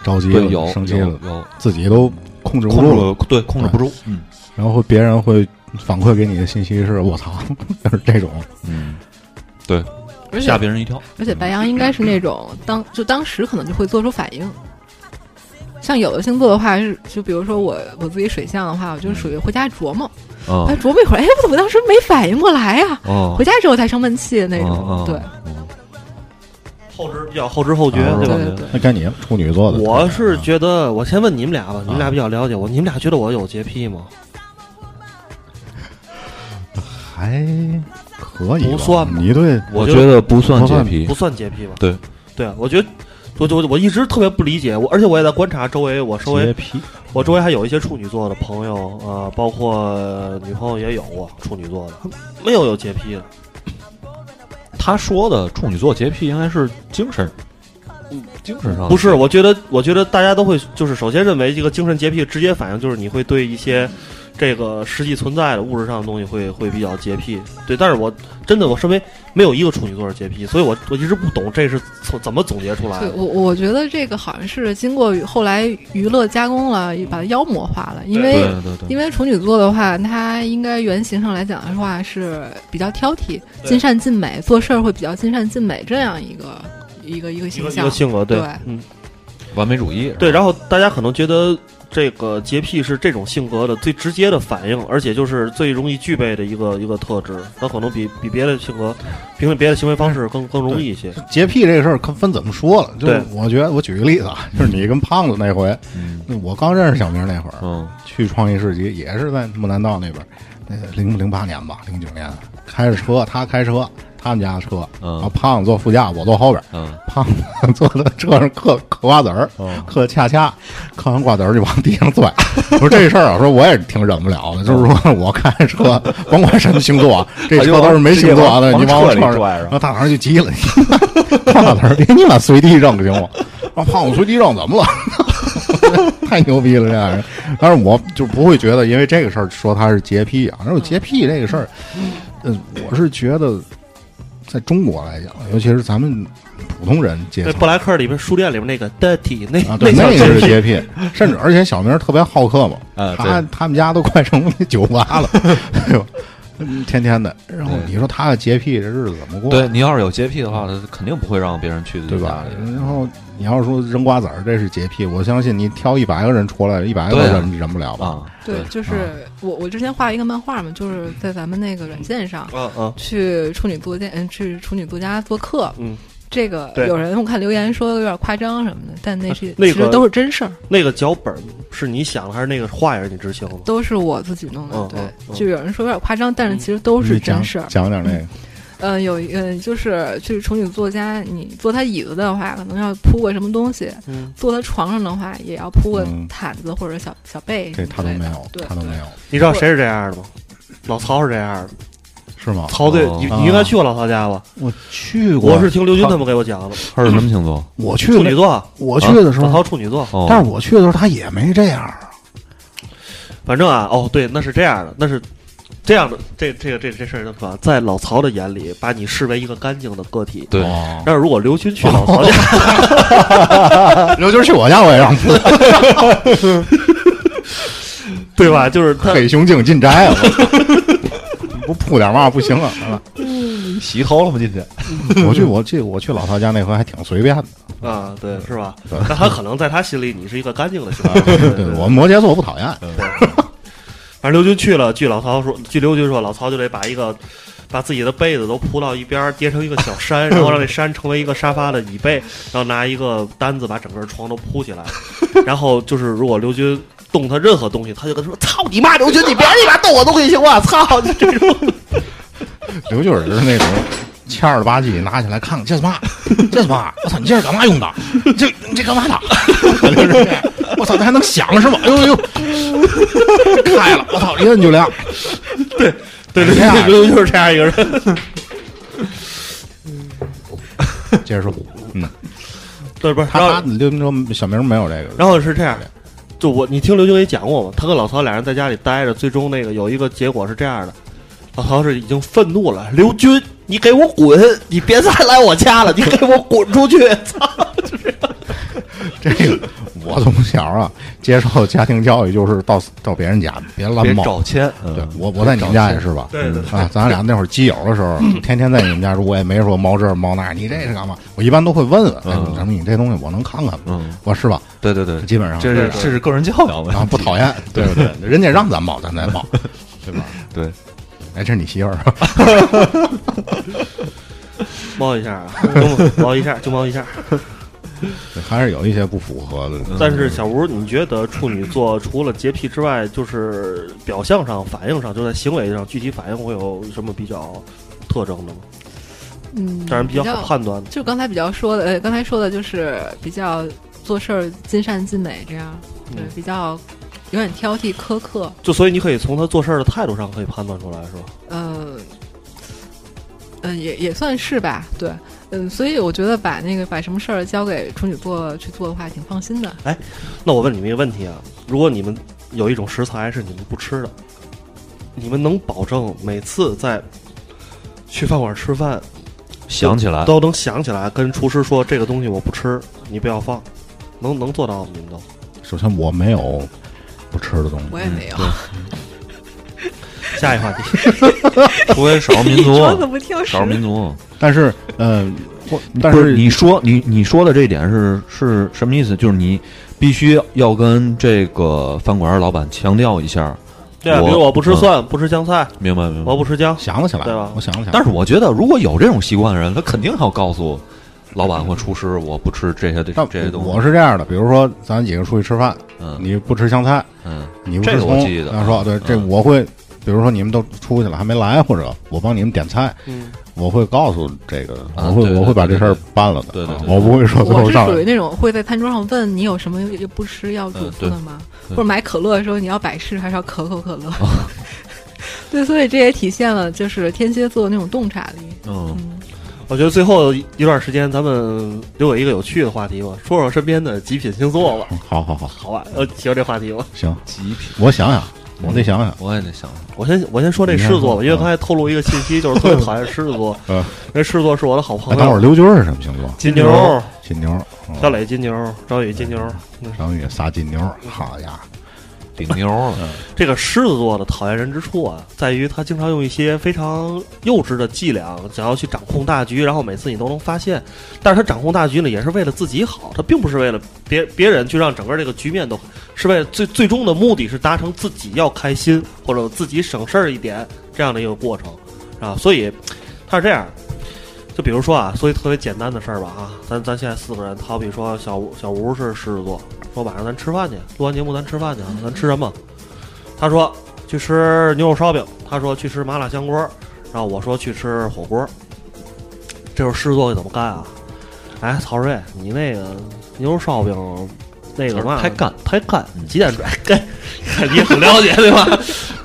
S6: 着急
S7: 对有
S6: 了、生气
S7: 有
S6: 了，
S7: 有
S6: 自己都控制不
S7: 控制
S6: 住了，
S7: 了，对控制不住，嗯
S6: 然后别人会反馈给你的信息是我操， 就是这种。
S7: 嗯，
S8: 而且
S7: 吓别人一跳。
S8: 而且白羊应该是那种当就当时可能就会做出反应。像有的星座的话是，就比如说我我自己水象的话，我就属于回家琢磨，
S7: 嗯
S8: 哎，琢磨一会儿，哎，我怎么当时没反应过来呀、
S7: 哦
S8: 回，家之后才生闷气的那
S7: 哦
S8: 种，对，，
S7: 哦
S5: 后知比较后知后觉，
S6: 啊
S5: 对吧？
S8: 对对
S6: 那该你了处女座的，
S5: 我是
S7: 啊
S5: 觉得，我先问你们俩吧，你们俩比较了解我，你们俩觉得我有洁癖吗？
S6: 还可以吧，
S5: 不算吧
S6: 你对
S7: 我
S5: 我
S7: 觉得不算
S6: 不
S7: 洁
S6: 算
S7: 癖
S5: 不，算洁癖吧？
S7: 对，
S5: 对，啊我觉得。我我我一直特别不理解，我而且我也在观察周围，我周
S6: 洁
S5: 围
S6: 癖
S5: 我周围还有一些处女座的朋友，呃，包括女朋友也有过处女座的，没有有洁癖的。
S7: 他说的处女座洁癖应该是精神嗯精神上
S5: 不哦是，我觉得，我觉得大家都会，就是首先认为这个精神洁癖直接反应就是你会对一些这个实际存在的物质上的东西会会比较洁癖，对。但是我真的我身为没有一个处女座是洁癖，所以我我一直不懂这是从怎么总结出来
S8: 对
S5: 的。
S8: 我我觉得这个好像是经过后来娱乐加工了，把它妖魔化了，因为。
S7: 对对
S8: 因为处女座的话，它应该原型上来讲的话是比较挑剔、
S5: 对
S8: 尽善尽美，做事儿会比较尽善尽美这样一个一个一个
S5: 一
S8: 形
S5: 个一
S8: 象
S5: 个。性格，
S8: 对
S5: 嗯，
S7: 完美主义，
S5: 对，然后大家可能觉得这个洁癖是这种性格的最直接的反应，而且就是最容易具备的一个一个特质。它可能比比别的性格，比别的行为方式更更容易一些。
S6: 洁癖这个事儿可分怎么说了，就是
S5: 对
S6: 我觉得我举个例子啊，就是你跟胖子那回，
S7: 嗯
S6: 我刚认识小明那会儿，
S7: 嗯
S6: 去创意市集也是在木南道那边，那零零八年吧，零九年，开着车，他开车，他们家的车，
S7: 嗯
S6: 然后胖子坐副驾，我坐后边，
S7: 嗯，
S6: 胖子坐在车上嗑嗑瓜子儿，
S9: 嗯
S6: 嗑恰恰，嗑完瓜子儿就往地上拽。我说这事儿啊，我说我也挺忍不了
S9: 嗯
S6: 的，就是说我开着车， 甭管什么星座啊，这车都是没星座的，
S9: 哎呦
S6: 你往我
S9: 往车里
S6: 车上
S9: 拽是吧
S6: 然后大堂就急了， 瓜子儿，别你俩随地扔行吗？啊，胖子随地扔怎么了？ 太牛逼了，这样人。但是我就不会觉得，因为这个事儿说他是洁癖啊。然后洁癖这个事儿，呃，我是觉得，在中国来讲，尤其是咱们普通人阶
S5: 那
S6: 层
S5: 布莱克里面书店里面那个 dirty 那、
S6: 啊，对，
S5: 那
S6: 那
S5: 小洁
S6: 个是
S5: 癖
S6: 洁癖，甚至而且小明儿特别好客嘛，
S7: 啊
S6: 他
S7: 对
S6: 他们家都快成酒吧了，哎呦，嗯天天的。然后你说他的洁癖这日子怎么过？
S7: 嗯对你要是有洁癖的话，他肯定不会让别人去自己
S6: 对
S7: 家
S6: 吧
S7: 里？
S6: 然后你要是说扔瓜子儿，这是洁癖，我相信你挑一百个人出来，一百个
S7: 对
S6: 都
S7: 啊
S6: 忍忍不了吧？
S7: 啊，
S8: 对，就是我我之前画一个漫画嘛，就是在咱们那个软件上
S5: 嗯嗯，
S8: 去处女作家，嗯，去处女作家做客。
S5: 嗯，
S8: 这个
S5: 对啊
S8: 有人我看留言说有点夸张什么的，但那是
S5: 那个
S8: 其实都是真事儿，
S5: 那个脚本是你想的还是那个画也是你执行的？
S8: 都是我自己弄的
S5: 嗯。
S8: 对
S5: 嗯，嗯
S8: 就有人说有点夸嗯张，但是其实都
S6: 你
S8: 是
S6: 讲
S8: 真事儿。
S6: 讲点那个，
S8: 嗯、有一嗯，就是去处女作家，你坐他椅子的话，可能要铺个什么东西；
S5: 嗯，
S8: 坐他床上的话，也要铺个
S6: 嗯
S8: 毯子或者小小被什
S6: 这
S8: 么之
S6: 他都
S8: 类的。
S6: 没有
S8: 对，，
S6: 他都没有，
S5: 你知道谁是这样的吗？老曹是这样的，
S6: 是吗？
S5: 曹队，
S7: 哦
S5: 你你应该去过老曹家吧？
S6: 我去过，
S5: 我是听刘军他们给我讲的，
S7: 他是什么星座？
S6: 我去
S5: 处
S6: 那
S5: 女座，啊
S6: 我去的时
S5: 老
S6: 候
S5: 曹，处女座。
S7: 哦，
S6: 但是我去的时候他也没这样啊。
S5: 反正啊，哦，对，那是这样的，那是这样的，这这个这这事儿怎么说啊？在老曹的眼里，把你视为一个干净的个体。
S7: 对
S6: 哦
S5: 但是如果刘军去老曹家，
S6: 刘军去我家我也让铺，
S5: 对吧？就是他，
S6: 黑熊精进宅啊，我不铺点嘛不行啊。
S9: 洗头了吗？今天
S6: 我去，我记得我去老曹家那回还挺随便的。
S5: 啊，对，是吧
S6: 对？
S5: 那他可能在他心里，你是一个干净的形象。
S6: 对，我摩羯座不讨厌，
S5: 反正刘军去了，据老曹说，据刘军说，老曹就得把一个把自己的被子都铺到一边儿，叠成一个小山，然后让那山成为一个沙发的椅背，然后拿一个单子把整个床都铺起来。然后就是，如果刘军动他任何东西，他就跟他 说：“操你妈，刘军，你别你妈动我东西行吗？操！”就这种。
S6: 刘军儿是那种欠了吧唧拿起来看看这是嘛，这是嘛，我操，你这是干嘛用的？你这你这干嘛的？ 就是这样我操，这还能响是吗？哎呦哎呦，开了，我操，一摁就亮。
S5: 对对
S6: 这样
S5: 对，刘军就是这样一个人。
S6: 接着说，嗯，
S5: 对，不是
S6: 他
S5: 然后
S6: 他刘军说小明没有这个，
S5: 然后是这样，就我你听刘经理讲过吗？他跟老曹俩人在家里待着，最终那个有一个结果是这样的，老曹是已经愤怒了，刘军，你给我滚！你别再来我家了，你给我滚出去！ 操！
S6: 这个我从小啊接受家庭教育就是到到别人家别乱
S7: 别
S6: 冒。
S7: 找签，
S6: 对
S7: 嗯，
S6: 我我在你们家也是吧？
S5: 对对
S6: 啊，咱俩那会儿基友的时候，天天在你们家住，我也没说猫这儿猫那儿，你这是干嘛？我一般都会问问，哎，
S7: 嗯
S6: 什么你这东西我能看看吗？
S7: 嗯，
S6: 我是吧？
S7: 对对对，
S6: 基本上
S7: 这是这是个人教养问
S6: 啊，不
S7: 题，
S6: 讨 厌，对不对？人家让咱猫，咱再猫，对吧？
S7: 对，
S6: 哎，这是你媳妇儿，
S5: 猫一下 啊，就猫一下，就猫一下。
S6: 还是有一些不符合的。
S7: 嗯
S5: 但是小吴，你觉得处女座除了洁癖之外，就是表象上、反应上，就在行为上，具体反应会有什么比较特征的吗？
S8: 嗯，
S5: 让人比较好判断的。
S8: 就刚才比较说的，呃，刚才说的就是比较做事儿尽善尽美这样，对
S5: 嗯，
S8: 比较有点挑剔苛刻，
S5: 就所以你可以从他做事儿的态度上可以判断出来，是吧？
S8: 呃呃，嗯、也也算是吧，对，嗯，所以我觉得把那个把什么事儿交给处女座去做的话，挺放心的。
S5: 那我问你们一个问题啊：如果你们有一种食材是你们不吃的，你们能保证每次在去饭馆吃饭
S7: 想起来
S5: 都能想起来跟厨师说这个东西我不吃，你不要放，能能做到吗？你们都？
S6: 首先我没有不吃的东西，
S8: 我也没有，
S5: 下一话题，
S7: 除非少数民 族，啊
S8: 桌子不挑食
S7: 少数。民族。啊
S6: 但是嗯、我但
S7: 不是
S6: 是
S7: 你说你你说的这一点是是什么意思？就是你必须要跟这个饭馆老板强调一下，
S5: 对啊，
S7: 我
S5: 比如我嗯不吃
S7: 嗯
S5: 蒜，不吃香菜，
S7: 明白明白
S5: 我。不吃姜，
S6: 想得起来
S5: 对吧
S6: 我想得起来，
S7: 但是我觉得，如果有这种习惯的人，他肯定要告诉老板或厨师，我不吃这些这
S6: 但
S7: 这些东西。
S6: 我是这样的，比如说咱几个出去吃饭，
S7: 嗯
S6: 你不吃香菜，
S7: 嗯，
S6: 你不
S7: 这
S6: 吃
S7: 个
S6: 葱，
S7: 我记得
S6: 然后说对，这
S7: 嗯
S6: 我会，比如说你们都出去了还没来，或者我帮你们点菜，
S5: 嗯，
S6: 我会告诉这个，
S7: 啊
S6: 我会
S7: 对对
S6: 我会把这事儿
S7: 对
S6: 办了的，
S7: 对对对
S6: 啊我不会说最
S8: 我
S6: 后
S8: 是
S6: 上
S8: 属于
S6: 来。
S8: 那种会在餐桌上问你有什么又不吃要嘱咐的
S7: 嗯
S8: 吗？
S7: 对对
S8: 或者买可乐的时候你要百事还是要可口可乐？ 对，所以这也体现了就是天蝎座那种洞察力。
S7: 嗯，
S5: 我觉得最后一段时间咱们留有一个有趣的话题吧，说说身边的极品星 座吧，
S6: 好好好，
S5: 好吧？呃，喜欢这话题吗？
S6: 行，
S7: 极品，
S6: 我想想，我得想想，
S7: 我也得想，
S5: 我先我先说这狮子座吧，因为刚才透露一个信息，就是特别讨厌狮子座。
S6: 嗯，
S5: 因为狮子座是我的好朋友。
S6: 哎，等会儿刘军是什么星座？
S5: 金牛，
S6: 金牛，嗯
S5: 小磊金牛，张宇金牛。嗯
S6: 张宇仨金牛，
S7: 嗯
S6: 好呀，
S7: 顶牛 了。
S5: 这个狮子座的讨厌人之处啊，在于他经常用一些非常幼稚的伎俩，想要去掌控大局，然后每次你都能发现。但是他掌控大局呢，也是为了自己好，他并不是为了别别人去让整个这个局面都是为了最最终的目的是达成自己要开心或者自己省事儿一点这样的一个过程啊。所以他是这样，就比如说啊，所以特别简单的事儿吧啊，咱咱现在四个人，好比说小吴小吴是狮子座，说晚上咱吃饭去，录完节目咱吃饭去，啊，咱吃什么？他说去吃牛肉烧饼，他说去吃麻辣香锅，然后我说去吃火锅。这时候狮子座会怎么干啊？哎，曹睿，你那个牛肉烧饼那个嘛
S7: 太干
S5: 太干，几 点出来？干，你也很了解对吧？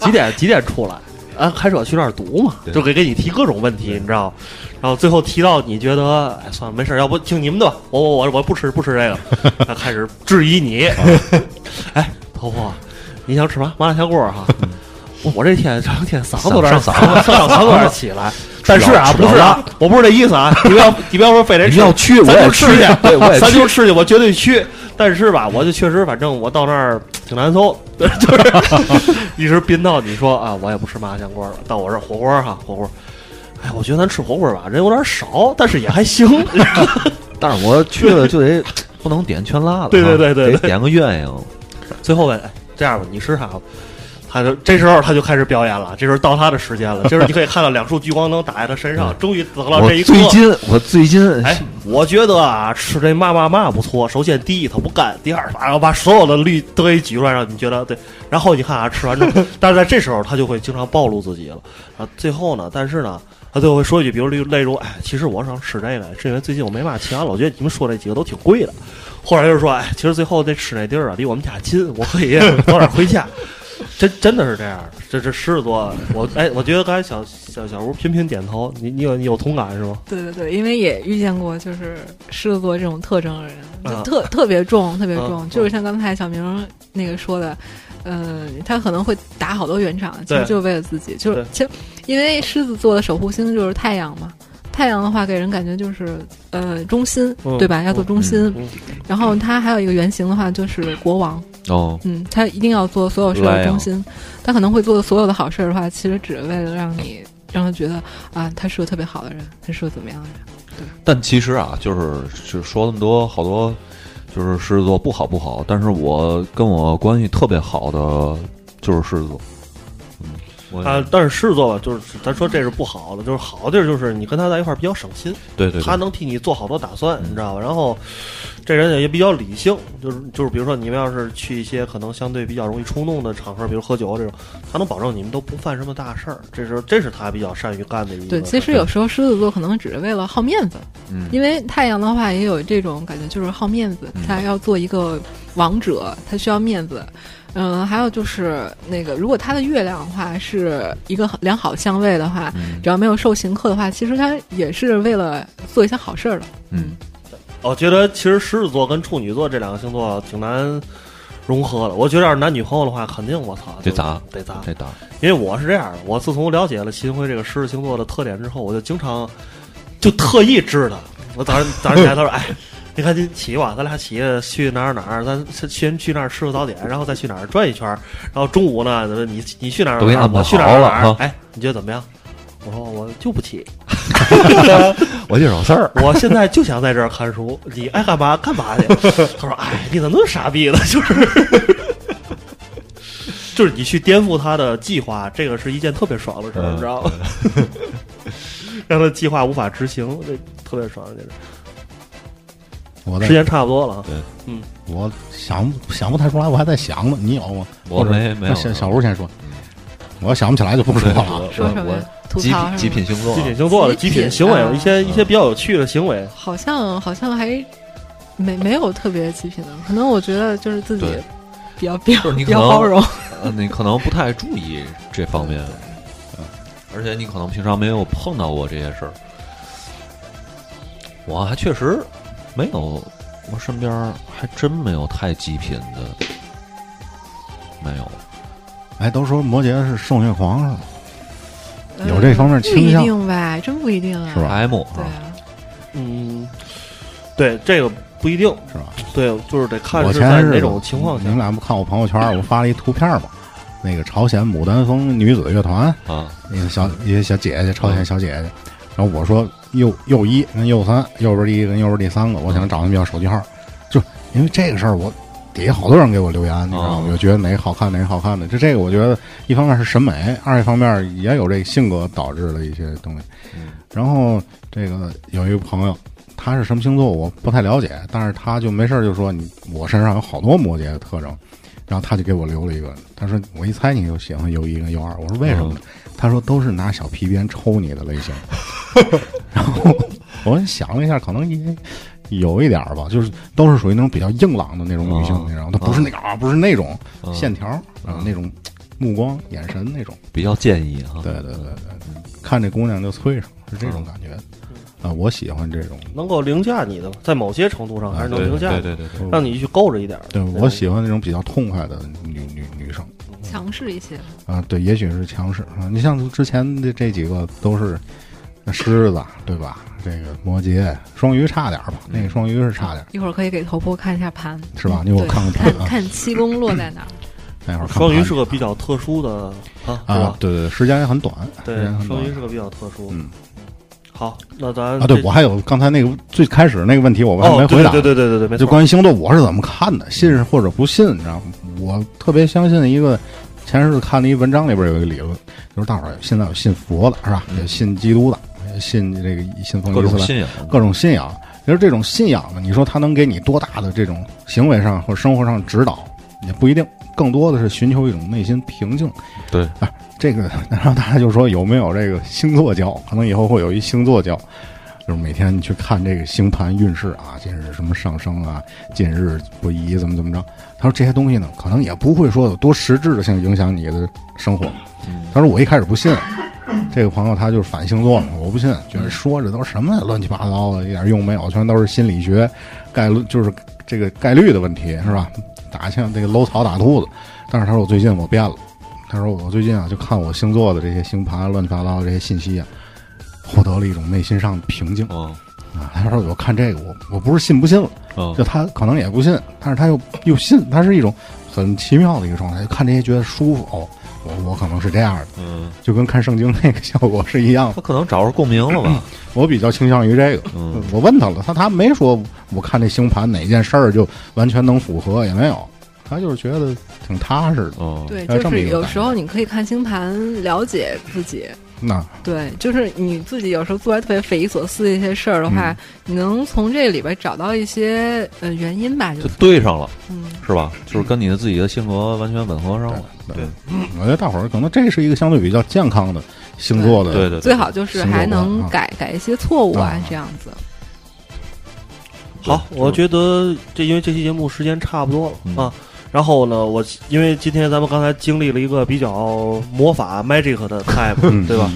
S5: 几点几点 出来？啊，还是要去那儿读嘛，就给给你提各种问题，你知道吗？然后最后提到你觉得，哎，算了，没事儿，要不听你们的吧，我我我我不吃不吃这个，他开始质疑你。 哎，头破，你想吃嘛？麻辣香锅儿哈。我我这天这两天嗓子有点
S7: 上
S5: 嗓
S7: 上嗓
S5: 子上嗓子有点起来，但是啊，
S7: 吃不
S5: 不
S7: 了
S5: 是啊，我不是这意思啊，你不要你不要说非得
S7: 你
S5: 吃
S7: 要去我
S5: 哎 咱
S7: 也
S5: 就
S7: 去
S5: 吃去，
S7: 对我 也
S5: 咱
S7: 去。
S5: 就吃去，我绝对去。但是吧，我就确实，反正我到那儿挺难受，就是 一直憋到你说啊，我也不吃麻辣香锅了，到我这儿火锅哈，火锅。哎，我觉得咱吃火锅吧，人有点少，但是也还行。
S7: 但是我去了就得不能点全辣了，
S5: 对对对对
S7: 得
S5: 对
S7: 点个鸳鸯。
S5: 最后问，哎这样吧，你吃啥吧？他就这时候他就开始表演了，这时候到他的时间了，这时候你可以看到两束聚光灯打在他身上，终于等到
S7: 嗯我
S5: 这一刻。
S7: 最近我最近
S5: 哎，我觉得啊，吃这嘛嘛嘛不错。首先，第一它不干，第二，然后把所有的绿都给举出来，让你觉得对。然后你看啊，吃完之后，但是在这时候他就会经常暴露自己了。啊，最后呢，但是呢，他最后会说一句，比如例例如，哎，其实我想吃这个，是因为最近我没嘛钱了，我觉得你们说那几个都挺贵的。或者就是说，哎，其实最后那吃那地儿啊，离我们家近，我可以 早点回家。真真的是这样的，这这狮子座，我哎，我觉得刚才小小小吴频频点头，你你有你有同感是吗？
S8: 对对对，因为也遇见过就是狮子座这种特征的人，
S5: 啊
S8: 就特、特别重，特别重，
S5: 嗯
S8: 就是像刚才小明那个说的，呃，他可能会打好多圆场，其
S5: 对
S8: 实就是为了自己，就是
S5: 对
S8: 其实因为狮子座的守护星就是太阳嘛。太阳的话，给人感觉就是呃中心，
S5: 嗯
S8: 对吧？要做中心。
S5: 嗯嗯
S8: 然后他还有一个原型的话，就是国王，
S7: 哦，
S8: 嗯，他一定要做所有事儿的中
S5: 哦
S8: 心。他可能会做所有的好事儿的话，其实只是为了让你让他觉得啊，他是个特别好的人，他是个怎么样的人。
S7: 但其实啊，就是就说那么多好多，就是狮子座不好不好，但是我跟我关系特别好的就是狮子座，嗯，我也
S5: 啊，但是狮子座吧，就是咱说这是不好的，就是好的地儿就是你跟他在一块儿比较省心，
S7: 对嗯对对
S5: 他能替你做好多打算，你知道吧？然后这人也比较理性，就是就是比如说你们要是去一些可能相对比较容易冲动的场合，比如喝酒这种，他能保证你们都不犯什么大事儿，这是这是他比较善于干的一个。
S8: 对，其实有时候狮子座可能只是为了好面子，
S7: 嗯
S8: 因为太阳的话也有这种感觉，就是好面子，
S7: 嗯
S8: 他要做一个王者，他需要面子。嗯，还有就是那个，如果他的月亮的话是一个良好相位的话，
S7: 嗯
S8: 只要没有受刑克的话，其实他也是为了做一些好事儿的。
S7: 嗯，
S5: 我哦觉得其实狮子座跟处女座这两个星座挺难融合的。我觉得要是男女朋友的话，肯定我操
S7: 得砸
S5: 得砸，
S7: 这档
S5: 因为我是这样的，我自从了解了秦晖这个狮子星座的特点之后，我就经常就特意治他。我早上早上起来，他说：“哎，你看今起吧，咱俩起去哪儿哪儿，咱先去那儿吃个早点，然后再去哪儿转一圈儿，然后中午呢，你你去哪儿
S7: 都给
S5: 哪儿
S7: 安排
S5: 我去哪
S7: 好
S5: 儿
S7: 了
S5: 哪儿哪儿
S7: 啊，
S5: 哎，你觉得怎么样？”我说：“我就不起，
S9: 我就找事儿，
S5: 我现在就想在这儿看书，你爱干嘛干嘛 去。”他说：“哎，你怎么那么傻逼呢？ 就是。”就是你去颠覆他的计划，这个是一件特别爽的
S6: 嗯
S5: 事儿，你知道吗？ 让他计划无法执行，这特别爽。这是
S6: 我在
S5: 时间差不多了啊，
S6: 我想想不太出来，我还在想呢。你有吗？
S7: 我
S6: 或者
S7: 没没有嗯
S6: 那小小卢先说，我想不起来就不说了。
S8: 说什么呀
S7: 我
S8: 吐
S7: 极
S8: 槽是吗
S7: 极品星座
S5: 极，品星座的极
S8: 极品
S5: 品行为，有一些
S7: 嗯
S5: 一些比较有趣的行为，
S8: 好像好像还没没有特别极品的，可能我觉得就是自己
S7: 对
S8: 比较比较
S7: 就是你可
S8: 比较
S7: 能
S8: 包容。
S7: 呃，你可能不太注意这方面，嗯而且你可能平常没有碰到过这些事儿。我还确实没有，我身边儿还真没有太极品的，没有。
S6: 哎，都说摩羯是受虐狂是吧？
S8: 嗯
S6: 有这方面倾向
S8: 不一定吧？真不一定啊，
S6: 是吧
S7: M
S8: 对
S7: 啊，
S8: 啊，
S5: 嗯，对，这个不一定
S6: 是吧？
S5: 对，就是得看
S6: 我
S5: 是
S6: 前
S5: 在
S6: 日
S5: 哪
S6: 子
S5: 种情况
S6: 你们
S5: 下。
S6: 俩不看我朋友圈，我发了一图片吗？那个朝鲜牡丹峰女子乐团，
S7: 啊，
S6: 那个小一个小姐姐，朝鲜小姐姐。然后我说右右一跟右三，右边第一跟右边第三个，我想找他们要手机号，就因为这个事儿，我底下好多人给我留言，你知道吗？
S7: 哦
S6: 我就觉得哪个好看哪个好看的，就这个我觉得一方面是审美，二一方面也有这性格导致的一些东西。然后这个有一个朋友，他是什么星座我不太了解，但是他就没事儿就说你我身上有好多摩羯的特征，然后他就给我留了一个，他说我一猜你就喜欢右一跟右二，我说为什么呢？他说都是拿小皮鞭抽你的类型，然后我想了一下，可能也有一点儿吧， 就是都是属于那种比较硬朗的那种女性
S7: 哦，
S6: 你知道吗？她不是那个啊，不是那种
S7: 嗯
S6: 线条，然后那种目光、眼神那种。
S7: 比较建议哈。
S6: 对对对对，看这姑娘就催上，是这种
S5: 嗯
S6: 感觉。啊，我喜欢这种，
S5: 能够凌驾你的，在某些程度上还是
S6: 啊
S5: 能
S7: 对
S5: 凌驾
S7: 对
S5: 你的，
S7: 对对
S6: 嗯
S7: 对，
S5: 嗯让你去够着一点儿。
S6: 对
S5: 那种
S6: 我喜欢那种比较痛快的女女女生
S8: 强势一些。
S6: 啊。对，也许是强势啊。你像之前的这几个都是狮子，对吧？这个摩羯、双鱼差点儿吧，那个双鱼是差点儿，
S8: 一会儿可以给头部看一下盘，
S6: 是吧？你给我
S8: 嗯对
S6: 看看
S8: 看
S6: 盘啊，嗯
S8: 看七宫落在哪儿。
S6: 那会儿看
S5: 双鱼
S6: 盘
S5: 是个比较特殊的啊，是
S6: 啊
S5: 吧，？
S6: 对对，对时间也很短，时
S5: 对
S6: 间，很
S5: 双
S6: 短
S5: 鱼是个比较特殊。
S6: 嗯，
S5: 好，那咱
S6: 啊。对
S5: 这，
S6: 我还有刚才那个最开始那个问题，我还
S5: 哦
S6: 没回答。
S5: 对对对对对对，没
S6: 就
S5: 错。
S6: 关于星座，我是怎么看
S7: 嗯
S6: 的，信或者不信，你知道吗？我特别相信一个，前日子看的一文章里边有一个理论，就是大伙儿现在有信佛的是吧？有信基督的，有信这个信奉
S7: 嗯各
S6: 伊斯
S7: 种
S6: 兰，
S7: 信仰，
S6: 各种信仰。其实这种信仰呢，你说它能给你多大的这种行为上或者生活上指导，也不一定，更多的是寻求一种内心平静。
S7: 对
S6: 啊，这个然后大家就说有没有这个星座教？可能以后会有一星座教，就是每天你去看这个星盘运势啊，今日什么上升啊，近日不宜怎么怎么着。他说这些东西呢，可能也不会说有多实质的性影响你的生活。他说我一开始不信，这个朋友他就是反星座嘛，我不信，觉得说这都是什么乱七八糟的，一点用没有，全都是心理学概论，就是这个概率的问题，是吧？打像这个搂草打兔子。但是他说我最近我变了，他说我最近啊就看我星座的这些星盘乱七八糟的这些信息啊，获得了一种内心上的平静
S7: 嗯
S6: 啊。他说我看这个我我不是信不信了。就
S7: 嗯
S6: 他可能也不信，但是他又又信，他是一种很奇妙的一个状态，就看这些觉得舒服。哦，我我可能是这样的，
S7: 嗯，
S6: 就跟看圣经那个效果是一样的。
S7: 他可能找着共鸣了吧？
S6: 我比较倾向于这个。
S7: 嗯
S6: 我问他了，他他没说我看这星盘哪件事儿就完全能符合，也没有，他就是觉得挺踏实的。
S7: 嗯，
S8: 对，
S6: 哎这
S8: 就
S6: 么一
S8: 是
S6: 个
S8: 有
S6: 感
S8: 时候你可以看星盘了解自己。
S6: 那
S8: 对，就是你自己有时候做出来特别匪夷所思的一些事儿的
S6: 嗯
S8: 话，你能从这里边找到一些呃原因吧？就
S7: 就对上了，
S8: 嗯，
S7: 是吧？就是跟你的自己的性格完全吻合上了。
S6: 对
S7: 对
S6: 我觉得大伙儿可能这是一个相对比较健康的星座的。
S7: 对对对，
S8: 最好就是
S6: 行
S8: 还
S6: 走吧
S8: 能
S6: 啊
S8: 改改一些错误啊
S6: 啊，
S8: 这样子。
S5: 好，我觉得这因为这期节目时间差不多了、
S7: 嗯
S5: 啊。然后呢，我因为今天咱们刚才经历了一个比较魔法 magic 的 time，、对
S7: 嗯
S5: 吧？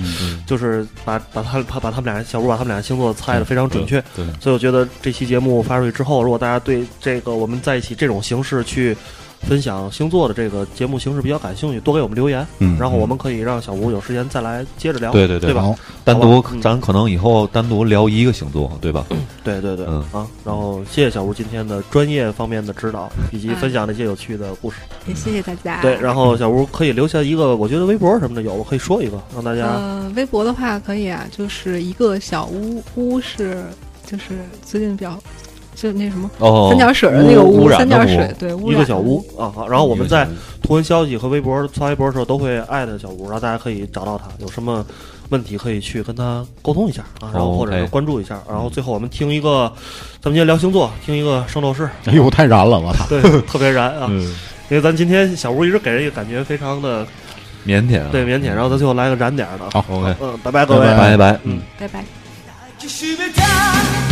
S5: 就是把把他把把他们俩小吴把他们俩星座猜的非常准确，
S7: 嗯对对
S5: 所以我觉得这期节目发出去之后，如果大家对这个我们在一起这种形式去分享星座的这个节目形式比较感兴趣，多给我们留言，
S6: 嗯
S5: 然后我们可以让小吴有时间再来接着聊，
S7: 对
S5: 对
S7: 对对
S5: 吧
S6: 好？
S7: 单
S5: 好
S7: 独
S5: 吧嗯
S7: 咱可能以后单独聊一个星座，对吧？
S5: 对对对，
S7: 嗯
S5: 啊，然后谢谢小吴今天的专业方面的指导，以及分享这些有趣的故事。
S8: 也谢谢大家。
S5: 对，然后小吴可以留下一个，我觉得微博什么的有，我可以说一个，让大家
S8: 呃，微博的话可以啊，就是一个小屋，屋是就是最近比较就那什么
S7: 哦，
S8: 三点水的那个
S7: 污污染
S8: 三
S7: 的
S8: 点
S7: 污
S8: 水，对，污
S5: 一
S8: 染
S5: 个小吴啊。好然后我们在
S7: 一个小
S5: 图文消息和微博发微博的时候都会艾特小吴，然后大家可以找到他，有什么问题可以去跟他沟通一下啊，然后
S7: 哦
S5: 或者是
S7: OK
S5: 关注一下。然后最后我们听一个，咱们今天聊星座，听一个圣斗士，
S6: 哎呦，太燃了，我操！
S5: 对，特别燃啊。
S7: 嗯
S5: 因为咱今天小吴一直给人一个感觉非常的
S7: 腼腆啊，
S5: 对腼腆，然后咱最后来个燃点儿的啊。
S7: 好，OK，
S5: 嗯，拜拜各位。
S7: 拜拜，嗯。
S8: 拜拜。
S10: 就是被他